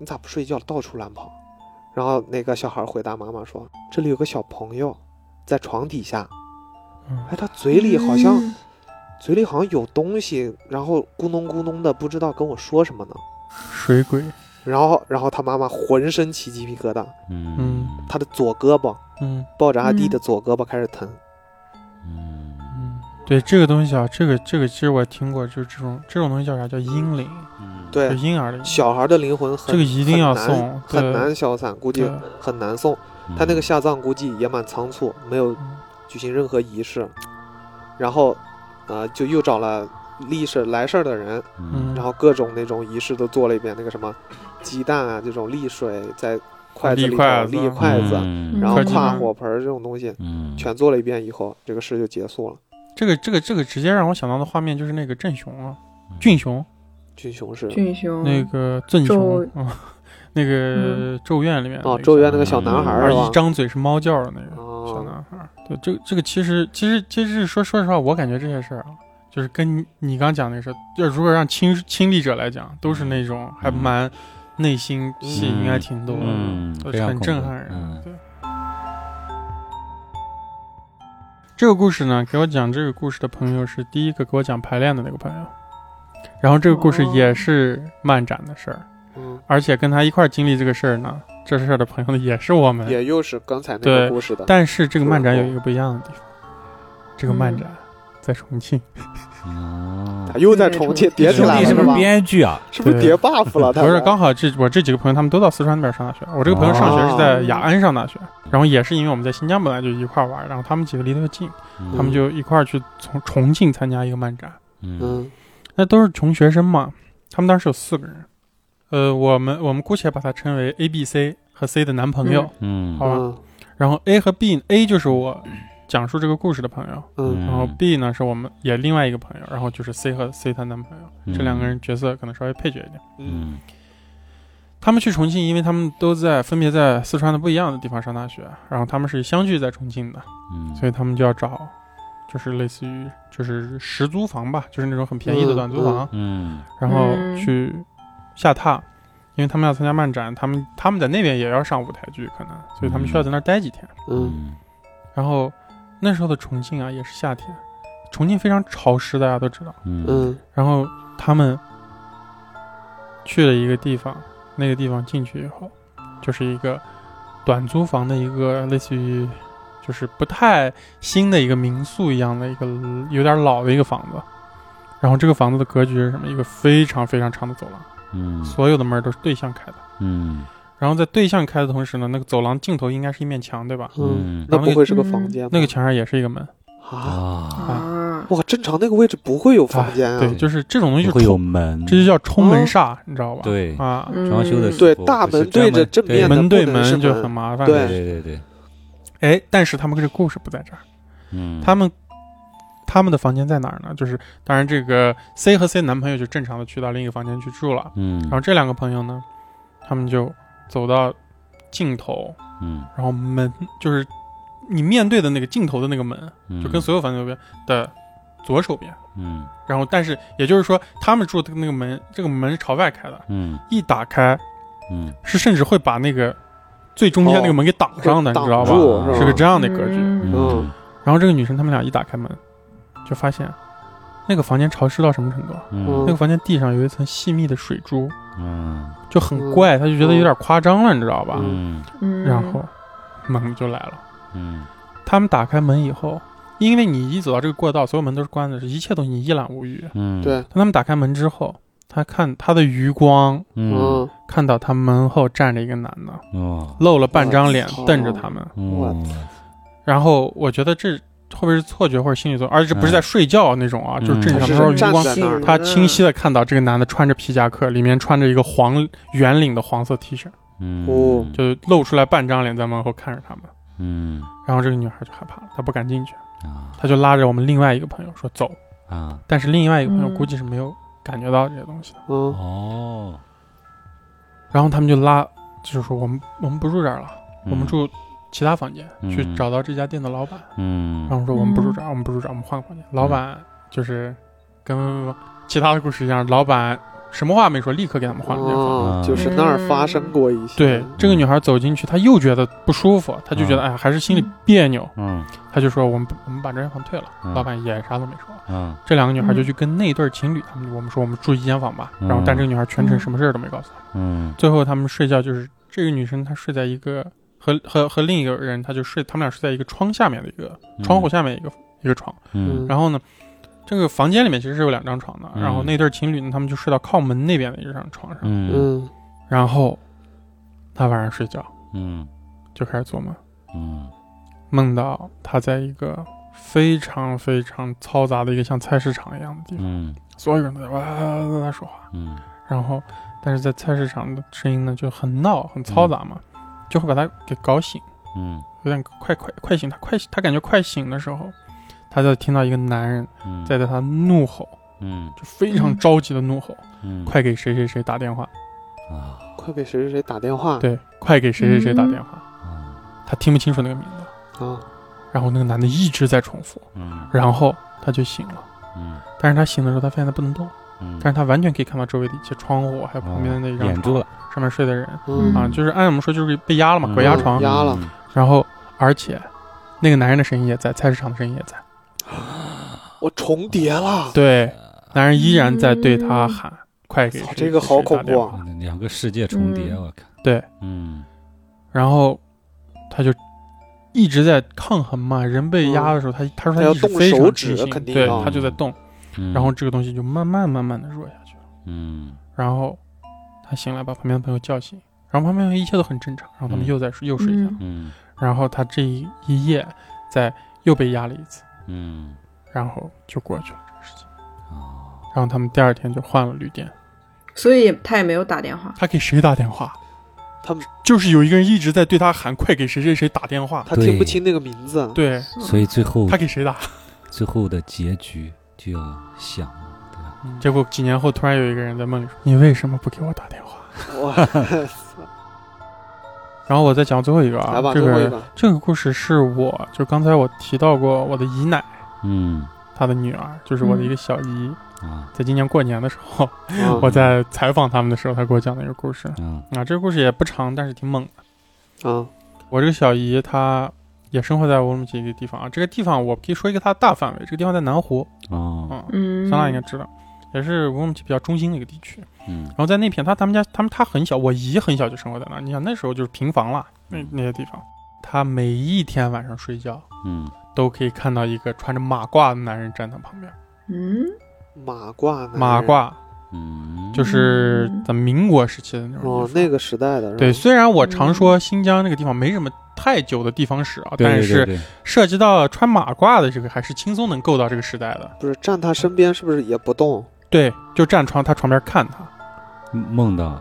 D: 你咋不睡觉，到处乱跑？”然后那个小孩回答妈妈说：“这里有个小朋友，在床底下。
A: 嗯”
D: 哎，他嘴里好像、
B: 嗯
D: 嘴里好像有东西，然后咕咚咕咚的，不知道跟我说什么呢。
A: 水鬼，
D: 然后，然后他妈妈浑身起鸡皮疙瘩，
C: 嗯
D: 他的左胳膊
A: 嗯
D: 抱着阿弟的左胳膊开始疼，
C: 嗯
A: 嗯，对这个东西啊，这个这个其实我也听过，就是这种这种东西叫啥？叫婴灵，
C: 嗯，
A: 就
D: 对，
A: 婴儿的婴。
D: 小孩的灵魂很
A: 这个一定要送，
D: 很
A: 对
D: 难很难消散，估计
A: 对
D: 很难送。
C: 嗯
D: 他那个下葬估计也蛮仓促，没有
A: 嗯
D: 举行任何仪式。然后，呃，就又找了历史来事儿的人，
A: 嗯
D: 然后各种那种仪式都做了一遍，那个什么鸡蛋啊，这种沥水在筷子
A: 立
D: 里
A: 筷
D: 头
A: 子
D: 立筷子，
C: 嗯
B: 嗯
D: 然后
A: 筷子
D: 跨
A: 嘛
D: 火盆儿这种东西
C: 嗯，
D: 全做了一遍以后，这个事就结束了。
A: 这个这个这个直接让我想到的画面就是那个镇雄啊，俊雄，
D: 军雄是
B: 俊雄
A: 那个镇雄
B: 咒
A: 啊， [LAUGHS] 那个咒怨里面
D: 哦
A: 那，个
D: 咒怨
A: 小
D: 那个小男孩
A: 男
D: 儿
A: 孩
D: 是
A: 一
D: 吧？
A: 张嘴是猫叫的那个
C: 嗯
A: 小
D: 哦，
A: 男孩儿。对，这个这个其实其实其实说说实话，我感觉这些事儿啊，就是跟你刚讲那个事儿，就是如果让亲亲历者来讲，都是那种还
C: 嗯
A: 蛮内心戏应该挺多的，
C: 嗯
A: 啊都是
C: 非常
A: 很
C: 恐
A: 震
C: 怖
A: 撼人的。
C: 嗯
A: 对。这个故事呢，给我讲这个故事的朋友是第一个给我讲排练的那个朋友，然后这个故事也
B: 哦
A: 是漫展的事儿，
D: 嗯，
A: 而且跟他一块儿经历这个事儿呢，这事儿的朋友呢也是我们，
D: 也又是刚才那
A: 对
D: 个故事的，
A: 但是这个漫展有一个不一样的地方，这个漫展在重庆，
C: 哦
D: 他，又在重庆叠起
C: 兄
D: 来
C: 弟
D: 了
C: 是不是
D: 吧？
C: 编剧啊？
D: 是不是叠 buff 了？他
A: 不是刚好这我这几个朋友他们都到四川那边上大学，我这个朋友上学是在雅安上大学，然后也是因为我们在新疆本来就一块儿玩，然后他们几个离得又近，
C: 嗯
A: 他们就一块儿去从重庆参加一个漫展，
C: 嗯
D: 嗯
A: 那都是穷学生嘛，他们当时有四个人，呃，我们我们姑且把他称为 A、B、C 和 C 的男朋友，
C: 嗯
A: 好吧
D: 嗯
A: 然后 A 和 B，A 就是我讲述这个故事的朋友，
D: 嗯
A: 然后 B 呢是我们也另外一个朋友，然后就是 C 和 C 她男朋友，这两个人角色可能稍微配角一点。
D: 嗯
C: 嗯
A: 他们去重庆，因为他们都在分别在四川的不一样的地方上大学，然后他们是相聚在重庆的，
C: 嗯，
A: 所以他们就要找，就是类似于就是十租房吧，就是那种很便宜的短租房，
C: 嗯
A: 然后
B: 嗯
A: 去下榻，因为他们要参加漫展，他们他们在那边也要上舞台剧，可能，所以他们需要在那儿待几天。
D: 嗯
A: 然后那时候的重庆啊，也是夏天，重庆非常潮湿，大家都知道。
C: 嗯
D: 嗯
A: 然后他们去了一个地方，那个地方进去以后，就是一个短租房的一个类似于就是不太新的一个民宿一样的一个有点老的一个房子。然后这个房子的格局是什么？一个非常非常长的走廊，
C: 嗯
A: 所有的门都是对向开的。
C: 嗯
A: 然后在对向开的同时呢，那个走廊尽头应该是一面墙，对吧？
C: 嗯，
D: 嗯那不会是个
B: 嗯
D: 房间吧？
A: 那个墙上也是一个门，
D: 啊，
C: 啊，
B: 啊，
D: 哇，正常那个位置不会有房间啊。
A: 对，就是这种东西就
C: 会
A: 是
C: 有
A: 冲，
C: 门，
A: 这就叫冲门煞，你知道吧？
C: 对
A: 啊，
C: 装修的
B: 嗯
C: 时
D: 对
C: 候
D: 大
C: 不是
D: 门对着
C: 专门
D: 正面的
A: 门对
D: 不能是
A: 门就
D: 门
A: 很麻烦。
C: 对
D: 对
C: 对对对，
A: 哎，但是他们这个故事不在这儿，
C: 嗯，
A: 他们他们的房间在哪儿呢？就是当然，这个 C 和 C 男朋友就正常的去到另一个房间去住了，
C: 嗯，
A: 然后这两个朋友呢，他们就走到尽头，
C: 嗯
A: 然后门就是你面对的那个尽头的那个门，
C: 嗯
A: 就跟所有房间边的左手边。
C: 嗯
A: 然后，但是也就是说，他们住的那个门，这个门是朝外开的，
C: 嗯
A: 一打开
C: 嗯
A: 是甚至会把那个最中间那个门哦给挡上的，
D: 会
A: 你知道吧
D: 挡？住
C: 吧
A: 是个这
D: 吧？
A: 样的格局。
B: 嗯
C: 嗯
A: 然后这个女生他们俩一打开门，就发现那个房间潮湿到什么程度啊？
C: 嗯
A: 那个房间地上有一层细密的水珠，
C: 嗯
A: 就很怪，她就觉得有点夸张了，你知道吧？
C: 嗯
B: 嗯
A: 然后门就来了。
C: 嗯
A: 他们打开门以后，因为你一走到这个过道，所有门都是关的，一切东西你一览无余。
C: 嗯，
D: 对，
A: 当他们打开门之后，他看他的余光
C: 嗯
D: 嗯，
A: 看到他门后站着一个男的，
C: 哦，
A: 露了半张脸
D: 我操
A: 瞪着他们。
D: 我
C: 嗯
A: 然后我觉得这会不会是错觉或者心理作用？而且这不是在
C: 嗯
A: 睡觉那种啊，
C: 嗯
A: 就是正
D: 他
A: 常
D: 是
A: 的时候
D: 站
A: 余光
D: 在那儿
A: 他清晰的看到这个男的穿着皮夹克，里面穿着一个黄圆领的黄色 T 恤，
C: 嗯
D: 哦
A: 就露出来半张脸在门后看着他们。
C: 嗯
A: 然后这个女孩就害怕了，她不敢进去，
C: 啊
A: 她就拉着我们另外一个朋友说走。
C: 啊
A: 但是另外一个朋友
B: 嗯
A: 估计是没有感觉到这些东西的。
D: 嗯
C: 哦，
A: 然后他们就拉，就是说我们我们不住这儿了，
C: 嗯
A: 我们住其他房间，
C: 嗯
A: 去找到这家店的老板。
C: 嗯
A: 然后说我们不住这儿，我们不住这儿，我们换个房间。老板就是跟其他的故事一样，老板什么话没说，立刻给他们换了间房。
C: 嗯
D: 哦，就是那儿发生过一些，
A: 对，这个女孩走进去，她又觉得不舒服，她就觉得、哎，还是心里别扭，
C: 嗯
A: 她就说我们不我们把这间房退了。
C: 嗯
A: 老板也啥都没说。
C: 嗯
A: 这两个女孩就去跟那对情侣，他们我们说我们住一间房吧，
C: 嗯
A: 然后但这个女孩全程什么事儿都没告诉她。
C: 嗯
A: 最后他们睡觉就是这个女生她睡在一个和和和另一个人，她就睡他们俩睡在一个窗下面的一个窗户下面一个一个床。
C: 嗯
A: 然后呢，这个房间里面其实是有两张床的，
C: 嗯
A: 然后那对情侣呢，他们就睡到靠门那边的一张床上，
C: 嗯
D: 嗯
A: 然后他晚上睡觉
C: 嗯
A: 就开始做梦，
C: 嗯
A: 梦到他在一个非常非常嘈杂的一个像菜市场一样的地方，
C: 嗯
A: 所有人都在哇哇哇说话，
C: 嗯
A: 然后但是在菜市场的声音呢就很闹很嘈杂嘛，就会把他给搞醒，
C: 嗯
A: 有点快快快醒，他快他感觉快醒的时候，他就听到一个男人
C: 嗯，
A: 在对他怒吼，
C: 嗯
A: 就非常着急的怒吼。
C: 嗯
A: 快给谁谁谁打电话，
C: 啊
D: 快给谁谁谁打电话。
A: 对，快给谁谁谁打电话。
C: 啊
A: 他听不清楚那个名字，
D: 啊，
A: 然后那个男的一直在重复，
C: 嗯
A: 然后他就醒了。
C: 嗯
A: 但是他醒的时候，他发现他不能动，
C: 嗯，哦
A: 但是他完全可以看到周围的一些窗户，啊还有旁边的那张
C: 掩住
A: 床
C: 了
A: 上面睡的人
D: 嗯
A: 啊，就是按我们说就是被压了嘛，鬼压床
D: 嗯。压了
A: 然后而且那个男人的声音也在，菜市场的声音也在，
D: 我重叠了。
A: 对，男人依然在对他喊：“快给谁
D: 操
A: 谁
D: 这个好
A: 谁打
D: 恐
A: 电
D: 怖
A: 话
D: 啊！
C: 嗯两个世界重叠，
B: 嗯
C: 我靠，
A: 对，
C: 嗯
A: 然后他就一直在抗衡嘛，人被压的时候，他他说
D: 他要
A: 一直
D: 动
A: 非
D: 手
A: 常
D: 指
A: 清醒，
D: 肯定
A: 对
D: 要
A: 他就在动，
C: 嗯，
A: 然后这个东西就慢慢慢慢的弱下去了，
C: 嗯
A: 然后他醒来把旁边的朋友叫醒，然后旁边的朋友一切都很正常，然后他们
C: 嗯
A: 又在睡又睡觉，
B: 嗯
C: 嗯
A: 然后他这一一夜在又被压了一次，
C: 嗯
A: 然后就过去了这个事情，
C: 啊
A: 然后他们第二天就换了旅店，
B: 所以他也没有打电话。
A: 他给谁打电话？
D: 他们
A: 就是有一个人一直在对他喊快给谁谁谁打电话，
D: 他
C: 对
D: 听不清那个名字。
A: 对
C: 所以最后
A: 他给谁打？
C: 最后的结局就想了，对吧？
A: 嗯结果几年后，突然有一个人在梦里说：“你为什么不给我打电话？”
D: 哇，
A: 然后我再讲最后一个啊
D: 来吧，，
A: 这
D: 最后一
A: 个
D: 个。
A: 这个故事是我就刚才我提到过我的姨奶，
C: 嗯
A: 她的女儿就是我的一个小姨，
C: 啊
A: 在今年过年的时候，
D: 嗯
A: [LAUGHS] 我在采访他们的时候，她给我讲的一个故事
C: 嗯
A: 啊。这个故事也不长，但是挺猛的。
D: 啊，
A: 我这个小姨她也生活在乌鲁木齐一个地方啊，这个地方我可以说一个它的大范围，这个地方在南湖，
C: 哦
A: 嗯，
B: 嗯，
A: 桑娜应该知道，也是乌鲁木齐比较中心的一个地区。
C: 嗯
A: 然后在那片，他他们家他们他很小，我姨很小就生活在那儿。你想那时候就是平房了，那那些地方，他每一天晚上睡觉
C: 嗯
A: 都可以看到一个穿着马褂的男人站他旁边。
B: 嗯，
D: 马褂男人。
A: 马褂
C: 嗯，
A: 就是
B: 嗯
A: 咱们民国时期的那种衣
D: 哦，
A: 服。
D: 那个时代的。
A: 对，
D: 是吧
A: 虽然我常说
B: 嗯
A: 新疆那个地方没什么太久的地方史啊，
C: 对
A: 但
C: 对
A: 是
C: 对对
A: 涉及到穿马褂的这个，还是轻松能够到这个时代的。
D: 不是站他身边，是不是也不动？
A: 对，就站床他床边看他，
C: 梦到哦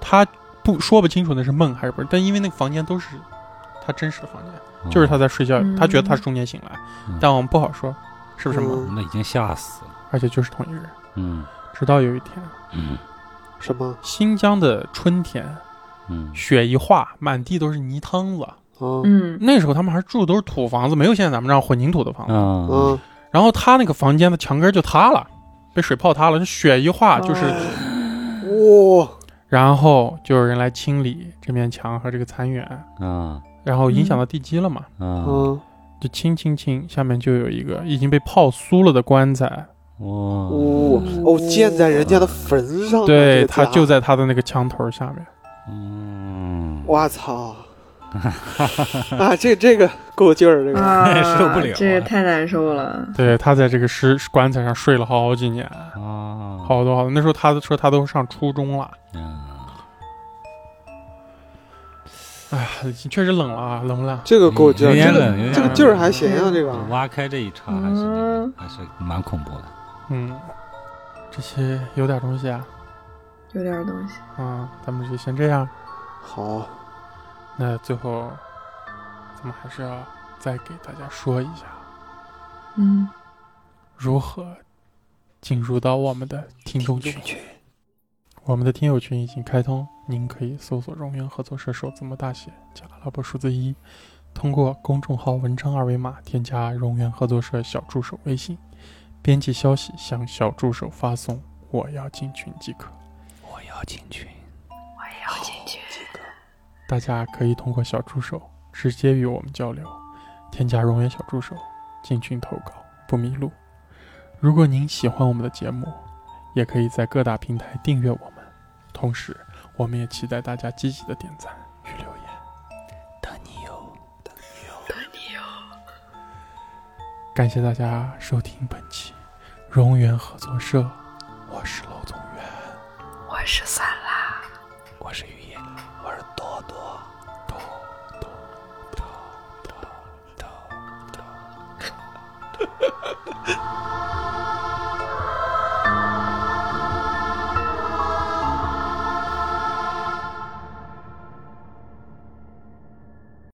A: 他不说不清楚那是梦还是不是，但因为那个房间都是他真实的房间。就是他在睡觉，
B: 嗯
A: 他觉得他是中间醒来，
C: 哦嗯
A: 但我们不好说是不是梦，
D: 嗯
C: 那已经吓死了，
A: 而且就是同一个人。
C: 嗯
A: 直到有一天，
C: 嗯
D: 什么？
A: 新疆的春天，
C: 嗯
A: 雪一化，满地都是泥汤子。
D: 啊
B: 嗯
A: 那时候他们还住的都是土房子，没有现在咱们这样混凝土的房子。
C: 啊
D: 啊
A: 然后他那个房间的墙根就塌了，被水泡塌了，就雪一化就是，
D: 哦哇，
A: 然后就有人来清理这面墙和这个残垣，
C: 啊
A: 然后影响到地基了嘛，
C: 啊！
D: 嗯，
A: 就清清清，下面就有一个已经被泡酥了的棺材。
C: 哇
D: 呜哦，溅在人家的坟上啊。
A: 对，
D: 这个
A: 他
D: 家
A: 就在他的那个墙头下面。
C: 嗯，
D: 我操！啊，这这个够劲儿，这个
B: 啊
A: [LAUGHS]
C: 受不了啊
B: 这个太难受
D: 嗯
B: 了。
A: 对他在这个尸棺材上睡了好几年，
C: 啊，
A: 好多好多。那时候他说他都上初中了，
C: 啊，
A: 哎呀，确实冷了啊，冷不冷？
D: 这个够劲儿，
C: 有
D: 这
C: 点
D: 个
C: 冷，有点
D: 这个
C: 冷
D: 劲儿还行啊，这个嗯
C: 挖开这一茬还是那个还是蛮恐怖的，
A: 嗯，这些有点东西啊，
B: 有点东西，
A: 嗯，咱们就先这样。
D: 好，
A: 那最后，咱们还是要再给大家说一下
B: 嗯，
A: 如何进入到我们的听众群。
D: 去，
A: 我们的听友群已经开通，您可以搜索“荣源合作社”首字母大写加阿拉伯数字一，通过公众号文章二维码添加“荣源合作社小助手”微信，编辑消息向小助手发送“我要进群”即可。
C: 我要进群，
B: 我也要进去。
A: 大家可以通过小助手直接与我们交流，添加荣源小助手进群投稿，不迷路。如果您喜欢我们的节目，也可以在各大平台订阅我们，同时我们也期待大家积极的点赞与留言。
C: 等你哟。
B: 你有
A: 感谢大家收听本期荣源合作社，我是娄总。
B: 我是三。